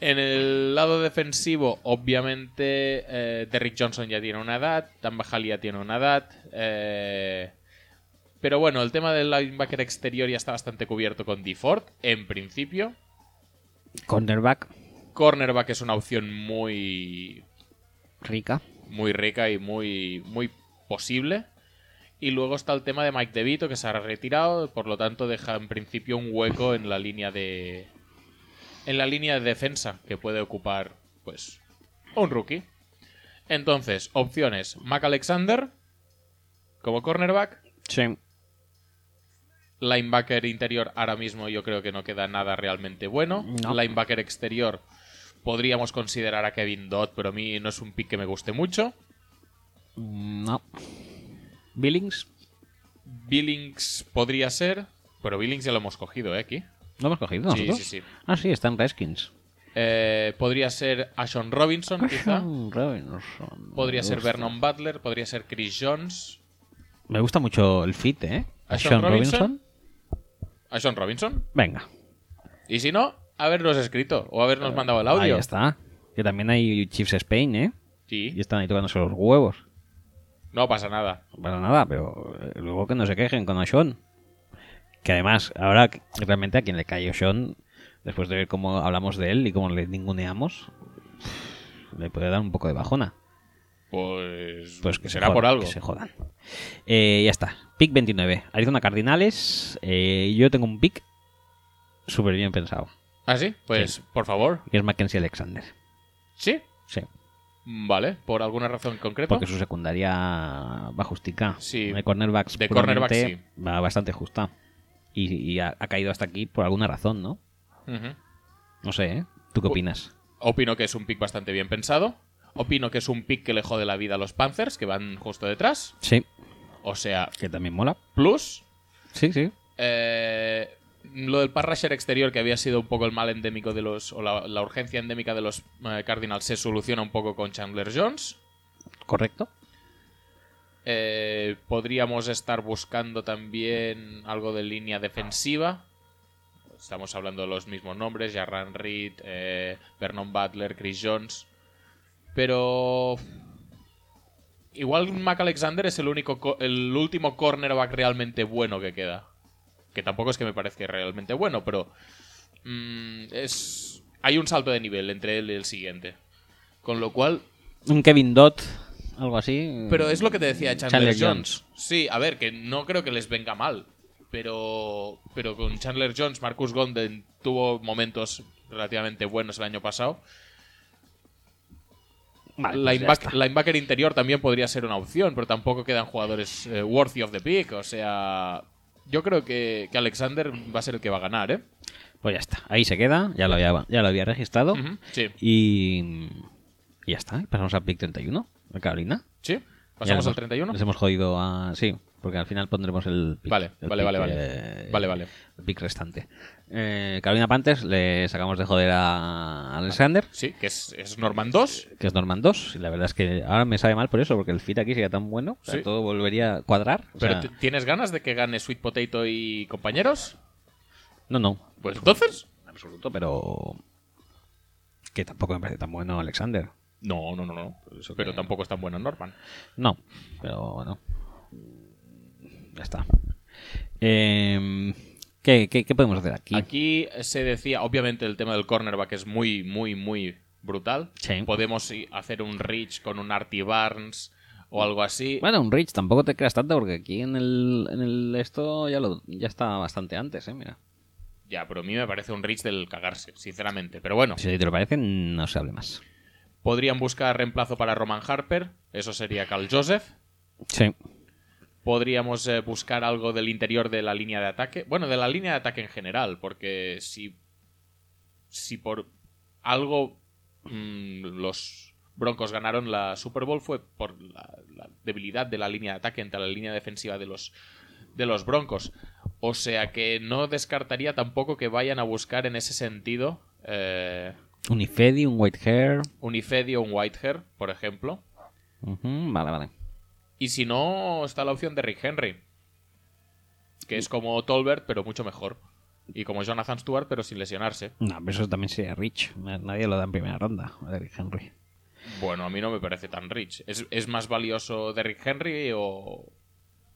En el lado defensivo, obviamente, eh, Derrick Johnson ya tiene una edad, Dan Bajal ya tiene una edad. eh, pero bueno, el tema del linebacker exterior ya está bastante cubierto con DeFord, en principio. Cornerback, Cornerback es una opción muy, rica. muy rica y muy, muy posible. Y luego está el tema de Mike DeVito, que se ha retirado, por lo tanto deja en principio un hueco en la línea de. En la línea de defensa que puede ocupar, pues, un rookie. Entonces, opciones: Mac Alexander como cornerback. Sí. Linebacker interior, ahora mismo yo creo que no queda nada realmente bueno. No. Linebacker exterior, podríamos considerar a Kevin Dodd, pero a mí no es un pick que me guste mucho. Mm, No. Billings. Billings podría ser, pero Billings ya lo hemos cogido, ¿eh? Aquí. ¿Lo hemos cogido Sí, nosotros? sí, sí. Ah, sí, están Redskins. Eh, podría ser Ashon Robinson, quizá. Robinson. Podría ser Ostras. Vernon Butler, podría ser Chris Jones. Me gusta mucho el fit, ¿eh? ¿A Sean Robinson? a Sean Robinson. Venga, Y si no, habernos escrito o habernos mandado el audio. ahí está. Que también hay Chiefs Spain, ¿eh? Sí. Y están ahí tocándose los huevos. No pasa nada. Para nada, pero eh, luego que no se quejen con Oshon. Que además, ahora que- realmente a quien le cae Oshon, después de ver cómo hablamos de él y cómo le ninguneamos, le puede dar un poco de bajona. Pues, Pues que se será jodan, por algo. que se jodan. Eh, ya está. Pick 29. Arizona Cardinales. Eh, yo tengo un pick súper bien pensado. ¿Ah, sí? Pues, por favor. Que es Mackenzie Alexander. ¿Sí? Sí. Vale, por alguna razón concreta. Porque su secundaria va justica. Sí. De cornerbacks. De cornerback, puramente, Va bastante justa. Y, y ha, ha caído hasta aquí por alguna razón, ¿no? Ujú. No sé, ¿eh? ¿Tú qué opinas? Opino que es un pick bastante bien pensado. Opino que es un pick que le jode la vida a los Panthers, que van justo detrás. Sí. O sea, Que también mola. plus. Sí, sí. eh, lo del pass rusher exterior, que había sido un poco el mal endémico de los. o la, la urgencia endémica de los eh, Cardinals, se soluciona un poco con Chandler Jones. Correcto. Eh, podríamos estar buscando también algo de línea defensiva. Estamos hablando de los mismos nombres, Jarran Reed, eh, Vernon Butler, Chris Jones. Pero... Igual Mac Alexander es el, único co- el último cornerback realmente bueno que queda. Que tampoco es que me parezca realmente bueno, pero... mm, es... Hay un salto de nivel entre él y el siguiente. Con lo cual, Un Kevin Dot, algo así. pero es lo que te decía Chandler, Mm. Chandler Jones. Sí, a ver, que no creo que les venga mal. Pero, pero con Chandler Jones, Marcus Golden tuvo momentos relativamente buenos el año pasado. Vale, pues ya lineback- linebacker interior también podría ser una opción, pero tampoco quedan jugadores eh, worthy of the pick. O sea, yo creo que, que Alexander va a ser el que va a ganar, ¿eh? Pues ya está. Ahí se queda. Ya lo había, ya lo había registrado. sí. Y, y ya está. Pasamos al pick 31 de Carolina. Sí, pasamos Ya les al hemos- 31. Les hemos jodido a... Sí, porque al final pondremos el pick. Vale, el vale, pick, vale, vale. eh, Vale, vale. El pick restante. Eh, Carolina Panthers le sacamos de joder a Alexander. Sí, que es, es Norman 2. Que es Norman 2. Y la verdad es que ahora me sabe mal por eso, porque el fit aquí sería tan bueno. O sea, Sí. todo volvería a cuadrar. O Pero sea, ¿t- ¿tienes ganas de que gane Sweet Potato y compañeros? No, no. Pues entonces. En absoluto, pero... Que tampoco me parece tan bueno Alexander. No, no, no, no. Pues Pero tampoco es tan bueno Norman. No, pero bueno. Ya está. Em, ¿qué, qué, qué podemos hacer aquí? Aquí se decía, obviamente, el tema del cornerback es muy, muy, muy brutal. Sí. Podemos i- hacer un Rich con un Artie Barnes o algo así. Bueno, un Rich tampoco te creas tanto porque aquí en el, en el esto ya lo ya está bastante antes, eh, mira. Ya, pero a mí me parece un Rich del cagarse, sinceramente. Pero bueno, Si te lo parece, no se hable más. podrían buscar reemplazo para Roman Harper. Eso sería Carl Joseph. Sí. Podríamos eh, buscar algo del interior de la línea de ataque. Bueno, de la línea de ataque en general, porque si. Si por algo mm, los Broncos ganaron la Super Bowl fue por la, la debilidad de la línea de ataque entre la línea defensiva de los, de los Broncos. O sea que no descartaría tampoco que vayan a buscar en ese sentido eh, Un Ifedi, un White Hair. un Ifedi o un Whitehair, por ejemplo. Ujú, vale, vale. Y si no, está la opción de Rick Henry. Que es como Tolbert, pero mucho mejor. Y como Jonathan Stewart, pero sin lesionarse. No, pero eso también sería Rich. Na- Nadie lo da en primera ronda, a Derrick Henry. Bueno, a mí no me parece tan rich. ¿Es, es más valioso Derrick Henry o,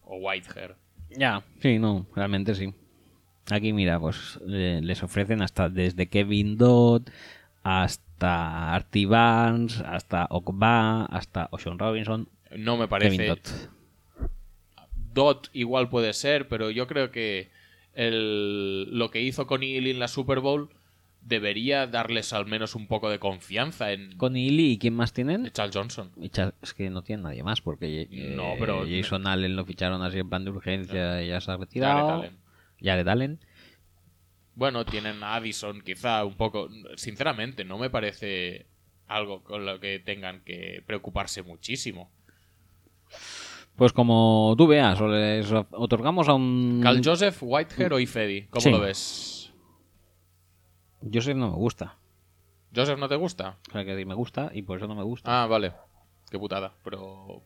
o Whitehair? Ya, sí, no, realmente sí. Aquí, mira, pues eh, les ofrecen hasta desde Kevin Dodd hasta Artie Barnes, hasta Okba, hasta Ocean Robinson. No me parece. Kevin Dodd. Dot igual puede ser, pero yo creo que el- lo que hizo con Ely en la Super Bowl debería darles al menos un poco de confianza en Con Ely, ¿y quién más tienen? Charles Johnson. Y Char- Es que no tienen nadie más porque eh, No, pero- Jason Allen lo ficharon así en plan de urgencia y ya se ha retirado. Allen. Jared Allen. Bueno, tienen a Addison, quizá un poco. Sinceramente, no me parece algo con lo que tengan que preocuparse muchísimo. Pues como tú veas, o les otorgamos a un... Cal Joseph, Whitehair o Ifedi, ¿cómo Mm. Sí. lo ves? Joseph no me gusta. ¿Joseph no te gusta? O sea, que me gusta y por eso no me gusta. Ah, vale. Qué putada. Pero.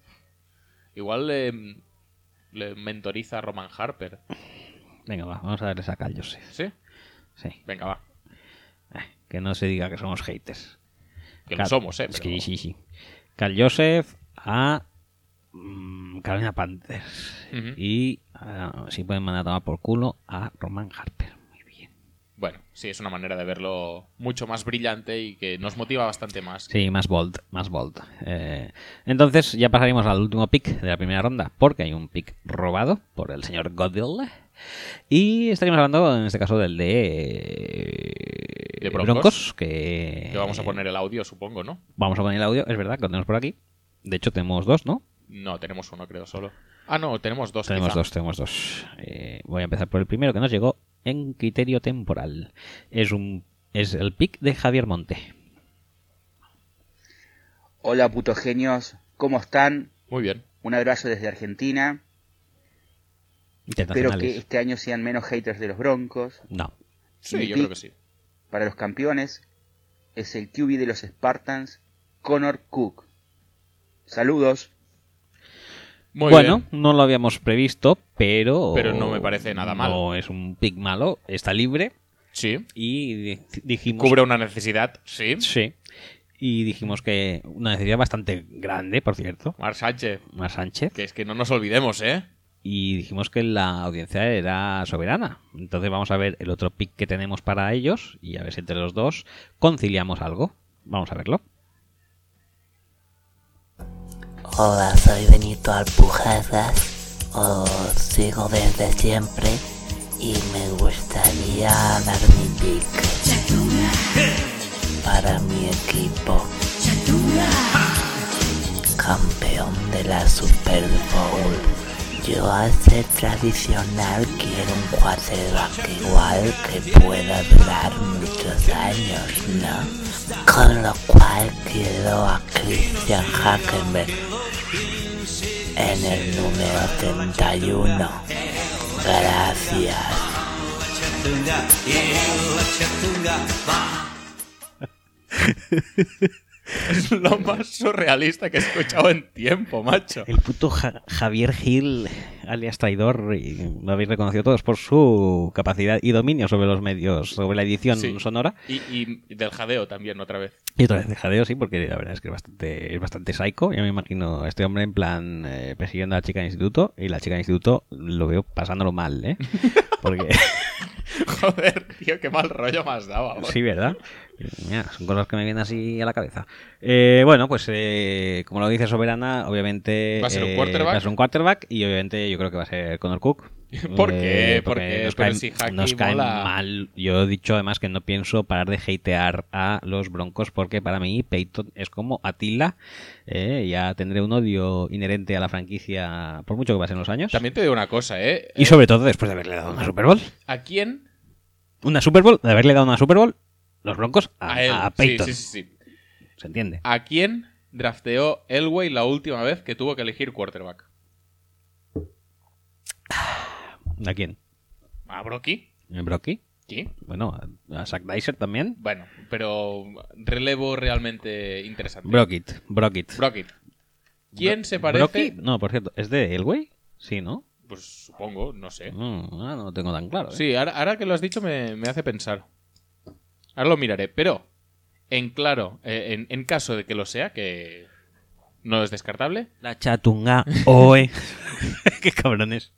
Igual le, le mentoriza a Roman Harper. Venga, va, vamos a darles a Cal Joseph. ¿Sí? Sí. Eh, Venga, va. Que no se diga que somos haters. Que lo somos, ¿eh? Es que sí, sí. Cal Joseph a mm, Carolina Panthers. Ujú. Y ah, si pueden mandar a tomar por culo a Roman Harper. Bueno, sí, es una manera de verlo mucho más brillante y que nos motiva bastante más. Sí, más bold, más bold. Eh, entonces ya pasaremos al último pick de la primera ronda, porque hay un pick robado por el señor Godil. Y estaríamos hablando, en este caso, del de, De Broncos, Broncos. que... Que vamos a poner el audio, supongo, ¿no? Vamos a poner el audio, es verdad, que lo tenemos por aquí. De hecho, tenemos dos, ¿no? No, tenemos uno, creo, solo. Ah, no, tenemos dos. Tenemos quizá. dos, tenemos dos. Eh, voy a empezar por el primero que nos llegó en criterio temporal. Es un es el pick de Javier Monte. Hola, putos genios. ¿Cómo están? Muy bien. Un abrazo desde Argentina. Espero que Internacionales. este año sean menos haters de los Broncos. No. Sí, yo creo que sí. Para los campeones es el QB de los Spartans, Connor Cook. Saludos. bueno, no lo habíamos previsto, pero. Pero no me parece nada mal. No es un pick malo, está libre. Sí. Y di- dijimos. Cubre una necesidad, sí. Sí. Y dijimos que una necesidad bastante grande, por cierto. Mar Sánchez. Mar Sánchez. Que es que no nos olvidemos, ¿eh? Y dijimos que la audiencia era soberana. Entonces vamos a ver el otro pick que tenemos para ellos y a ver si entre los dos conciliamos algo. Vamos a verlo. Hola, soy Benito Alpujadas. Os sigo desde siempre y me gustaría dar mi pick para mi equipo. Campeón de la Super Bowl. Yo a ser tradicional quiero un quarterback igual que pueda durar muchos años, ¿no? Con lo cual quiero a Christian Hackenberg en el número 31. Gracias. Es lo más surrealista que he escuchado en tiempo, macho. El puto Ja- Javier Gil, alias traidor, y lo habéis reconocido todos por su capacidad y dominio sobre los medios, sobre la edición Sí. sonora. Y, y del jadeo también, otra vez. Y otra vez de jadeo, sí, porque la verdad es que es bastante, es bastante psycho. Yo me imagino a este hombre en plan eh, persiguiendo a la chica de instituto y la chica de instituto lo veo pasándolo mal, ¿eh? Porque... Joder, tío, qué mal rollo más daba. Sí, ¿verdad? Mira, son cosas que me vienen así a la cabeza. Eh, bueno, pues eh, como lo dice Soberana, obviamente Va a ser un eh, quarterback. va a ser un quarterback y obviamente yo creo que va a ser Connor Cook. ¿Por Eh, qué? ¿Por qué? nos Pero caen, si Haki nos caen mola. mal. Yo he dicho además que no pienso parar de hatear a los Broncos porque para mí Peyton es como Atila. eh, ya tendré un odio inherente a la franquicia por mucho que pasen los años. También te digo una cosa, ¿eh? Y sobre todo después de haberle dado una Super Bowl. ¿A quién? Una Super Bowl, de haberle dado una Super Bowl, los Broncos a, A él. a Sí, Peyton. sí, sí, sí. ¿Se entiende? ¿A quién drafteó Elway la última vez que tuvo que elegir quarterback? ¿A quién? ¿A Brocky? ¿A Brocky? Sí. Bueno, a Zack Dyser también. Bueno, pero relevo realmente interesante. Brockit, Brockit. Brockit. ¿Quién se parece? Brocky? No, por cierto, ¿es de Elway? Sí, ¿no? Pues supongo, no sé. Mm, ah, no lo tengo tan claro. ¿eh? Sí, ahora, ahora que lo has dicho me, me hace pensar. Ahora lo miraré, pero en claro, eh, en, en caso de que lo sea, que no es descartable, La chatunga, oe. Qué cabrones.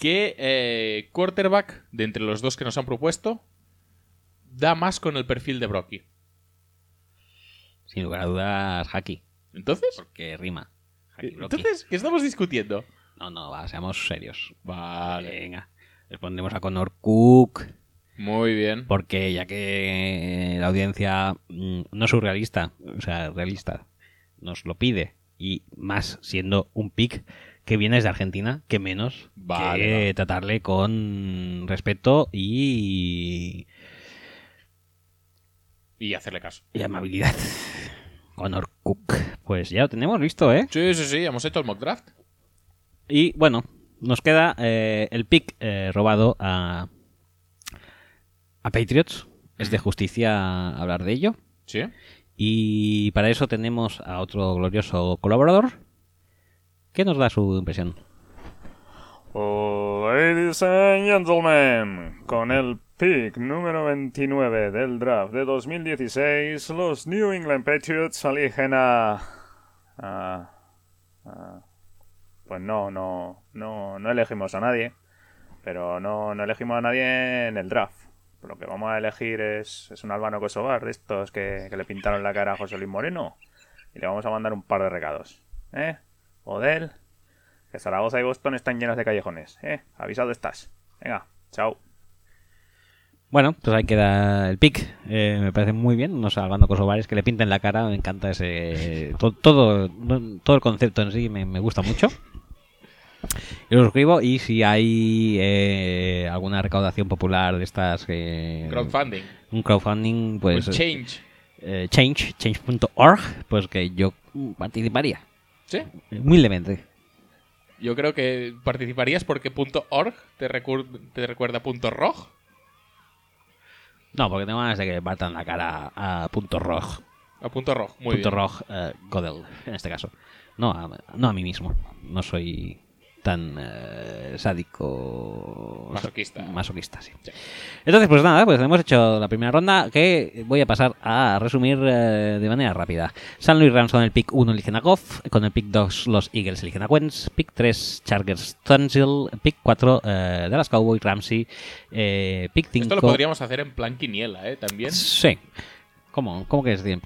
¿qué eh, quarterback de entre los dos que nos han propuesto da más con el perfil de Brocky? Sin lugar a dudas, Haki. ¿Entonces? Porque rima. Haki, Brocky. Eh, Entonces, ¿qué estamos discutiendo? No, no, va, seamos serios. Vale. Venga. Les pondremos a Connor Cook. Muy bien. Porque ya que la audiencia mm, no es surrealista, o sea, realista, nos lo pide. Y más siendo un pick que viene desde Argentina, que menos Vale, que vale. tratarle con respeto y, Y hacerle caso. y amabilidad. Connor Cook. Pues ya lo tenemos listo, ¿eh? Sí, sí, sí, hemos hecho el mock draft. Y bueno, nos queda eh, el pick eh, robado a, a Patriots. Es de justicia hablar de ello. Sí. Y para eso tenemos a otro glorioso colaborador. ¿Qué nos da su impresión? Hola, Ladies and gentlemen, con el pick número 29 del draft de 2016, los New England Patriots eligen a... a- a- pues no, no, no, no elegimos a nadie, pero no, no elegimos a nadie en el draft. Lo que vamos a elegir es, es un albano kosovar de estos que, que le pintaron la cara a José Luis Moreno y le vamos a mandar un par de recados. ¿Eh? Odell, que Zaragoza y Boston están llenas de callejones. ¿Eh? Avisado estás. Venga, chao. Bueno, pues ahí queda el pick. Eh, me parece muy bien. Unos albando kosovares que le pinten la cara. Me encanta ese. to- Todo, todo, el concepto en sí me, me gusta mucho. Yo lo suscribo y si hay eh, alguna recaudación popular de estas. que Mm. Crowdfunding. Un crowdfunding, pues. Un change. eh, change, change.org, pues que yo mm, participaría. ¿Sí? Humildemente. Yo creo que participarías porque punto .org te, recu- te recuerda punto .rog. No, porque tengo ganas de que me partan la cara a punto roj. A punto .rog, muy punto bien. roj, eh, Godel, en este caso. No a, no a mí mismo. No soy tan eh, sádico. Masoquista. Masoquista, sí. Entonces, pues nada, pues hemos hecho la primera ronda que voy a pasar a resumir eh, de manera rápida. San Luis Rams con el pick 1 eligen a Goff, con el pick 2 los Eagles eligen a Wentz, pick 3 Chargers Tunsil, pick 4 eh, Dallas Cowboy Ramsey, eh, pick 5... Esto lo podríamos hacer en plan quiniela, ¿eh? También. Sí. ¿Cómo, cómo que es bien?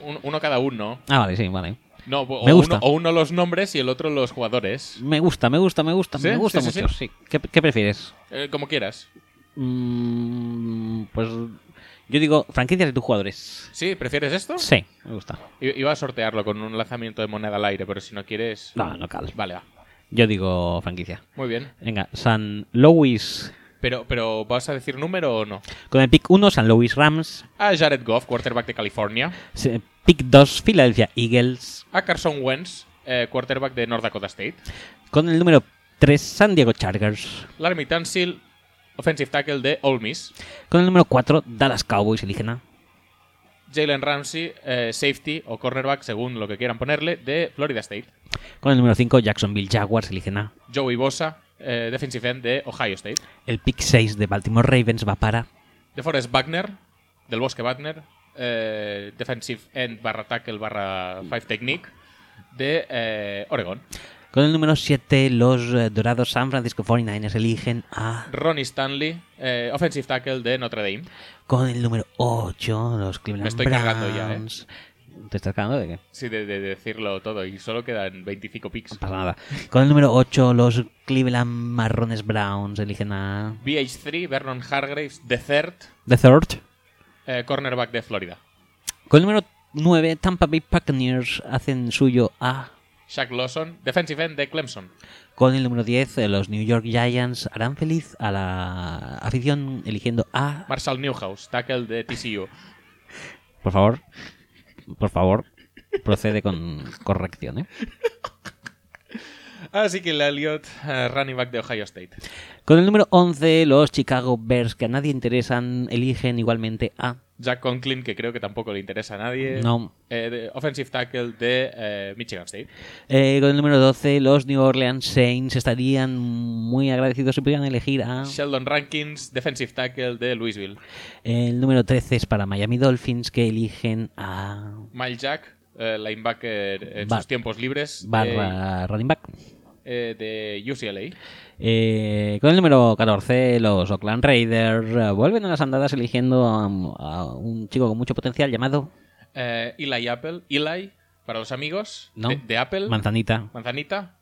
Un- uno cada uno. Ah, vale, sí, vale. No, o, me gusta. Uno, o uno los nombres y el otro los jugadores. Me gusta, me gusta, me gusta, ¿Sí? me gusta Sí, sí, mucho. sí. sí. ¿Qué, qué prefieres? Eh, como quieras. Mm, pues yo digo franquicias de tus jugadores. ¿Sí? ¿Prefieres esto? Sí, me gusta. I- Iba a sortearlo con un lanzamiento de moneda al aire, pero si no quieres. No, no cal. Vale, va. Yo digo franquicia. Muy bien. Venga, San Louis. Pero, pero ¿vas a decir número o no? Con el pick 1, San Louis Rams. A Jared Goff, quarterback de California. Se- Pick 2, Philadelphia Eagles. A Carson Wentz, eh, quarterback de North Dakota State. Con el número 3, San Diego Chargers. Larry Tansil, offensive tackle de Ole Miss. Con el número 4, Dallas Cowboys eligen a Jalen Ramsey, eh, safety o cornerback, según lo que quieran ponerle, de Florida State. Con el número 5, Jacksonville Jaguars eligen a Joey Bosa, eh, defensive end de Ohio State. El pick 6 de Baltimore Ravens va para DeForest Wagner, del Bosque Wagner, eh, defensive end barra tackle barra five technique de eh, Oregon. Con el número 7, los eh, dorados San Francisco 49ers eligen a... Ronnie Stanley, eh, offensive tackle de Notre Dame. Con el número 8, los Cleveland Me estoy Browns. cargando ya, ¿eh? ¿Te estás cargando de qué? Sí, de, de decirlo todo. Y solo quedan 25 picks. Pasa nada. Con el número 8, los Cleveland Marrones Browns eligen a... BH3, Vernon Hargraves, de third, The Third. eh, cornerback de Florida. Con el número 9, Tampa Bay Buccaneers hacen suyo a... Shaq Lawson, defensive end de Clemson. Con el número 10, eh, los New York Giants harán feliz a la afición eligiendo a... Marshall Newhouse, tackle de TCU. Por favor, por favor, procede con corrección, ¿eh? Así que la Elliott, eh, running back de Ohio State. Con el número 11, los Chicago Bears, que a nadie interesan, eligen igualmente a... Jack Conklin, que creo que tampoco le interesa a nadie. No. Eh, de- offensive tackle de eh, Michigan State. Eh, con el número 12, los New Orleans Saints estarían muy agradecidos si pudieran elegir a... Sheldon Rankins, defensive tackle de Louisville. El número 13 es para Miami Dolphins, que eligen a... Mile Jack, eh, linebacker en Bar- sus tiempos libres. de- Barra running back. eh, de UCLA. Eh, con el número 14, los Oakland Raiders eh, vuelven a las andadas eligiendo a, a un chico con mucho potencial llamado... Eh, Eli Apple. Eli, para los amigos. No. De, de Apple. Manzanita. Manzanita.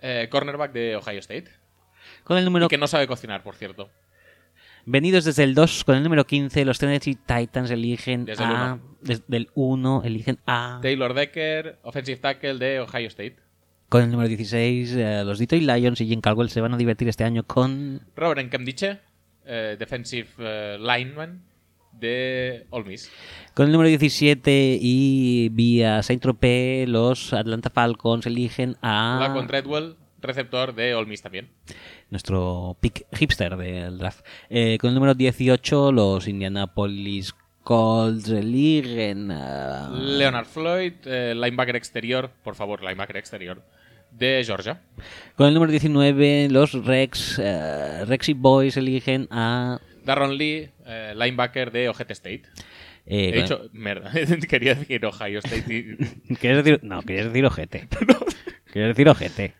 Eh, cornerback de Ohio State. Con el número Y que no sabe cocinar, por cierto. Venidos desde el 2, con el número 15, los Tennessee Titans eligen Desde el a... desde el 1, eligen a... Taylor Decker, offensive tackle de Ohio State. Con el número 16, eh, los Detroit Lions y Jim Caldwell se van a divertir este año con... Robert Nkemdiche, eh, defensive eh, lineman de Ole Miss. Con el número 17 y vía Saint-Tropez, los Atlanta Falcons eligen a... Laquan Treadwell, receptor de Ole Miss también. Nuestro pick hipster del draft. Eh, con el número 18, los Indianapolis Colts eligen a... Ah. Leonard Floyd, eh, linebacker exterior, por favor, linebacker exterior, de Georgia. Con el número 19, los Rex, eh, Rexy Boys eligen a... Darron Lee, eh, linebacker de Ojete State. Eh, He con- dicho, merda, quería decir Ohio State. y- ¿Quieres decir? No, quieres decir ojete. Quieres decir ojete.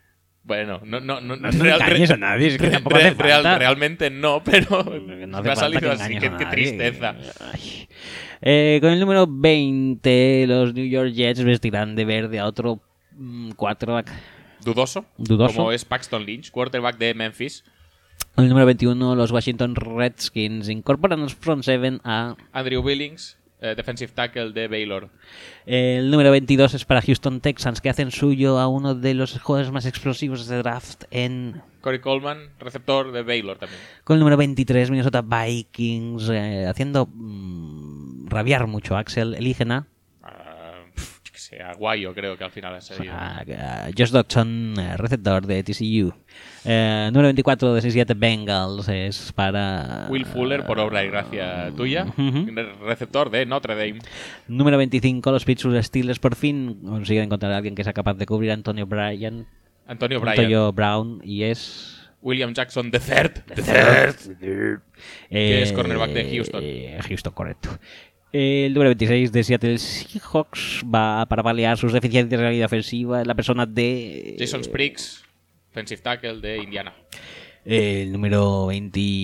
Bueno, no, no, no, No engañes a nadie, es que tampoco hace falta. Realmente no, pero hace me falta ha salido que así. engañes Qué, a qué nadie. tristeza. Eh, con el número 20, los New York Jets vestirán de verde a otro mm, quarterback. Dudoso, Dudoso. Como es Paxton Lynch, quarterback de Memphis. Con el número 21, los Washington Redskins incorporan los front seven a... Andrew Billings, eh, defensive tackle de Baylor. El número 22 es para Houston Texans, que hacen suyo a uno de los jugadores más explosivos de draft en... Corey Coleman, receptor de Baylor también. Con el número 23, Minnesota Vikings, eh, haciendo mm, rabiar mucho a Axel, eligen a... Ah, pf, yo qué sé, a Guayo creo que al final ha salido. Ah. a Josh Dodson, eh, receptor de TCU. Eh, número 24 de 67 Bengals es para. Mm, Will Fuller, por obra y gracia tuya, Ujú. re- receptor de Notre Dame. Número 25, los Pittsburgh Steelers por fin consiguen encontrar a alguien que sea capaz de cubrir a Antonio Bryan. Antonio Bryan. Antonio Brown y es. William Jackson, the third. The third. Que es Eh, cornerback de Houston. Houston, correcto. El número 26 de Seattle Seahawks va para paliar sus deficiencias de realidad ofensiva en la persona de Jason Spriggs, defensive tackle de Indiana. El número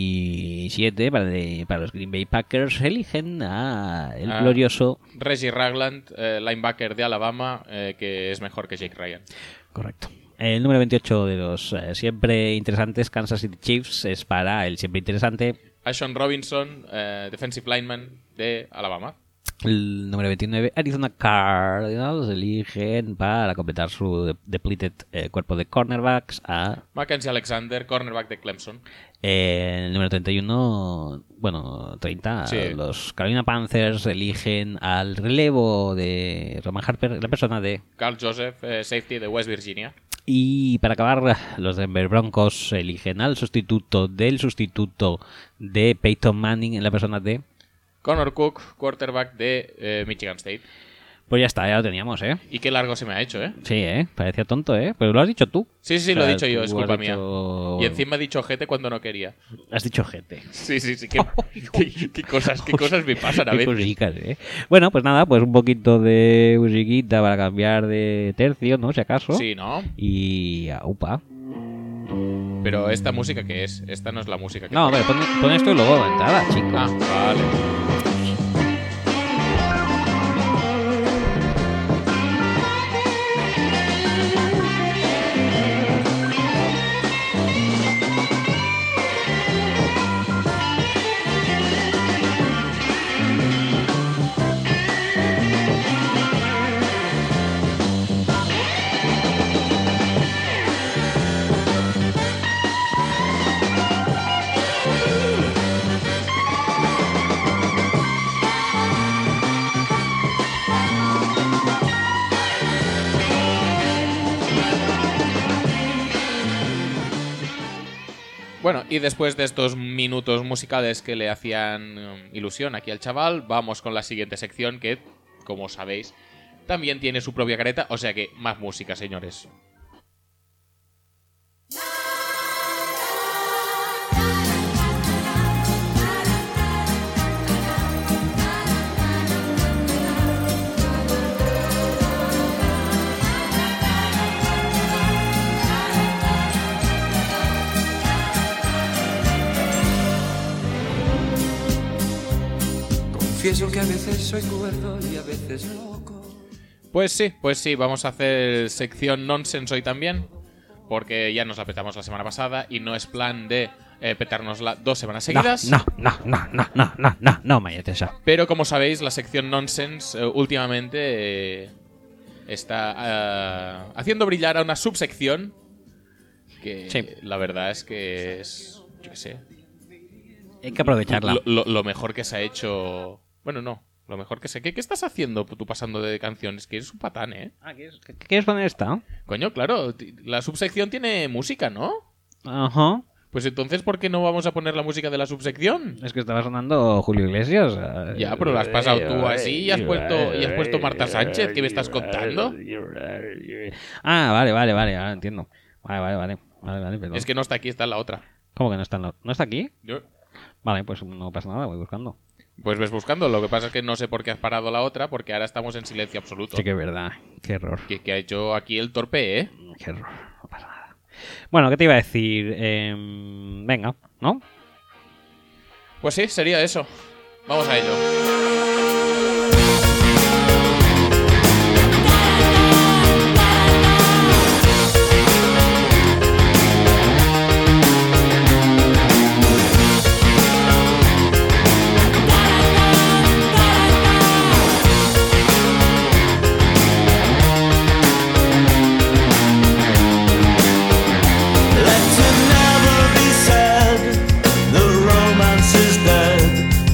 27 para, de- para los Green Bay Packers eligen a el Ah. glorioso. Reggie Ragland, eh, linebacker de Alabama, eh, que es mejor que Jake Ryan. Correcto. El número 28 de los eh, siempre interesantes Kansas City Chiefs es para el siempre interesante. Ashon Robinson, eh, defensive lineman de Alabama. El número 29, Arizona Cardinals, eligen para completar su de- depleted eh, cuerpo de cornerbacks a Mackenzie Alexander, cornerback de Clemson. eh, el número 31, bueno, 30. Sí. Los Carolina Panthers eligen al relevo de Roman Harper, la persona de Carl Joseph, eh, safety de West Virginia. Y para acabar, los Denver Broncos eligen al sustituto del sustituto de Peyton Manning en la persona de... Connor Cook, quarterback de eh, Michigan State. Pues ya está, ya lo teníamos, ¿eh? Y qué largo se me ha hecho, ¿eh? Sí, ¿eh? Parecía tonto, ¿eh? Pero lo has dicho tú. Sí, sí, O lo he sea, dicho tú yo, has es culpa mía. dicho- Y encima he dicho ojete cuando no quería. Has dicho gente. Sí, sí, sí. Qué, qué- qué cosas, qué cosas me pasan a Qué veces. cositas, ¿eh? Bueno, pues nada, pues un poquito de musiquita para cambiar de tercio, ¿no? Si acaso. Sí, ¿no? Y... ah, upa. Pero esta música que es, esta no es la música que No, hombre, pon, pon esto y luego la entrada, chicos. Ah, vale. Bueno, y después de estos minutos musicales que le hacían um, ilusión aquí al chaval, vamos con la siguiente sección que, como sabéis, también tiene su propia careta, o sea que más música, señores. Confieso que a veces soy cuerdo y a veces loco. Pues sí, pues sí, vamos a hacer sección nonsense hoy también, porque ya nos la petamos la semana pasada y no es plan de eh, petárnosla dos semanas seguidas. No, no, no, no, no, no, no, no, Mayete, esa. Pero como sabéis, la sección Nonsense eh, últimamente eh, está ah, haciendo brillar a una subsección que la verdad es que es, yo qué sé, Hay que aprovecharla. lo, lo- lo mejor que se ha hecho... Bueno, no, lo mejor que se... ¿Qué, qué estás haciendo tú pasando de canciones? Que eres un patán, ¿eh? Ah, ¿Quieres poner esta? Coño, claro, ti- la subsección tiene música, ¿no? Ajá. Pues entonces, ¿por qué no vamos a poner la música de la subsección? Es que estaba sonando Julio Iglesias. eh, Ya, pero la has pasado tú así y has puesto, y has puesto Marta Sánchez. ¿Qué me estás contando? Ah, vale, vale, vale, ahora entiendo. Vale, vale, vale. vale, vale perdón. Es que no está aquí, está en la otra. ¿Cómo que no está, en la- ¿No está aquí? Yo- Vale, pues no pasa nada, voy buscando. Pues ves buscando. Lo que pasa es que no sé por qué has parado la otra, porque ahora estamos en silencio absoluto. Sí que es verdad, qué error. Que, que ha hecho aquí el torpe, ¿eh? Qué error, no pasa nada. Bueno, ¿qué te iba a decir? Em, venga, ¿no? Pues sí, sería eso. Vamos a ello. Let it never be said the romance is dead.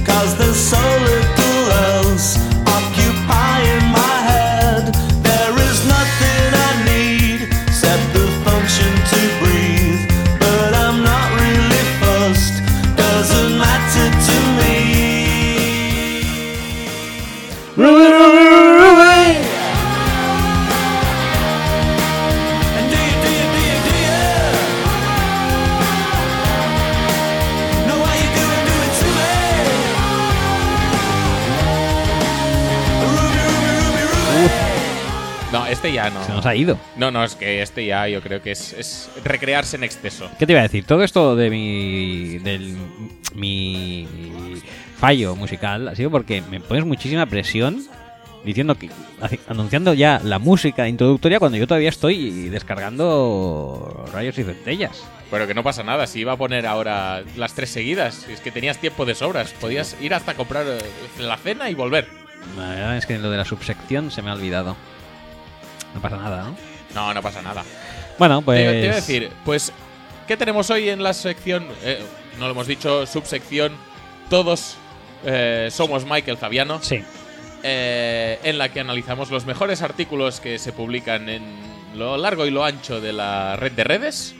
Cause the solar pillows occupying my head. There is nothing I need except the function to breathe. But I'm not really fussed, doesn't matter to me. And do you, do you, do you, do you? No, why you do it, do it to me? No, este ya no. Se nos ha ido. No, no, es que este ya yo creo que es, es recrearse en exceso. ¿Qué te iba a decir? Todo esto de mi. del. mi. fallo musical ha sido porque me pones muchísima presión diciendo que. haci- anunciando ya la música introductoria cuando yo todavía estoy descargando rayos y centellas. Pero que no pasa nada, si iba a poner ahora las tres seguidas, es que tenías tiempo de sobras, podías ir hasta comprar eh, la cena y volver. La verdad es que lo de la subsección se me ha olvidado. No pasa nada, ¿no? No, no pasa nada. Bueno, Te- pues. Te, iba a decir, pues, ¿qué tenemos hoy en la sección? Eh, no lo hemos dicho, subsección. Todos eh, somos Michael Fabiano. eh, Sí. en la que analizamos los mejores artículos que se publican en lo largo y lo ancho de la red de redes.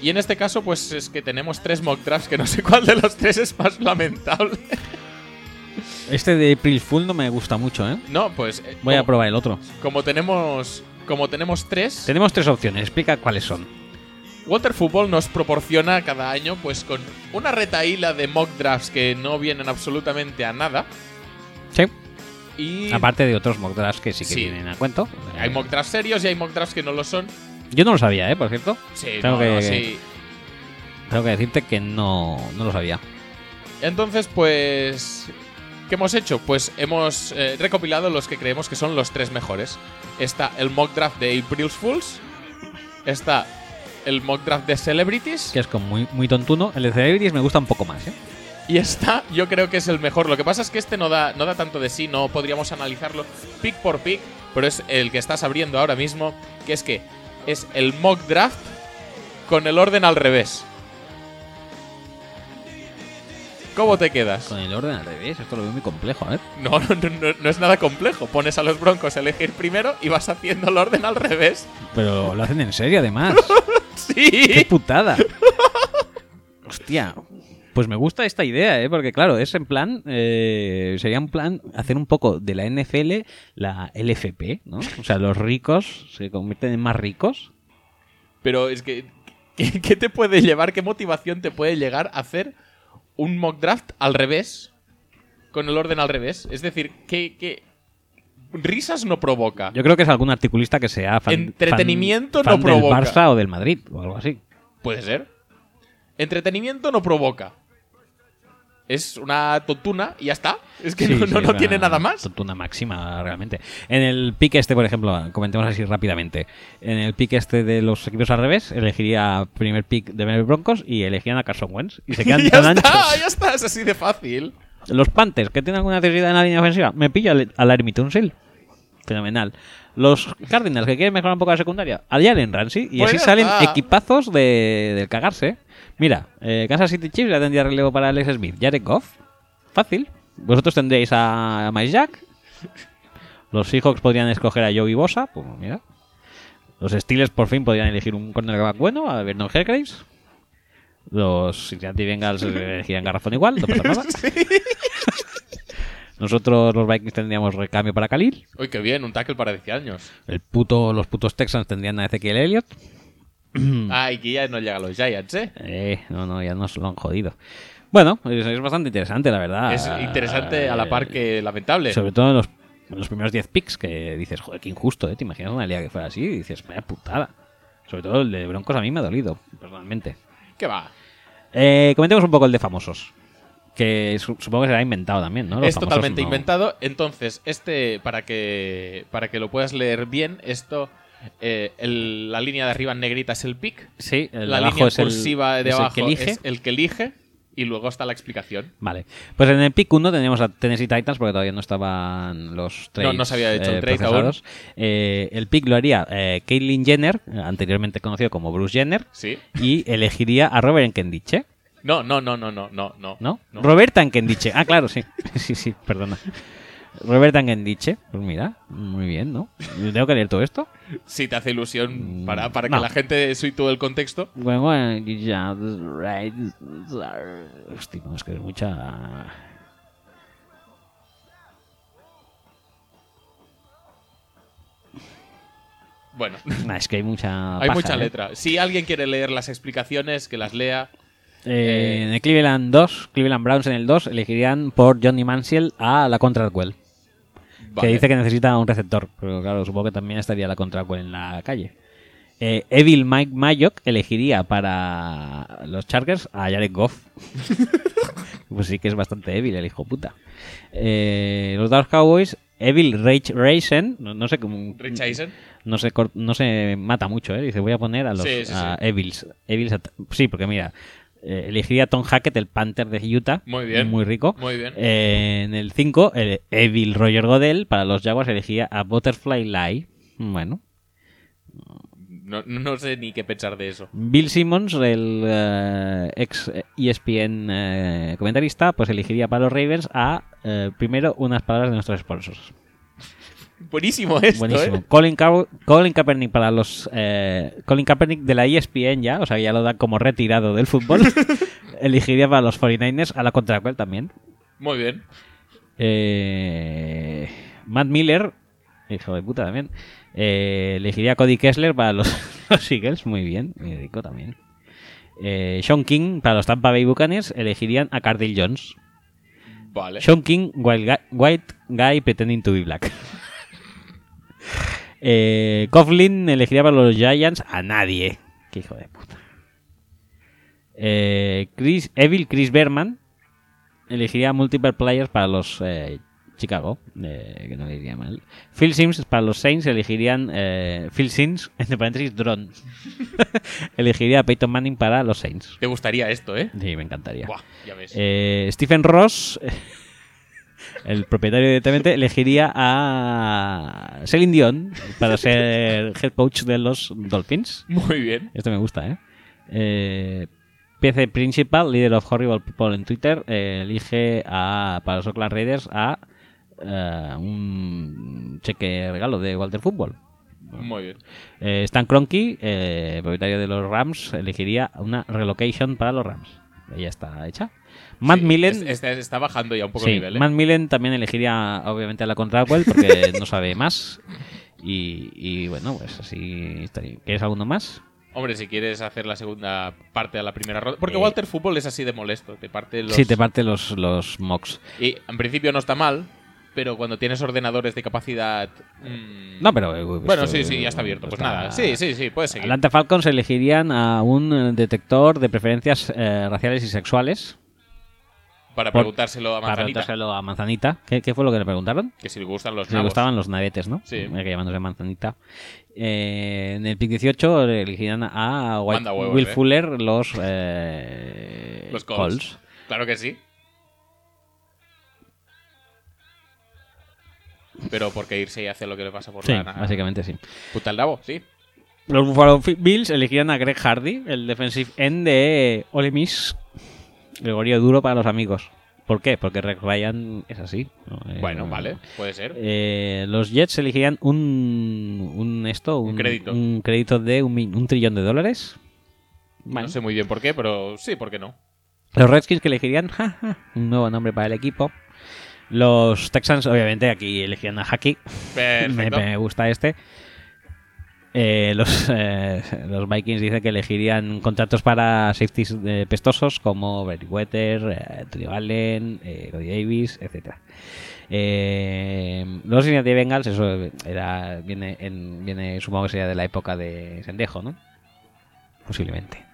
Y en este caso, pues es que tenemos tres mock drafts que no sé cuál de los tres es más lamentable. Este de April Fool no me gusta mucho, ¿eh? No, pues. eh, Voy a como- probar el otro. Como tenemos, como tenemos tres, Tenemos tres opciones, explica cuáles son. Water Football nos proporciona cada año, pues con una retaíla de mock drafts que no vienen absolutamente a nada. Sí. Y Aparte de otros mock drafts que sí que Sí. vienen a cuento. hay mock drafts serios y hay mock drafts que no lo son. Yo no lo sabía, ¿eh? Por cierto. Sí, tengo no, que, no, sí. Tengo que decirte que no, no lo sabía. Entonces, pues. ¿Qué hemos hecho? Pues hemos eh, recopilado los que creemos que son los tres mejores. Está el mock draft de April's Fools. Está el mock draft de Celebrities. Que es como muy, muy tontuno. El de Celebrities me gusta un poco más, ¿eh? Y está, yo creo que es el mejor. Lo que pasa es que este no da, no da tanto de sí, no podríamos analizarlo pick por pick, pero es el que estás abriendo ahora mismo, que es que es el mock draft con el orden al revés. ¿Cómo te quedas? Con el orden al revés, esto lo veo muy complejo, a ver. No, no, no, no- no es nada complejo. Pones a los broncos a elegir primero y vas haciendo el orden al revés. Pero lo hacen en serio, además. ¡Qué Sí. putada! Hostia. Pues me gusta esta idea, ¿eh? Porque claro, es en plan... eh, sería un plan hacer un poco de la NFL la LFP, ¿no? O sea, los ricos se convierten en más ricos. Pero es que, ¿qué, qué te puede llevar? ¿Qué motivación te puede llegar a hacer un mock draft al revés? Con el orden al revés. Es decir, ¿qué, qué risas no provoca? Yo creo que es algún articulista que sea fan, Entretenimiento fan- no fan provoca. del Barça o del Madrid o algo así. Puede ser. Entretenimiento no provoca. Es una tontuna y ya está. Es que Sí, no, no- sí, no una tiene nada más. Tontuna máxima, realmente. En el pick este, por ejemplo, comentemos así rápidamente. En el pick este de los equipos al revés, elegiría primer pick de Denver Broncos y elegirían a Carson Wentz. Y se quedan ya tan está, anchos. ya está. Es así de fácil. Los Panthers, que tienen alguna necesidad en la línea ofensiva, me pillo al, al Larry Tunsil. Fenomenal. Los Cardinals, que quieren mejorar un poco la secundaria, a Jalen Ramsey. Y Pues así ya salen está. equipazos de, del cagarse. Mira, eh, Kansas City Chiefs ya tendría relevo para Alex Smith. Jared Goff, fácil. Vosotros tendréis a, a Mike Jack. Los Seahawks podrían escoger a Joey Bosa. Pues mira. Los Steelers por fin podrían elegir un cornerback bueno, a Vernon Hargraves. Los Cincinnati Bengals eh, elegirían Garrafón igual, no pasa nada. Nosotros, los Vikings, tendríamos recambio para Khalil. Uy, qué bien, un tackle para 10 años. El puto, los putos Texans tendrían a Ezequiel Elliott. Hmm. Ay, Ah, que ya no llega a los Giants, ¿eh? Eh, no, no, ya nos lo han jodido. Bueno, es, es bastante interesante, la verdad. Es interesante a la par que lamentable. Sobre todo en los, en los primeros 10 picks que dices, joder, qué injusto, ¿eh? Te imaginas una liga que fuera así y dices, vaya putada. Sobre todo el de Broncos a mí me ha dolido, personalmente. ¿Qué va? Eh, comentemos un poco el de famosos. Que su- supongo que será inventado también, ¿no? Los es famosos totalmente no. inventado. Entonces, este, para que, para que lo puedas leer bien, esto, eh, el- la línea de arriba en negrita es el pick. Sí, el de la abajo línea es el- cursiva de es el abajo que elige. es el que elige. Y luego está la explicación. Vale. Pues en el pick 1 teníamos a Tennessee Titans porque todavía no estaban los trades. no se había hecho el trade procesados. Eh, el pick lo haría eh, Caitlyn Jenner, anteriormente conocido como Bruce Jenner. Sí. Y elegiría a Robert Enkendiche. No, no, no, no, no, no, no. ¿No? Roberta Enkendiche. Ah, claro, sí. Sí, sí, perdona. Roberta Enkendiche. Pues mira, muy bien, ¿no? Yo tengo que leer todo esto. Si te hace ilusión para, para Mm, no. que la gente todo el contexto. Bueno, eh, ya, right, sorry. Hostia, es que es mucha. Bueno. Nah, Es que hay mucha. Hay paja, mucha ¿eh? letra. Si alguien quiere leer las explicaciones, que las lea. Eh, en el Cleveland 2, Cleveland Browns en el 2, elegirían por Johnny Manziel a la contra Quell. Vale. Que dice que necesita un receptor, pero claro, supongo que también estaría la contra Quell en la calle. Eh, Evil Mike Mayock elegiría para los Chargers a Jared Goff. pues sí que es bastante Evil el hijo puta. Eh, los Dallas Cowboys, Evil Rage Racen, no, no sé cómo... Rich Eisen. No se, cor- no se mata mucho, ¿eh? Dice, voy a poner a los Sí, sí, a Evils. Evils at- sí, porque mira, eh, elegiría a Tom Hackett, el Panther de Utah. Muy bien. Muy rico. Muy bien. Eh, en el 5, el Evil Roger Godel. Para los Jaguars elegía a Butterfly Lie. Bueno. No, no sé ni qué pensar de eso. Bill Simmons, el eh, ex ESPN eh, comentarista, pues elegiría para los Ravens a, eh, primero, unas palabras de nuestros sponsors. Buenísimo esto, Buenísimo. ¿eh? Colin, Ka- Colin Kaepernick para los eh, Colin Kaepernick de la ESPN ya, o sea, ya lo dan como retirado del fútbol. Elegiría para los 49ers a la contra cual también. Muy bien. Eh, Matt Miller, hijo de puta también. Eh, elegiría a Cody Kessler para los, los Eagles, muy bien, muy rico también. Eh, Sean King para los Tampa Bay Buccaneers elegirían a Cardell Jones. Vale. Sean King, Wild Guy- White Guy Pretending to be Black. Eh, Coughlin elegiría para los Giants a nadie. Qué hijo de puta. Eh, Chris, Evil Chris Berman elegiría a multiple players para los eh, Chicago, eh, que no le iría mal. Phil Sims para los Saints elegirían eh, Phil Sims, entre paréntesis, Drone. elegiría a Peyton Manning para los Saints. Te gustaría esto, ¿eh? Sí, me encantaría. Buah, ya ves. Eh, Stephen Ross, el propietario directamente, elegiría a Celine Dion para ser head coach de los Dolphins. Muy bien. Esto me gusta, ¿eh? Eh, PC Principal, líder of Horrible People en Twitter, eh, elige a, para los Oakland Raiders a eh, un cheque regalo de Walter Football. Muy bien. Eh, Stan Kroenke, eh, propietario de los Rams, elegiría una relocation para los Rams. Ya está hecha. Matt Millen, Es- este está bajando ya un poco sí, el nivel, ¿eh? Matt Millen también elegiría obviamente a la Contrawell porque no sabe más. Y, y, bueno, pues así estaría. ¿Quieres alguno más? Hombre, si quieres hacer la segunda parte a la primera ronda. Porque Walter Fútbol es así de molesto. Te parte los. Eh. Sí, te parte los, los mocks. Y en principio no está mal, pero cuando tienes ordenadores de capacidad. mm, No, pero, eh, pues, bueno, sí, eh, sí, ya está abierto. Pues está- nada. Sí, sí, sí, puedes seguir. Atlanta Falcons elegirían a un eh, detector de preferencias eh, raciales y sexuales. Para Por- preguntárselo a Para Manzanita. preguntárselo a Manzanita. ¿Qué, qué fue lo que le preguntaron? Que si le gustan los Le nabos. gustaban los navetes, ¿no? Sí. Hay que llamándose Manzanita. Eh, en el pick 18 elegirían a White- Manda huevos, Will eh. Fuller los, eh, Los Colts. Claro que sí. Pero porque irse y hacer lo que le pasa por Sí, la gana. básicamente sí. Puta el nabo, sí. Los Buffalo Bills elegirían a Greg Hardy, el defensive end de Ole Miss. Gregorio duro para los amigos. ¿Por qué? Porque Rex Ryan es así. ¿no? Eh, Bueno, vale, puede ser. eh, los Jets elegirían un, un esto, un, crédito. un crédito de un, mi- un trillón de dólares. No sé muy bien por qué, pero sí, ¿por qué no? Los Redskins que elegirían ja, ja, un nuevo nombre para el equipo. Los Texans, obviamente, aquí elegían a Haki. Me, Perfecto. me gusta este. Eh, los, eh, los Vikings dicen que elegirían contratos para safeties eh, pestosos como Berryweather, eh, Trio Allen, eh, Roddy Davis, Eh, etc. los Cincinnati Bengals, eso era, viene, en- viene, supongo que sería de la época de Sendejo, ¿no? posiblemente.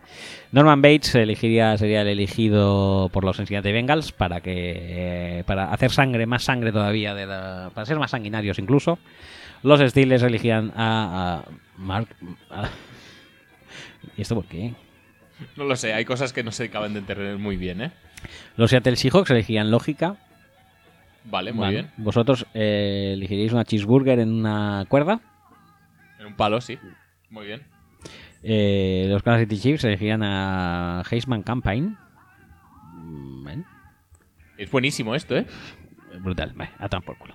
Norman Bates elegiría, sería el elegido por los Cincinnati Bengals para que eh, para hacer sangre, más sangre todavía, de la- para ser más sanguinarios incluso. Los Steelers elegían a, a Mark. a- ¿Y esto por qué? No lo sé, hay cosas que no se acaban de entender muy bien, ¿eh? Los Seattle Seahawks elegían lógica. Vale, muy Van. bien. ¿Vosotros eh, elegiríais una cheeseburger en una cuerda? En un palo, sí. Muy bien. Eh, los Kansas City Chiefs elegían a Heisman Campaign. Mm, bueno, Es buenísimo esto, ¿eh? Brutal, vale, a tan por culo.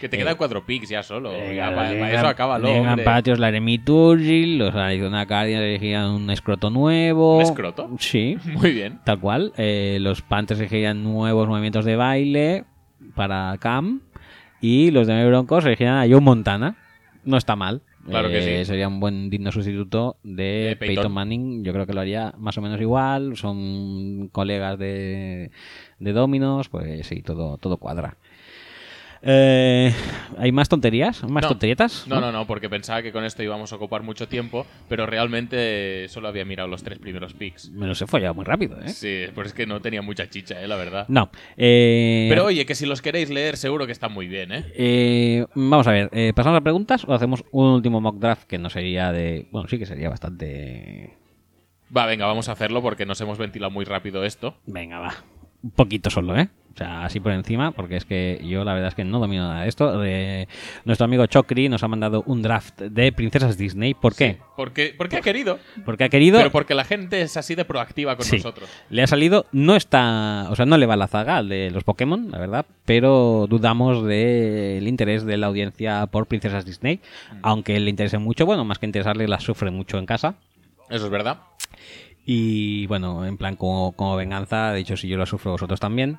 Que te Eh, quedan cuatro picks ya solo. Oh, ya, Venga, pa- pa- venga, eso acaba, venga, Patios, la Eremiturgi, los Arizona Cardinals elegían un escroto nuevo. ¿Un escroto? Sí. Muy bien. Tal cual. Eh, los Panthers elegían nuevos movimientos de baile para Cam. Y los Denver Broncos elegían a Joe Montana. No está mal. Claro que Eh, sí. Sería un buen digno sustituto de De Peyton. Peyton. Manning. Yo creo que lo haría más o menos igual. Son colegas de, de Dominos. Pues sí, todo, todo cuadra. Eh, ¿Hay más tonterías? ¿Más No. tonterietas? No, no, no, porque pensaba que con esto íbamos a ocupar mucho tiempo, pero realmente solo había mirado los tres primeros picks. Me los he follado muy rápido, ¿eh? Sí, pues es que no tenía mucha chicha, ¿eh? La verdad. No. Eh, Pero oye, que si los queréis leer, seguro que están muy bien, ¿eh? Eh, vamos a ver, eh, ¿pasamos a preguntas o hacemos un último mock draft que no sería de. Bueno, sí que sería bastante. Va, venga, vamos a hacerlo porque nos hemos ventilado muy rápido esto. Venga, va. Un poquito solo, ¿eh? O sea, así por encima, porque es que yo la verdad es que no domino nada de esto. Eh, nuestro amigo Chocri nos ha mandado un draft de princesas Disney. ¿Por qué? Porque, porque Pues, ha querido. Porque ha querido. Pero porque la gente es así de proactiva con Sí. nosotros. Le ha salido, no está, o sea, no le va la zaga al de los Pokémon, la verdad, pero dudamos del interés de la audiencia por princesas Disney, aunque le interese mucho, bueno, más que interesarle, las sufre mucho en casa. Eso es verdad. Y bueno, en plan como, como venganza, de hecho, si yo la sufro, vosotros también.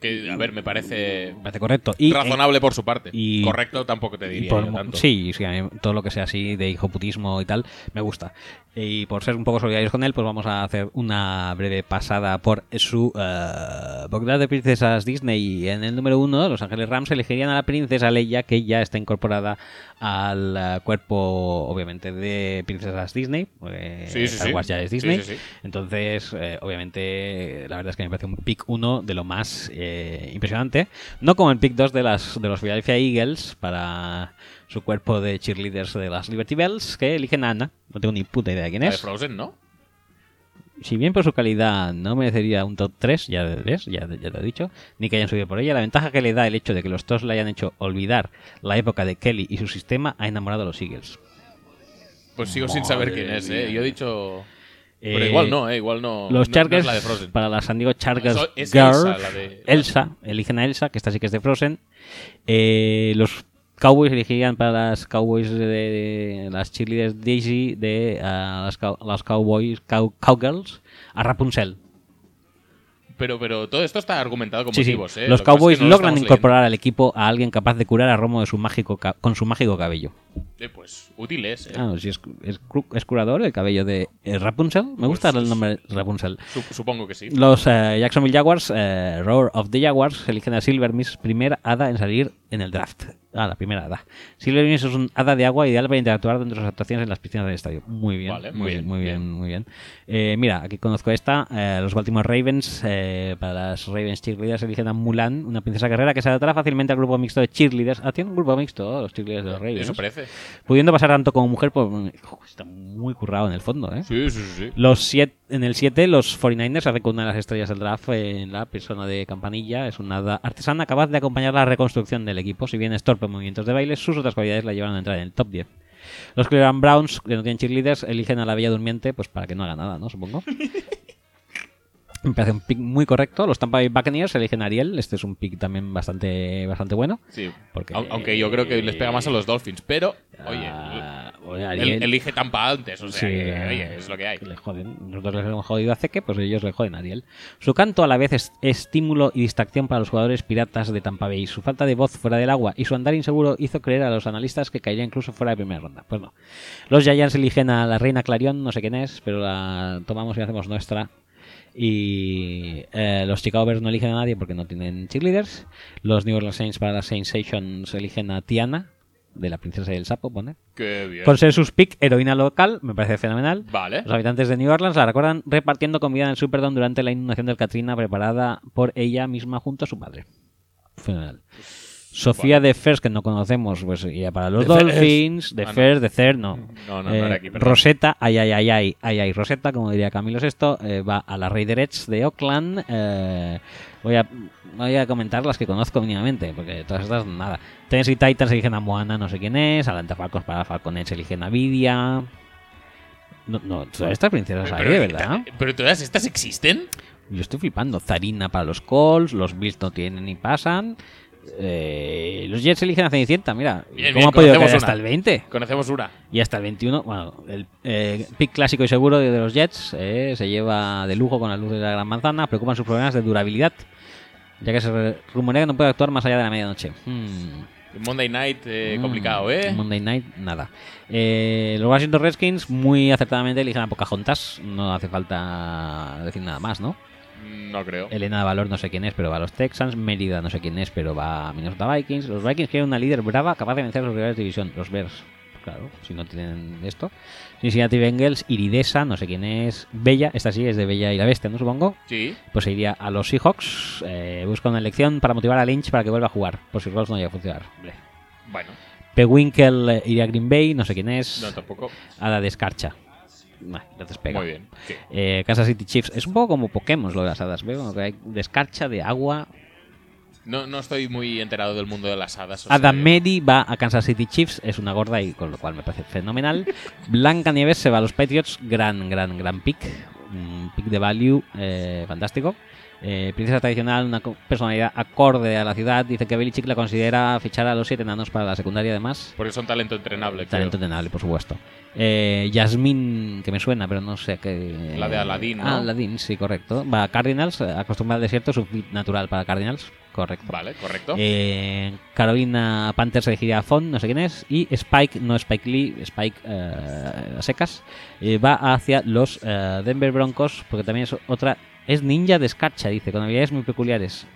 Que, a ver, me parece. parece correcto. Y- razonable eh, por su parte. y- Correcto tampoco te y diría. por yo mu- tanto. Sí, sí, a mí todo lo que sea así de hijoputismo y tal, me gusta. Y por ser un poco solidarios con él, pues vamos a hacer una breve pasada por su eh, Bogdad de princesas Disney. En el número uno, Los Ángeles Rams elegirían a la princesa Leia, que ya está incorporada al eh, cuerpo, obviamente, de princesas Disney. eh, porque Sí, sí, Star sí. Wars ya es Disney. Sí, sí, sí. Entonces, eh, obviamente, la verdad es que me parece un pick 1 de lo más eh, impresionante. No como el pick 2 de, las, de los Philadelphia Eagles para su cuerpo de cheerleaders de las Liberty Bells, que eligen a Anna. No tengo ni puta idea de quién La de es. Frozen, ¿no? Si bien por su calidad no merecería un top 3, ya ves, ya, ya lo he dicho, ni que hayan subido por ella, la ventaja que le da el hecho de que los dos le hayan hecho olvidar la época de Kelly y su sistema ha enamorado a los Eagles. Pues sigo sin saber Madre quién es, ¿eh? mía. Yo he dicho. Pero Eh, igual no, ¿eh? Igual no. Los no- no Chargers, es la de Frozen. para las San Diego Chargers Eso es Girls, Elsa, la de- Elsa, eligen a Elsa, que esta sí que es de Frozen. Eh, los Cowboys elegirían para las Cowboys de, de- las cheerleaders Daisy de ah, las, cow- las Cowboys cow- Cowgirls a Rapunzel. Pero, pero todo esto está argumentado con Sí, sí. motivos, ¿eh? Los Lo que pasa es que Cowboys no lo logran estamos incorporar al equipo a alguien capaz de curar a Romo de su mágico ca- con su mágico cabello. leyendo. Eh, pues útiles, ¿eh? Ah, si es, es cru- es curador el cabello de eh, Rapunzel. Me Pues gusta el nombre Rapunzel. Sup- supongo que sí. Los eh, Jacksonville Jaguars, eh, Roar of the Jaguars, eligen a Silver Miss, primer hada en salir en el draft. Ah, la primera hada. Silver Miss es un hada de agua ideal para interactuar dentro de sus actuaciones en las piscinas del estadio. Muy bien. Vale, muy muy bien, bien, muy bien, muy bien. Eh, mira, aquí conozco esta. eh, los Baltimore Ravens, eh, para las Ravens cheerleaders, eligen a Mulan, una princesa guerrera que se adaptará fácilmente al grupo mixto de cheerleaders. Ah, tiene un grupo mixto, los cheerleaders de los Ravens. Eso parece. Pudiendo pasar tanto como mujer, pues, jo, está muy currado en el fondo, ¿eh? Sí, sí, sí. Los siete, en el 7, los 49ers hacen con una de las estrellas del draft eh, en la persona de Campanilla. Es una hada artesana capaz de acompañar la reconstrucción del equipo. Si bien es torpe en movimientos de baile, sus otras cualidades la llevan a entrar en el top 10. Los Cleveland Browns, que no tienen cheerleaders, eligen a la Bella Durmiente pues para que no haga nada, ¿no? Supongo. Me parece un pick muy correcto. Los Tampa Bay Buccaneers eligen a Ariel. Este es un pick también bastante, bastante bueno. Sí. Porque- Au- Aunque yo creo que les pega más a los Dolphins, pero. Oye, Oye, Él- Ah, Ariel. elige Tampa antes, o sea, Sí, que, eh, oye, es lo que hay. Le joden. Nosotros les hemos jodido a Zeke, pues ellos le joden a Ariel. Su canto a la vez es estímulo y distracción para los jugadores piratas de Tampa Bay. Su falta de voz fuera del agua y su andar inseguro hizo creer a los analistas que caería incluso fuera de primera ronda. Pues no. Los Giants eligen a la reina Clarion, no sé quién es, pero la tomamos y la hacemos nuestra. Y eh, los Chicago Bears no eligen a nadie porque no tienen cheerleaders. Los New Orleans Saints para las Sensations eligen a Tiana, de la princesa y el sapo, pone. Qué bien. Consensus Pick, heroína local, me parece fenomenal. Vale. Los habitantes de New Orleans la recuerdan repartiendo comida en el Superdome durante la inundación del Katrina preparada por ella misma junto a su padre. Fenomenal. Sofía de Fers, que no conocemos, pues iría para los Pues, De Fers. Dolphins. De Ah, no. Fers, de Cer, no. No, no, no eh, era aquí, perdón. Rosetta, ay, ay, ay, ay, ay, ay, Rosetta, como diría Camilo Sesto, eh, va a la Raiderettes de Oakland. eh, voy, a, voy a comentar las que conozco mínimamente, porque todas estas, nada. Tennessee Titans eligen a Moana, no sé quién es. Atlanta Falcons para Falconets eligen a Vidia. No, no, todas estas princesas hay, de verdad. ¿Pero todas estas existen? Yo estoy flipando. Zarina para los Colts, los Bills no tienen ni pasan. eh, los Jets eligen a Cenicienta, mira. Bien, ¿Cómo bien, ha podido conocemos caer hasta una. el 20? Conocemos una. Y hasta el 21, bueno, el eh, pick clásico y seguro de de los Jets eh, se lleva de lujo con la luz de la gran manzana. Preocupan sus problemas de durabilidad, ya que se re- rumorea que no puede actuar más allá de la medianoche. Hmm. Monday Night, eh, Mm, complicado, ¿eh? Monday Night, nada. Eh, los Washington Redskins muy acertadamente eligen a Pocahontas. No hace falta decir nada más, ¿no? No creo. Elena Valor no sé quién es, pero va a los Texans. Mérida no sé quién es, pero va a Minnesota Vikings. Los Vikings quieren una líder brava capaz de vencer a los rivales de división. Los Bears, claro, si no tienen esto. Cincinnati Bengals, Iridesa, no sé quién es. Bella, esta sí es de Bella y la Bestia, ¿no? Supongo. Sí. Pues se iría a los Seahawks. Eh, busca una elección para motivar a Lynch para que vuelva a jugar, por si Rolls no llega a funcionar. Bueno, Pewinkle eh, iría a Green Bay, no sé quién es. No, tampoco. A la descarcha. Nah, ya te has pegado. Muy bien, sí. Eh, Kansas City Chiefs. Es un poco como Pokémon lo de las hadas. Veo que hay descarcha de agua. no, no estoy muy enterado del mundo de las hadas. o sea Adam que- Medi va a Kansas City Chiefs. Es una gorda y con lo cual me parece fenomenal. Blanca Nieves se va a los Patriots. Gran, gran, gran pick. Un pick de value eh, fantástico. Eh, princesa tradicional, una co- personalidad acorde a la ciudad. Dice que Belichick la considera fichar a los siete enanos para la secundaria además. Porque son talento entrenable. Talento entrenable, por supuesto. Eh, Yasmín, que me suena, pero no sé a qué. La de Aladdin, ¿no? Ah, Aladdin, sí, correcto. Va a Cardinals, eh, acostumbrada al desierto, su fit natural para Cardinals, correcto. Vale, correcto. Eh, Carolina Panthers elegiría a Font, no sé quién es. Y Spike, no Spike Lee, Spike eh, a secas, eh, va hacia los eh, Denver Broncos, porque también es otra. Es ninja de escarcha, dice, con habilidades muy peculiares.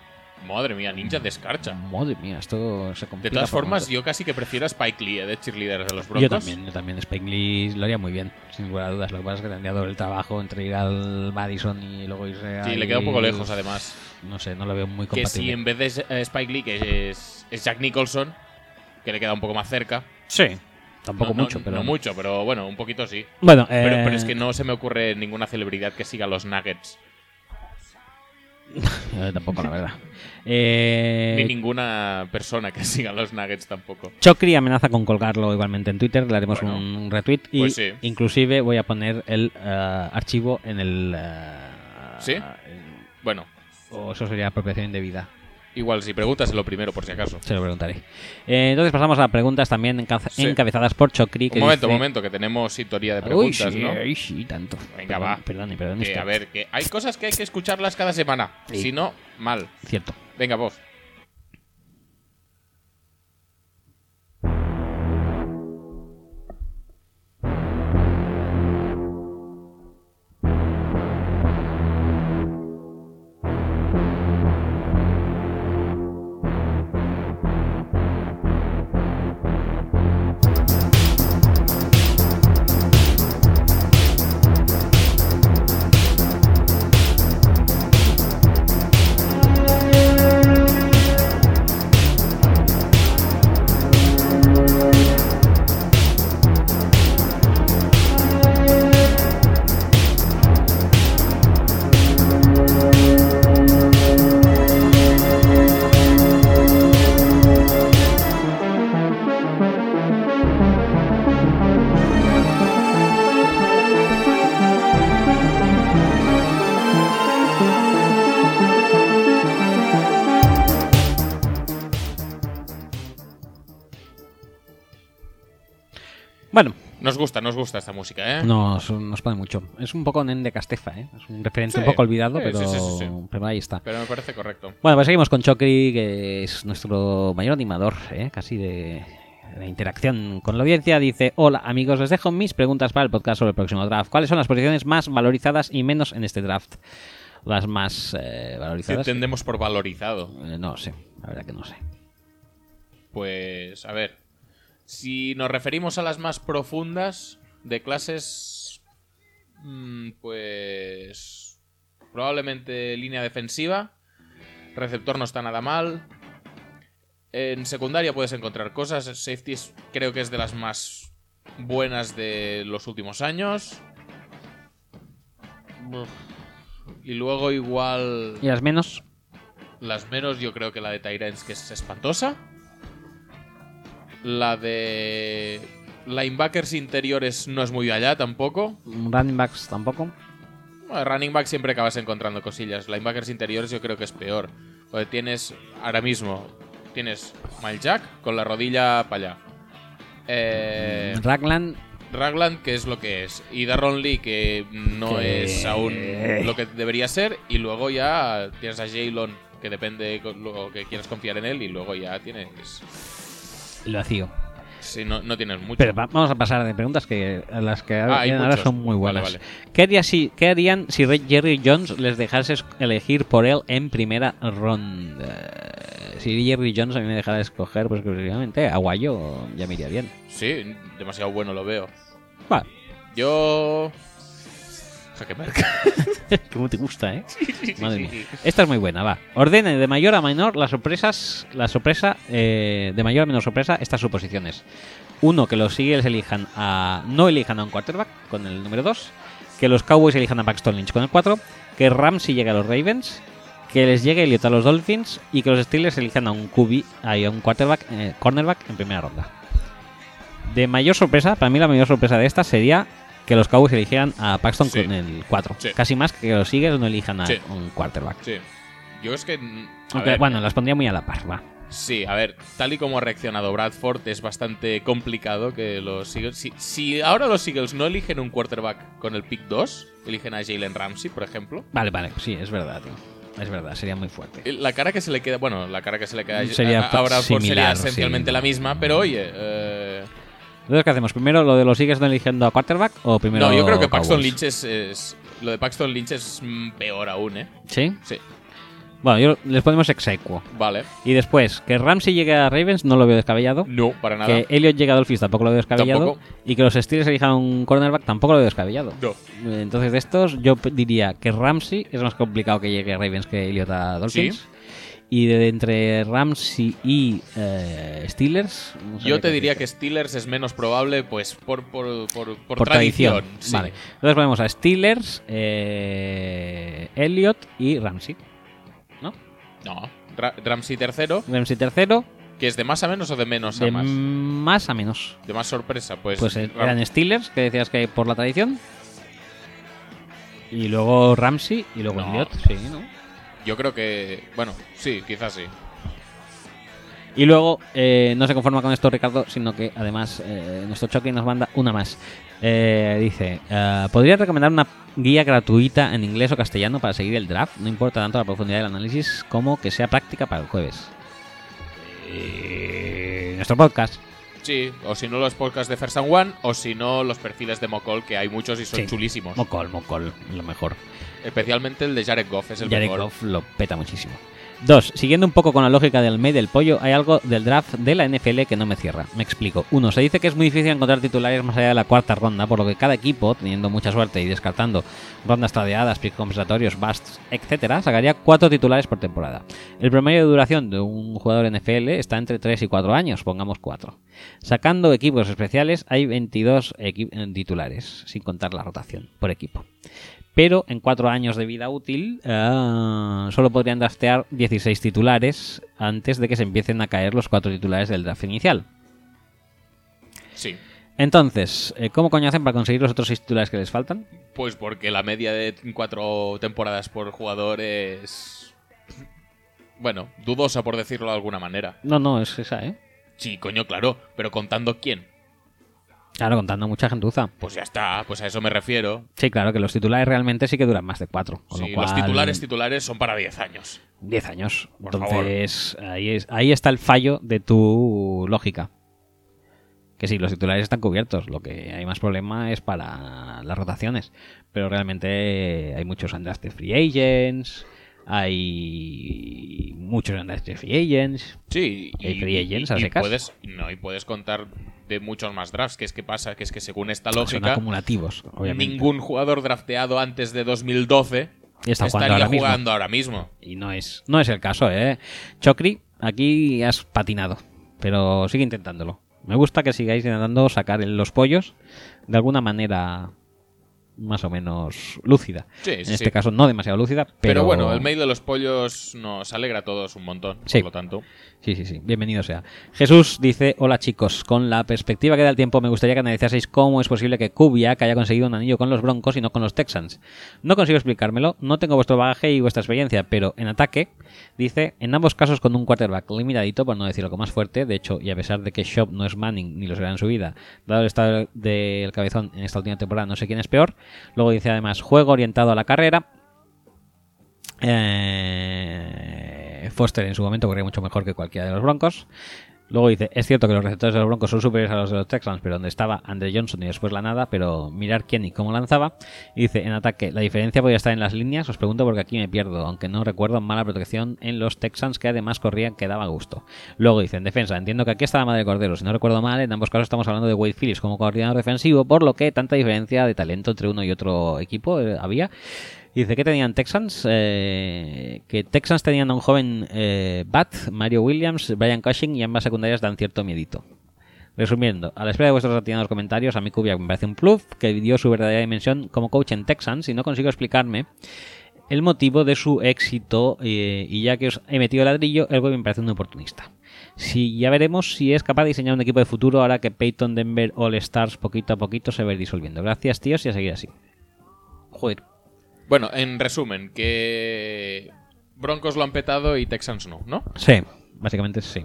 Madre mía, ninja de escarcha. Madre mía, esto se complica. De todas por formas, momentos. yo casi que prefiero a Spike Lee, eh, de cheerleader de los Broncos. Yo también, yo también. Spike Lee lo haría muy bien, sin lugar a dudas. Lo que pasa es que tendría doble trabajo entre ir al Madison y luego irse a. Sí, le queda un poco lejos, además. No sé, no lo veo muy Que compatible. si en vez de es- eh, Spike Lee, que es, es Jack Nicholson, que le queda un poco más cerca. Sí. Tampoco No, no- mucho, pero. No mucho, pero bueno, un poquito sí. Bueno, pero, eh, pero es que no se me ocurre ninguna celebridad que siga los Nuggets. Eh, tampoco, la verdad. Eh, Ni ninguna persona que siga los Nuggets tampoco. Chocri amenaza con colgarlo igualmente en Twitter, le haremos un retweet y pues sí. inclusive voy a poner el eh, archivo en el... eh, ¿Sí? Bueno, o eso sería apropiación indebida. igual si pregúntaselo primero, por si acaso. Se lo preguntaré. Eh, entonces pasamos a preguntas también encaza- Sí. encabezadas por Chocri. Un que dice- momento, un momento, que tenemos historia de Uy, preguntas, sí, eh, ¿no? ay, sí, tanto. Venga, Perdón, va. Perdón, perdón. Que, espera. a ver, que hay cosas que hay que escucharlas cada semana. Sí. Si no, mal. Cierto. Venga, vos. Bueno. Nos gusta, nos gusta esta música, ¿eh? Nos, nos pone mucho. Es un poco Nen de Castefa, ¿eh? Es un referente Sí, un poco olvidado, sí, pero, sí, sí, sí, sí. pero ahí está. Pero me parece correcto. Bueno, pues seguimos con Chocri, que es nuestro mayor animador, ¿eh? casi de, de interacción con la audiencia. Dice, hola amigos, les dejo mis preguntas para el podcast sobre el próximo draft. ¿Cuáles son las posiciones más valorizadas y menos en este draft? Las más eh, ¿Qué valorizadas. entendemos por valorizado? Eh, no sé, la verdad que no sé. Pues, a ver. Si nos referimos a las más profundas de clases, mm, pues probablemente línea defensiva. Receptor no está nada mal. En secundaria puedes encontrar cosas. Safety es- creo que es de las más buenas de los últimos años. Uf. Y luego igual... ¿Y las menos? Las menos yo creo que la de Tyrants, que es espantosa. La de linebackers interiores no es muy allá tampoco. Running backs tampoco. Bueno, running back siempre acabas encontrando cosillas. Linebackers interiores yo creo que es peor. Porque tienes ahora mismo, tienes Maljack con la rodilla para allá. Eh, Mm, Ragland. Ragland, que es lo que es. Y Darron Lee, que no Que- es aún lo que debería ser. Y luego ya tienes a Jaylon, que depende con lo que quieras confiar en él. Y luego ya tienes. Lo vacío. Si no, no tienes mucho. Pero va- vamos a pasar de preguntas que a las que Ah, hay vienen ahora muchos. son muy Vale, buenas. vale. ¿Qué, haría si- qué harían si Ray- Jerry Jones les dejase es- elegir por él en primera ronda? Si Jerry Jones a mí me dejara escoger, pues obviamente a Guayo ya me iría bien. Sí, demasiado bueno lo veo. Va. Yo. Hackemerc. Como te gusta, ¿eh? sí, Madre sí, mía. sí. Esta es muy buena, va. Ordene de mayor a menor las sorpresas, la sorpresa, eh, de mayor a menor sorpresa, estas suposiciones. Uno, que los Eagles elijan a, no elijan a un quarterback con el número 2. Que los Cowboys elijan a Paxton Lynch con el 4. Que Ramsey llegue a los Ravens. Que les llegue Elliot a los Dolphins. Y que los Steelers elijan a un QB, a un quarterback, eh, cornerback en primera ronda. De mayor sorpresa, para mí la mayor sorpresa de esta sería que los Cowboys eligieran a Paxton con eh, el 4. Casi más que los Eagles no elijan a Sí. un quarterback. Sí. Yo es que. mm, a Aunque, ver, bueno, las pondría muy a la par, va. Sí, a ver, tal y como ha reaccionado Bradford, es bastante complicado que los Eagles. Si, si ahora los Eagles no eligen un quarterback con el pick 2, eligen a Jalen Ramsey, por ejemplo. Vale, vale, sí, es verdad, tío. Es verdad, sería muy fuerte. eh, La cara que se le queda, bueno, la cara que se le queda a- Mm, Sería a, a Bradford sería similar, sí. esencialmente la misma, pero oye, eh, Entonces, ¿qué hacemos? ¿Primero lo de los Eagles no eligiendo a quarterback o primero no, yo creo que Paxton Cowboys? Lynch es, es- lo de Paxton Lynch es mm, peor aún, ¿eh? ¿Sí? Sí. Bueno, yo- les ponemos exequo. Vale. Y después, que Ramsey llegue a Ravens no lo veo descabellado. No, para nada. Que Elliot llegue a Dolphins tampoco lo veo descabellado. Tampoco. Y que los Steelers elijan un cornerback tampoco lo veo descabellado. No. Eh, Entonces, de estos, yo p- diría que Ramsey es más complicado que llegue a Ravens que Elliot a Dolphins. Sí. Y de entre Ramsey y eh, Steelers. no sé Yo qué te diría decir. que Steelers es menos probable, pues por, por, por, por Por tradición. tradición. sí. Vale. Entonces ponemos a Steelers, eh, Elliot y Ramsey. ¿No? No. Ra- Ramsey tercero, Ramsey tercero, que es de más a menos o de menos de a más. más a menos. De más sorpresa, pues. Pues eh, Ram- eran Steelers, que decías que por la tradición. Y luego Ramsey y luego No. Elliot, sí, ¿no? Yo creo que. Bueno, sí, quizás sí. Y luego eh, no se conforma con esto Ricardo, sino que además eh, nuestro choque nos manda una más. Eh, dice, eh, ¿podría recomendar una guía gratuita en inglés o castellano para seguir el draft? No importa tanto la profundidad del análisis como que sea práctica para el jueves. Eh, nuestro podcast. Sí, o si no, los podcasts de First and One, o si no, los perfiles de Mocol, que hay muchos y son Sí. chulísimos. Mocol, Mocol, lo mejor. Especialmente el de Jared Goff, es el Jared mejor. Goff lo peta muchísimo. Dos, siguiendo un poco con la lógica del May del pollo, hay algo del draft de la NFL que no me cierra. Me explico. Uno, se dice que es muy difícil encontrar titulares más allá de la cuarta ronda, por lo que cada equipo, teniendo mucha suerte y descartando rondas tradeadas, picks compensatorios, busts, etcétera, sacaría cuatro titulares por temporada. El promedio de duración de un jugador NFL está entre 3 y 4 años, pongamos 4. Sacando equipos especiales, hay 22 equi- eh, titulares, sin contar la rotación por equipo pero en cuatro años de vida útil ah, solo podrían draftear 16 titulares antes de que se empiecen a caer los cuatro titulares del draft inicial. Sí. Entonces, eh, ¿cómo coño hacen para conseguir los otros seis titulares que les faltan? Pues porque la media de cuatro temporadas por jugador es. Bueno, dudosa por decirlo de alguna manera. No, no, es esa, ¿eh? Sí, coño, claro, pero contando quién. Claro, contando mucha gentuza. Pues ya está, pues a eso me refiero. Sí, claro, que los titulares realmente sí que duran más de cuatro. Con Sí, lo cual, Los titulares titulares son para 10 años. 10 años. Por Entonces, ahí, es, ahí está el fallo de tu lógica. Que sí, los titulares están cubiertos. Lo que hay más problema es para las rotaciones. Pero realmente hay muchos undrafted free agents. Hay muchos undrafted free agents. Sí, Hay free agents a y secas. puedes, no, y puedes contar de muchos más drafts, que es que pasa, que es que según esta Son lógica, acumulativos, obviamente. ningún jugador drafteado antes de 2012 Está jugando estaría ahora mismo. jugando ahora mismo. Y no es, no es el caso, ¿eh? Chocri, aquí has patinado, pero sigue intentándolo. Me gusta que sigáis intentando sacar el- los pollos de alguna manera más o menos lúcida. Sí, sí, en sí. este caso no demasiado lúcida, pero... Pero, bueno, el mail de los pollos nos alegra a todos un montón, Sí. por lo tanto. Sí, sí, sí. Bienvenido sea. Jesús dice, hola chicos, con la perspectiva que da el tiempo me gustaría que analizaseis cómo es posible que Kubiak haya conseguido un anillo con los Broncos y no con los Texans. No consigo explicármelo, no tengo vuestro bagaje y vuestra experiencia, pero en ataque, dice, en ambos casos con un quarterback limitadito, por no decir algo más fuerte, de hecho, y a pesar de que Shop no es Manning ni lo será en su vida, dado el estado del cabezón en esta última temporada, no sé quién es peor. Luego dice además, juego orientado a la carrera, eh, Foster en su momento corría mucho mejor que cualquiera de los Broncos. Luego dice, es cierto que los receptores de los Broncos son superiores a los de los Texans, pero donde estaba Andre Johnson y después la nada, pero mirar quién y cómo lanzaba. Y dice, en ataque, la diferencia podría estar en las líneas, os pregunto porque aquí me pierdo, aunque no recuerdo mala protección en los Texans que además corrían que daba gusto. Luego dice, en defensa, entiendo que aquí está la madre de Cordero, si no recuerdo mal, en ambos casos estamos hablando de Wade Phillips como coordinador defensivo, por lo que tanta diferencia de talento entre uno y otro equipo eh, había. Y Dice que tenían Texans, Eh, que Texans tenían a un joven eh, Bat, Mario Williams, Brian Cushing y ambas secundarias dan cierto miedito. Resumiendo, a la espera de vuestros atinados comentarios, a mí Kubiak me parece un pluf que dio su verdadera dimensión como coach en Texans y no consigo explicarme el motivo de su éxito eh, y ya que os he metido el ladrillo, el güey me parece un oportunista. Si ya veremos si es capaz de diseñar un equipo de futuro ahora que Peyton Denver All Stars poquito a poquito se va a ir disolviendo. Gracias tíos y a seguir así. Joder, Bueno, en resumen, que Broncos lo han petado y Texans no, ¿no? Sí, básicamente sí.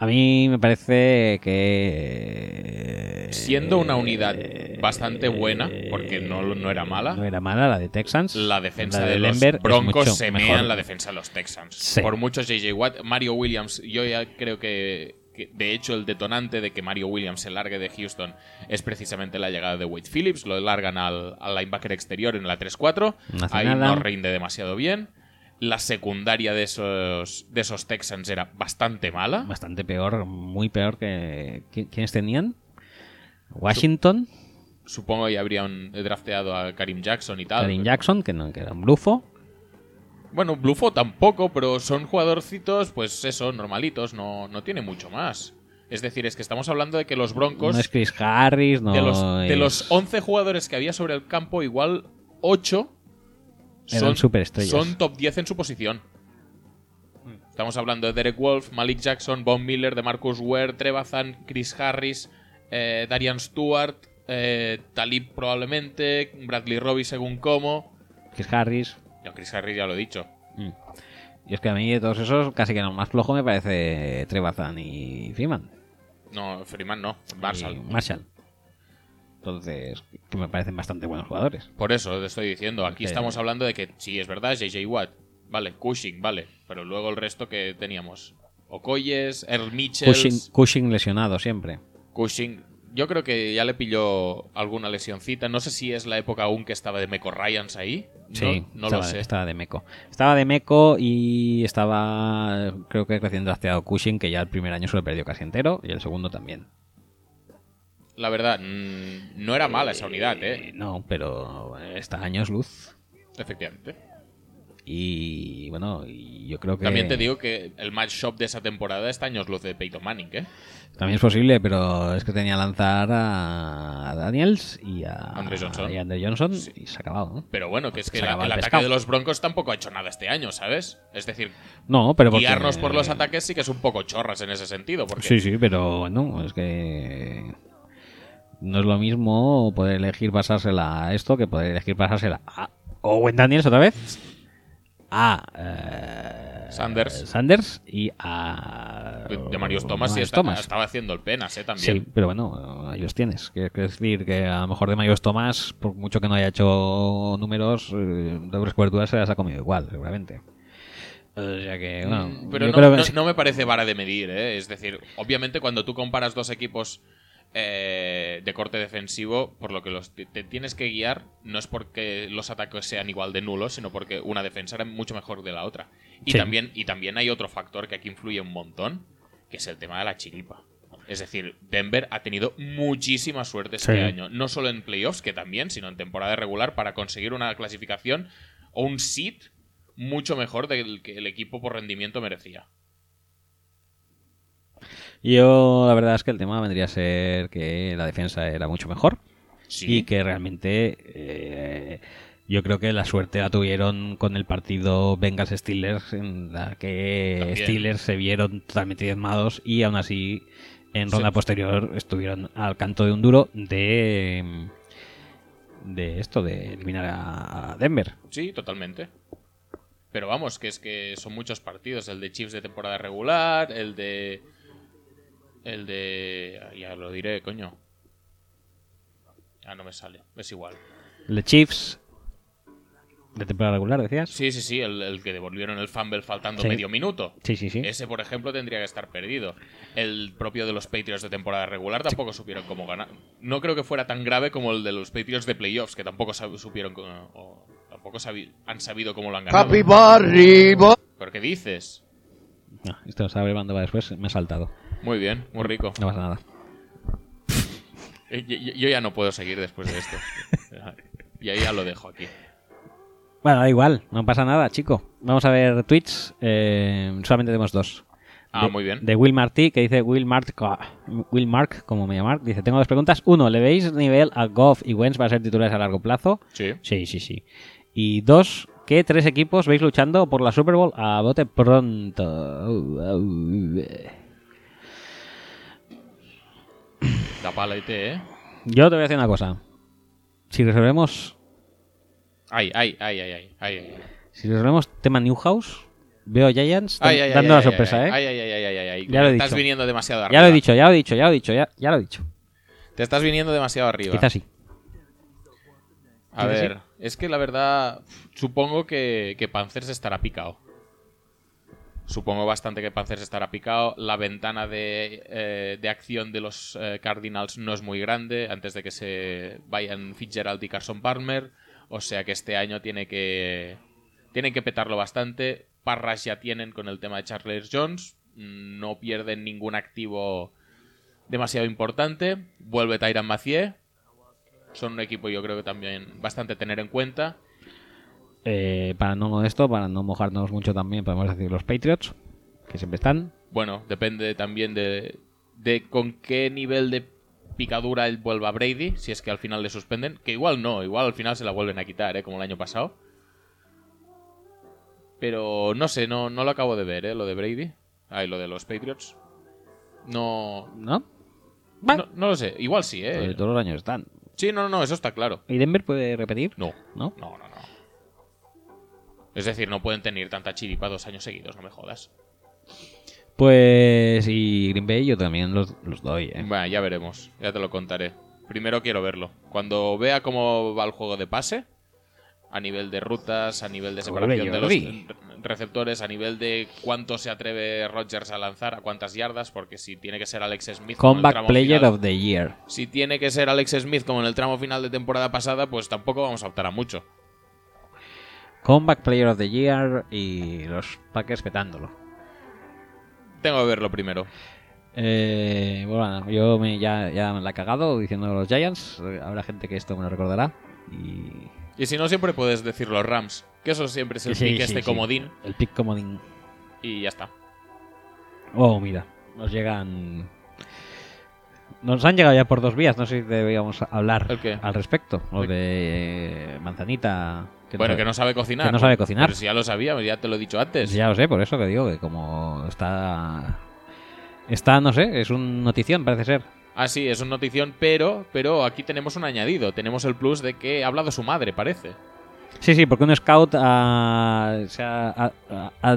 A mí me parece que eh, Siendo una unidad bastante buena, porque no, no era mala, no era mala la de Texans. la defensa La de, de los Denver es mucho Broncos se mejor. mea en la defensa de los Texans. Sí. Por mucho JJ Watt, Mario Williams, yo ya creo que, que, de hecho el detonante de que Mario Williams se largue de Houston es precisamente la llegada de Wade Phillips, lo largan al, al linebacker exterior en la 3-4, No hace ahí nada. no rinde demasiado bien. La secundaria de esos, de esos Texans era bastante mala. Bastante peor, muy peor que... ¿qui- ¿Quiénes tenían? Washington, Supongo que ya habrían drafteado a Karim Jackson y tal. Karim Jackson, que, no, que era un blufo. Bueno, Blufo tampoco, pero son jugadorcitos, pues eso, normalitos, no, no tiene mucho más. Es decir, es que estamos hablando de que los Broncos, No es Chris Harris, no de, los, de es- los 11 jugadores que había sobre el campo, igual 8 Eran son, superestrellas. son top 10 en su posición. Estamos hablando de Derek Wolf, Malik Jackson, Von Miller, de Marcus Ware, Trebazan, Chris Harris, eh, Darian Stewart, eh, Talib probablemente, Bradley Roby según cómo. Chris Harris. No, Chris Harris ya lo he dicho. Mm. Y es que a mí de todos esos, casi que lo más flojo me parece Trebazan y Freeman. No, Freeman no, y Marshall. Marshall. Entonces, que me parecen bastante buenos jugadores. Por eso te estoy diciendo, aquí Porque- estamos hablando de que sí, es verdad, JJ Watt, vale, Cushing, vale, pero luego el resto que teníamos, Okoyes, Earl Mitchell, Cushing, Cushing. Cushing lesionado siempre. yo creo que ya le pilló alguna lesioncita, no sé si es la época aún que estaba de Meco Ryans ahí, no, Sí, no estaba, lo sé. estaba de Meco. Estaba de Meco y estaba, creo que recién drafteado Cushing, que ya el primer año se lo perdió casi entero y el segundo también. La verdad, mm, no era mala esa unidad, ¿eh? No, pero está años luz. Efectivamente. Y bueno, y yo creo que. También te digo que el match shop de esa temporada este está años luz de Peyton Manning, ¿eh? También es posible, pero es que tenía que lanzar a Daniels y a Andre Johnson. y a Andre Johnson y se ha acabado. ¿no? Pero bueno, que es que Se la- acaba el el ataque pescado. de los Broncos tampoco ha hecho nada este año, ¿sabes? Es decir, No, pero porque- eh, guiarnos por los ataques sí que es un poco chorras en ese sentido. Porque Sí, sí, pero bueno, es que no es lo mismo poder elegir pasársela a esto que poder elegir pasársela a Owen Daniels otra vez, a eh, Sanders. Sanders y a de Marius Thomas, sí, Marius está- Thomas. estaba haciendo el penas, eh, también. Sí, pero bueno, ahí los tienes. Quiero decir que a lo mejor de mayores Tomás, por mucho que no haya hecho números, eh, dobles coberturas se las ha comido igual, seguramente. O sea que, bueno, Mm, pero yo no, creo que no- sí. no me parece vara de medir, ¿eh? Es decir, obviamente cuando tú comparas dos equipos eh, de corte defensivo, por lo que los te, te tienes que guiar, no es porque los ataques sean igual de nulos, sino porque una defensa era mucho mejor de la otra. Y, Sí. también, y también hay otro factor que aquí influye un montón, que es el tema de la chiripa. Es decir, Denver ha tenido muchísima suerte este Sí. año, no solo en playoffs, que también, sino en temporada regular, para conseguir una clasificación o un seed mucho mejor del que el equipo por rendimiento merecía. Yo, la verdad es que el tema vendría a ser que la defensa era mucho mejor. Y que realmente eh, yo creo que la suerte la tuvieron con el partido Bengals Steelers, en la que También. Steelers se vieron totalmente diezmados y aún así en Sí. ronda posterior estuvieron al canto de un duro de de esto, de eliminar a a Denver. Sí, totalmente. Pero vamos, que es que son muchos partidos. El de Chiefs de temporada regular, el de... El de... Ya lo diré, coño. Ah, no me sale. Es igual. Los Chiefs de temporada regular, decías. Sí, sí, sí, el, el que devolvieron el fumble faltando Sí. medio minuto. Sí, sí, sí. Ese, por ejemplo, tendría que estar perdido. El propio de los Patriots de temporada regular tampoco supieron cómo ganar. No creo que fuera tan grave como el de los Patriots de playoffs, que tampoco sab- supieron co- o tampoco sabi- han sabido cómo lo han ganado. Papi, va arriba. ¿Pero qué dices? No, Ah, esto estaba hablando para después, me he saltado. Muy bien, muy rico. No pasa nada. Eh, Yo, yo- yo ya no puedo seguir después de esto. y ahí ya lo dejo aquí. Bueno, da igual, no pasa nada, chico. Vamos a ver tweets. eh, solamente tenemos dos. Ah, De- muy bien. De Will Martí, que dice Will Mark, Will Mark, como me llamar, dice, tengo dos preguntas. Uno, ¿le veis nivel a Goff y Wentz para ser titulares a largo plazo? Sí. Sí, sí, sí. Y dos, ¿qué tres equipos veis luchando por la Super Bowl a bote pronto? Au, au, eh. La palete, ¿eh? Yo te voy a decir una cosa. Si resolvemos, Ay, ay, ay, ay, ay, ay, ay. si resolvemos tema Newhouse, veo a Giants Ay, dan- ay, ay, dando la ay, ay, sorpresa, ay, ¿eh? ay, ay, ay, ay, ay, ay. Ya lo he dicho. Estás viniendo demasiado Ya lo he arriba. dicho, ya lo he dicho, ya lo he dicho, ya, ya lo he dicho. Te estás viniendo demasiado arriba. Quizás sí. A Quizás ver, es que la verdad, supongo que, que Panzers estará picado. Supongo bastante que Panzers estará picado. La ventana de, eh, de acción de los eh, Cardinals no es muy grande antes de que se vayan Fitzgerald y Carson Palmer. O sea que este año tiene que, tienen que petarlo bastante. Parras ya tienen con el tema de Charles Jones. Mm, No pierden ningún activo demasiado importante. Vuelve Tyran Macié. Son un equipo, yo creo que también bastante a tener en cuenta. Eh, para no esto, para no mojarnos mucho también, podemos decir los Patriots, que siempre están. Bueno, depende también de, de con qué nivel de picadura él vuelva Brady, si es que al final le suspenden, que igual no, igual al final se la vuelven a quitar, ¿eh? como el año pasado. Pero no sé, no, no lo acabo de ver, ¿eh? lo de Brady. Ah, y lo de los Patriots. No. ¿No? No, no lo sé, igual sí, Porque ¿eh? todos los años están. Sí, no, no, no, eso está claro. ¿Y Denver puede repetir? No. ¿No? No, no, no. Es decir, no pueden tener tanta chiripa dos años seguidos, no me jodas. Pues. Y Green Bay yo también los, los doy, ¿eh? Bueno, ya veremos, ya te lo contaré. Primero quiero verlo. Cuando vea cómo va el juego de pase, a nivel de rutas, a nivel de separación Vuelve de los Jordi. re- receptores, a nivel de cuánto se atreve Rodgers a lanzar, a cuántas yardas, porque si tiene que ser Alex Smith. como en el Comeback tramo Player final- of the Year. Si tiene que ser Alex Smith como en el tramo final de temporada pasada, pues tampoco vamos a optar a mucho. Comeback Player of the Year y los Packers petándolo. Tengo que verlo primero. Eh, bueno, yo me, ya, ya me la he cagado diciendo los Giants. Eh, Habrá gente que esto me lo recordará. Y Y si no, siempre puedes decir los Rams, que eso siempre es el Sí, pick sí, sí. este comodín, El pick comodín. y ya está. Oh, mira, nos llegan. Nos han llegado ya por dos vías, no sé si debíamos hablar al respecto. Lo de eh, manzanita. bueno, que no sabe cocinar. Que no sabe cocinar. Pero si ya lo sabíamos, ya te lo he dicho antes. Ya lo sé, por eso que digo que como está. Está, no sé, es un notición, parece ser. Ah, sí, es una notición, pero, pero aquí tenemos un añadido. Tenemos el plus de que ha hablado su madre, parece. Sí, sí, porque un scout ah, se ha, ha- ha- ha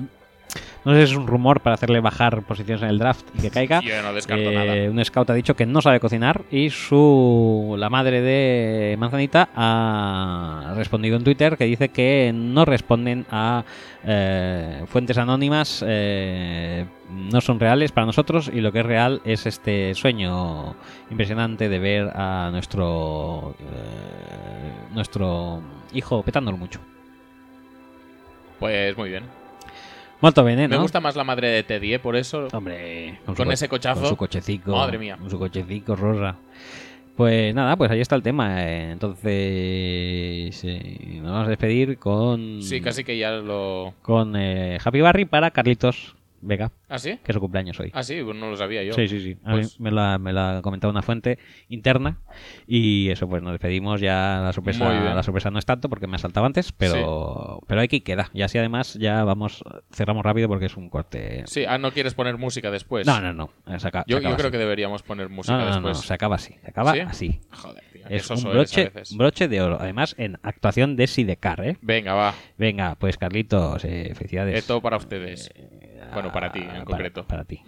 No sé si es un rumor para hacerle bajar posiciones en el draft y que caiga. Yo no descarto Eh, Un scout ha dicho que no sabe cocinar y su la madre de Manzanita ha respondido en Twitter que dice que no responden a eh, fuentes anónimas, eh, no son reales para nosotros y lo que es real es este sueño impresionante de ver a nuestro eh, nuestro hijo petándolo mucho. Pues muy bien. Molto bene, Me ¿no? gusta más la madre de Teddy, ¿eh? por eso. Hombre, con, su co- ese cochazo. Con su cochecico. Madre mía. Con su cochecico rosa. Pues nada, pues ahí está el tema. eh. Entonces, eh, nos vamos a despedir con, Sí, casi que ya lo. con eh, Happy Barry para Carlitos Vega. ¿Ah, sí? Que es su cumpleaños hoy. Ah, sí, pues no lo sabía yo. Sí, sí, sí. A mí Pues, me, la, me la ha comentado una fuente interna. Y eso, pues nos despedimos. Ya la sorpresa, Muy bien. la sorpresa no es tanto porque me ha saltado antes, pero, pero aquí queda. Y así además ya vamos, cerramos rápido porque es un corte. sí, ah, no quieres poner música después. No, no, no. eh, se aca- Pues Yo, se acaba yo creo así. Pues que deberíamos poner música no, no, después. No, se acaba así. Se acaba ¿Sí? así. Joder, tío, qué es soso un eres a broche, veces. un broche de oro. Además, en actuación de Sidecar, ¿eh? Venga, va. Venga, pues Carlitos, eh, felicidades. Esto para ustedes. bueno, para ti en concreto. ah, Para ti.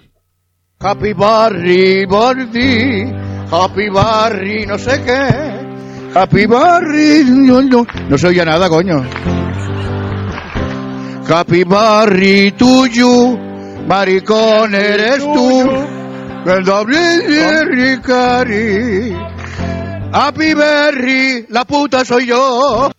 Happy Barry, Bardi, Happy Barry, no sé qué. Happy Barry, no, no, no se oye nada, coño. Happy Barry, tuyo, maricón eres tú. El doble de Ricari. Happy Berry, la puta soy yo.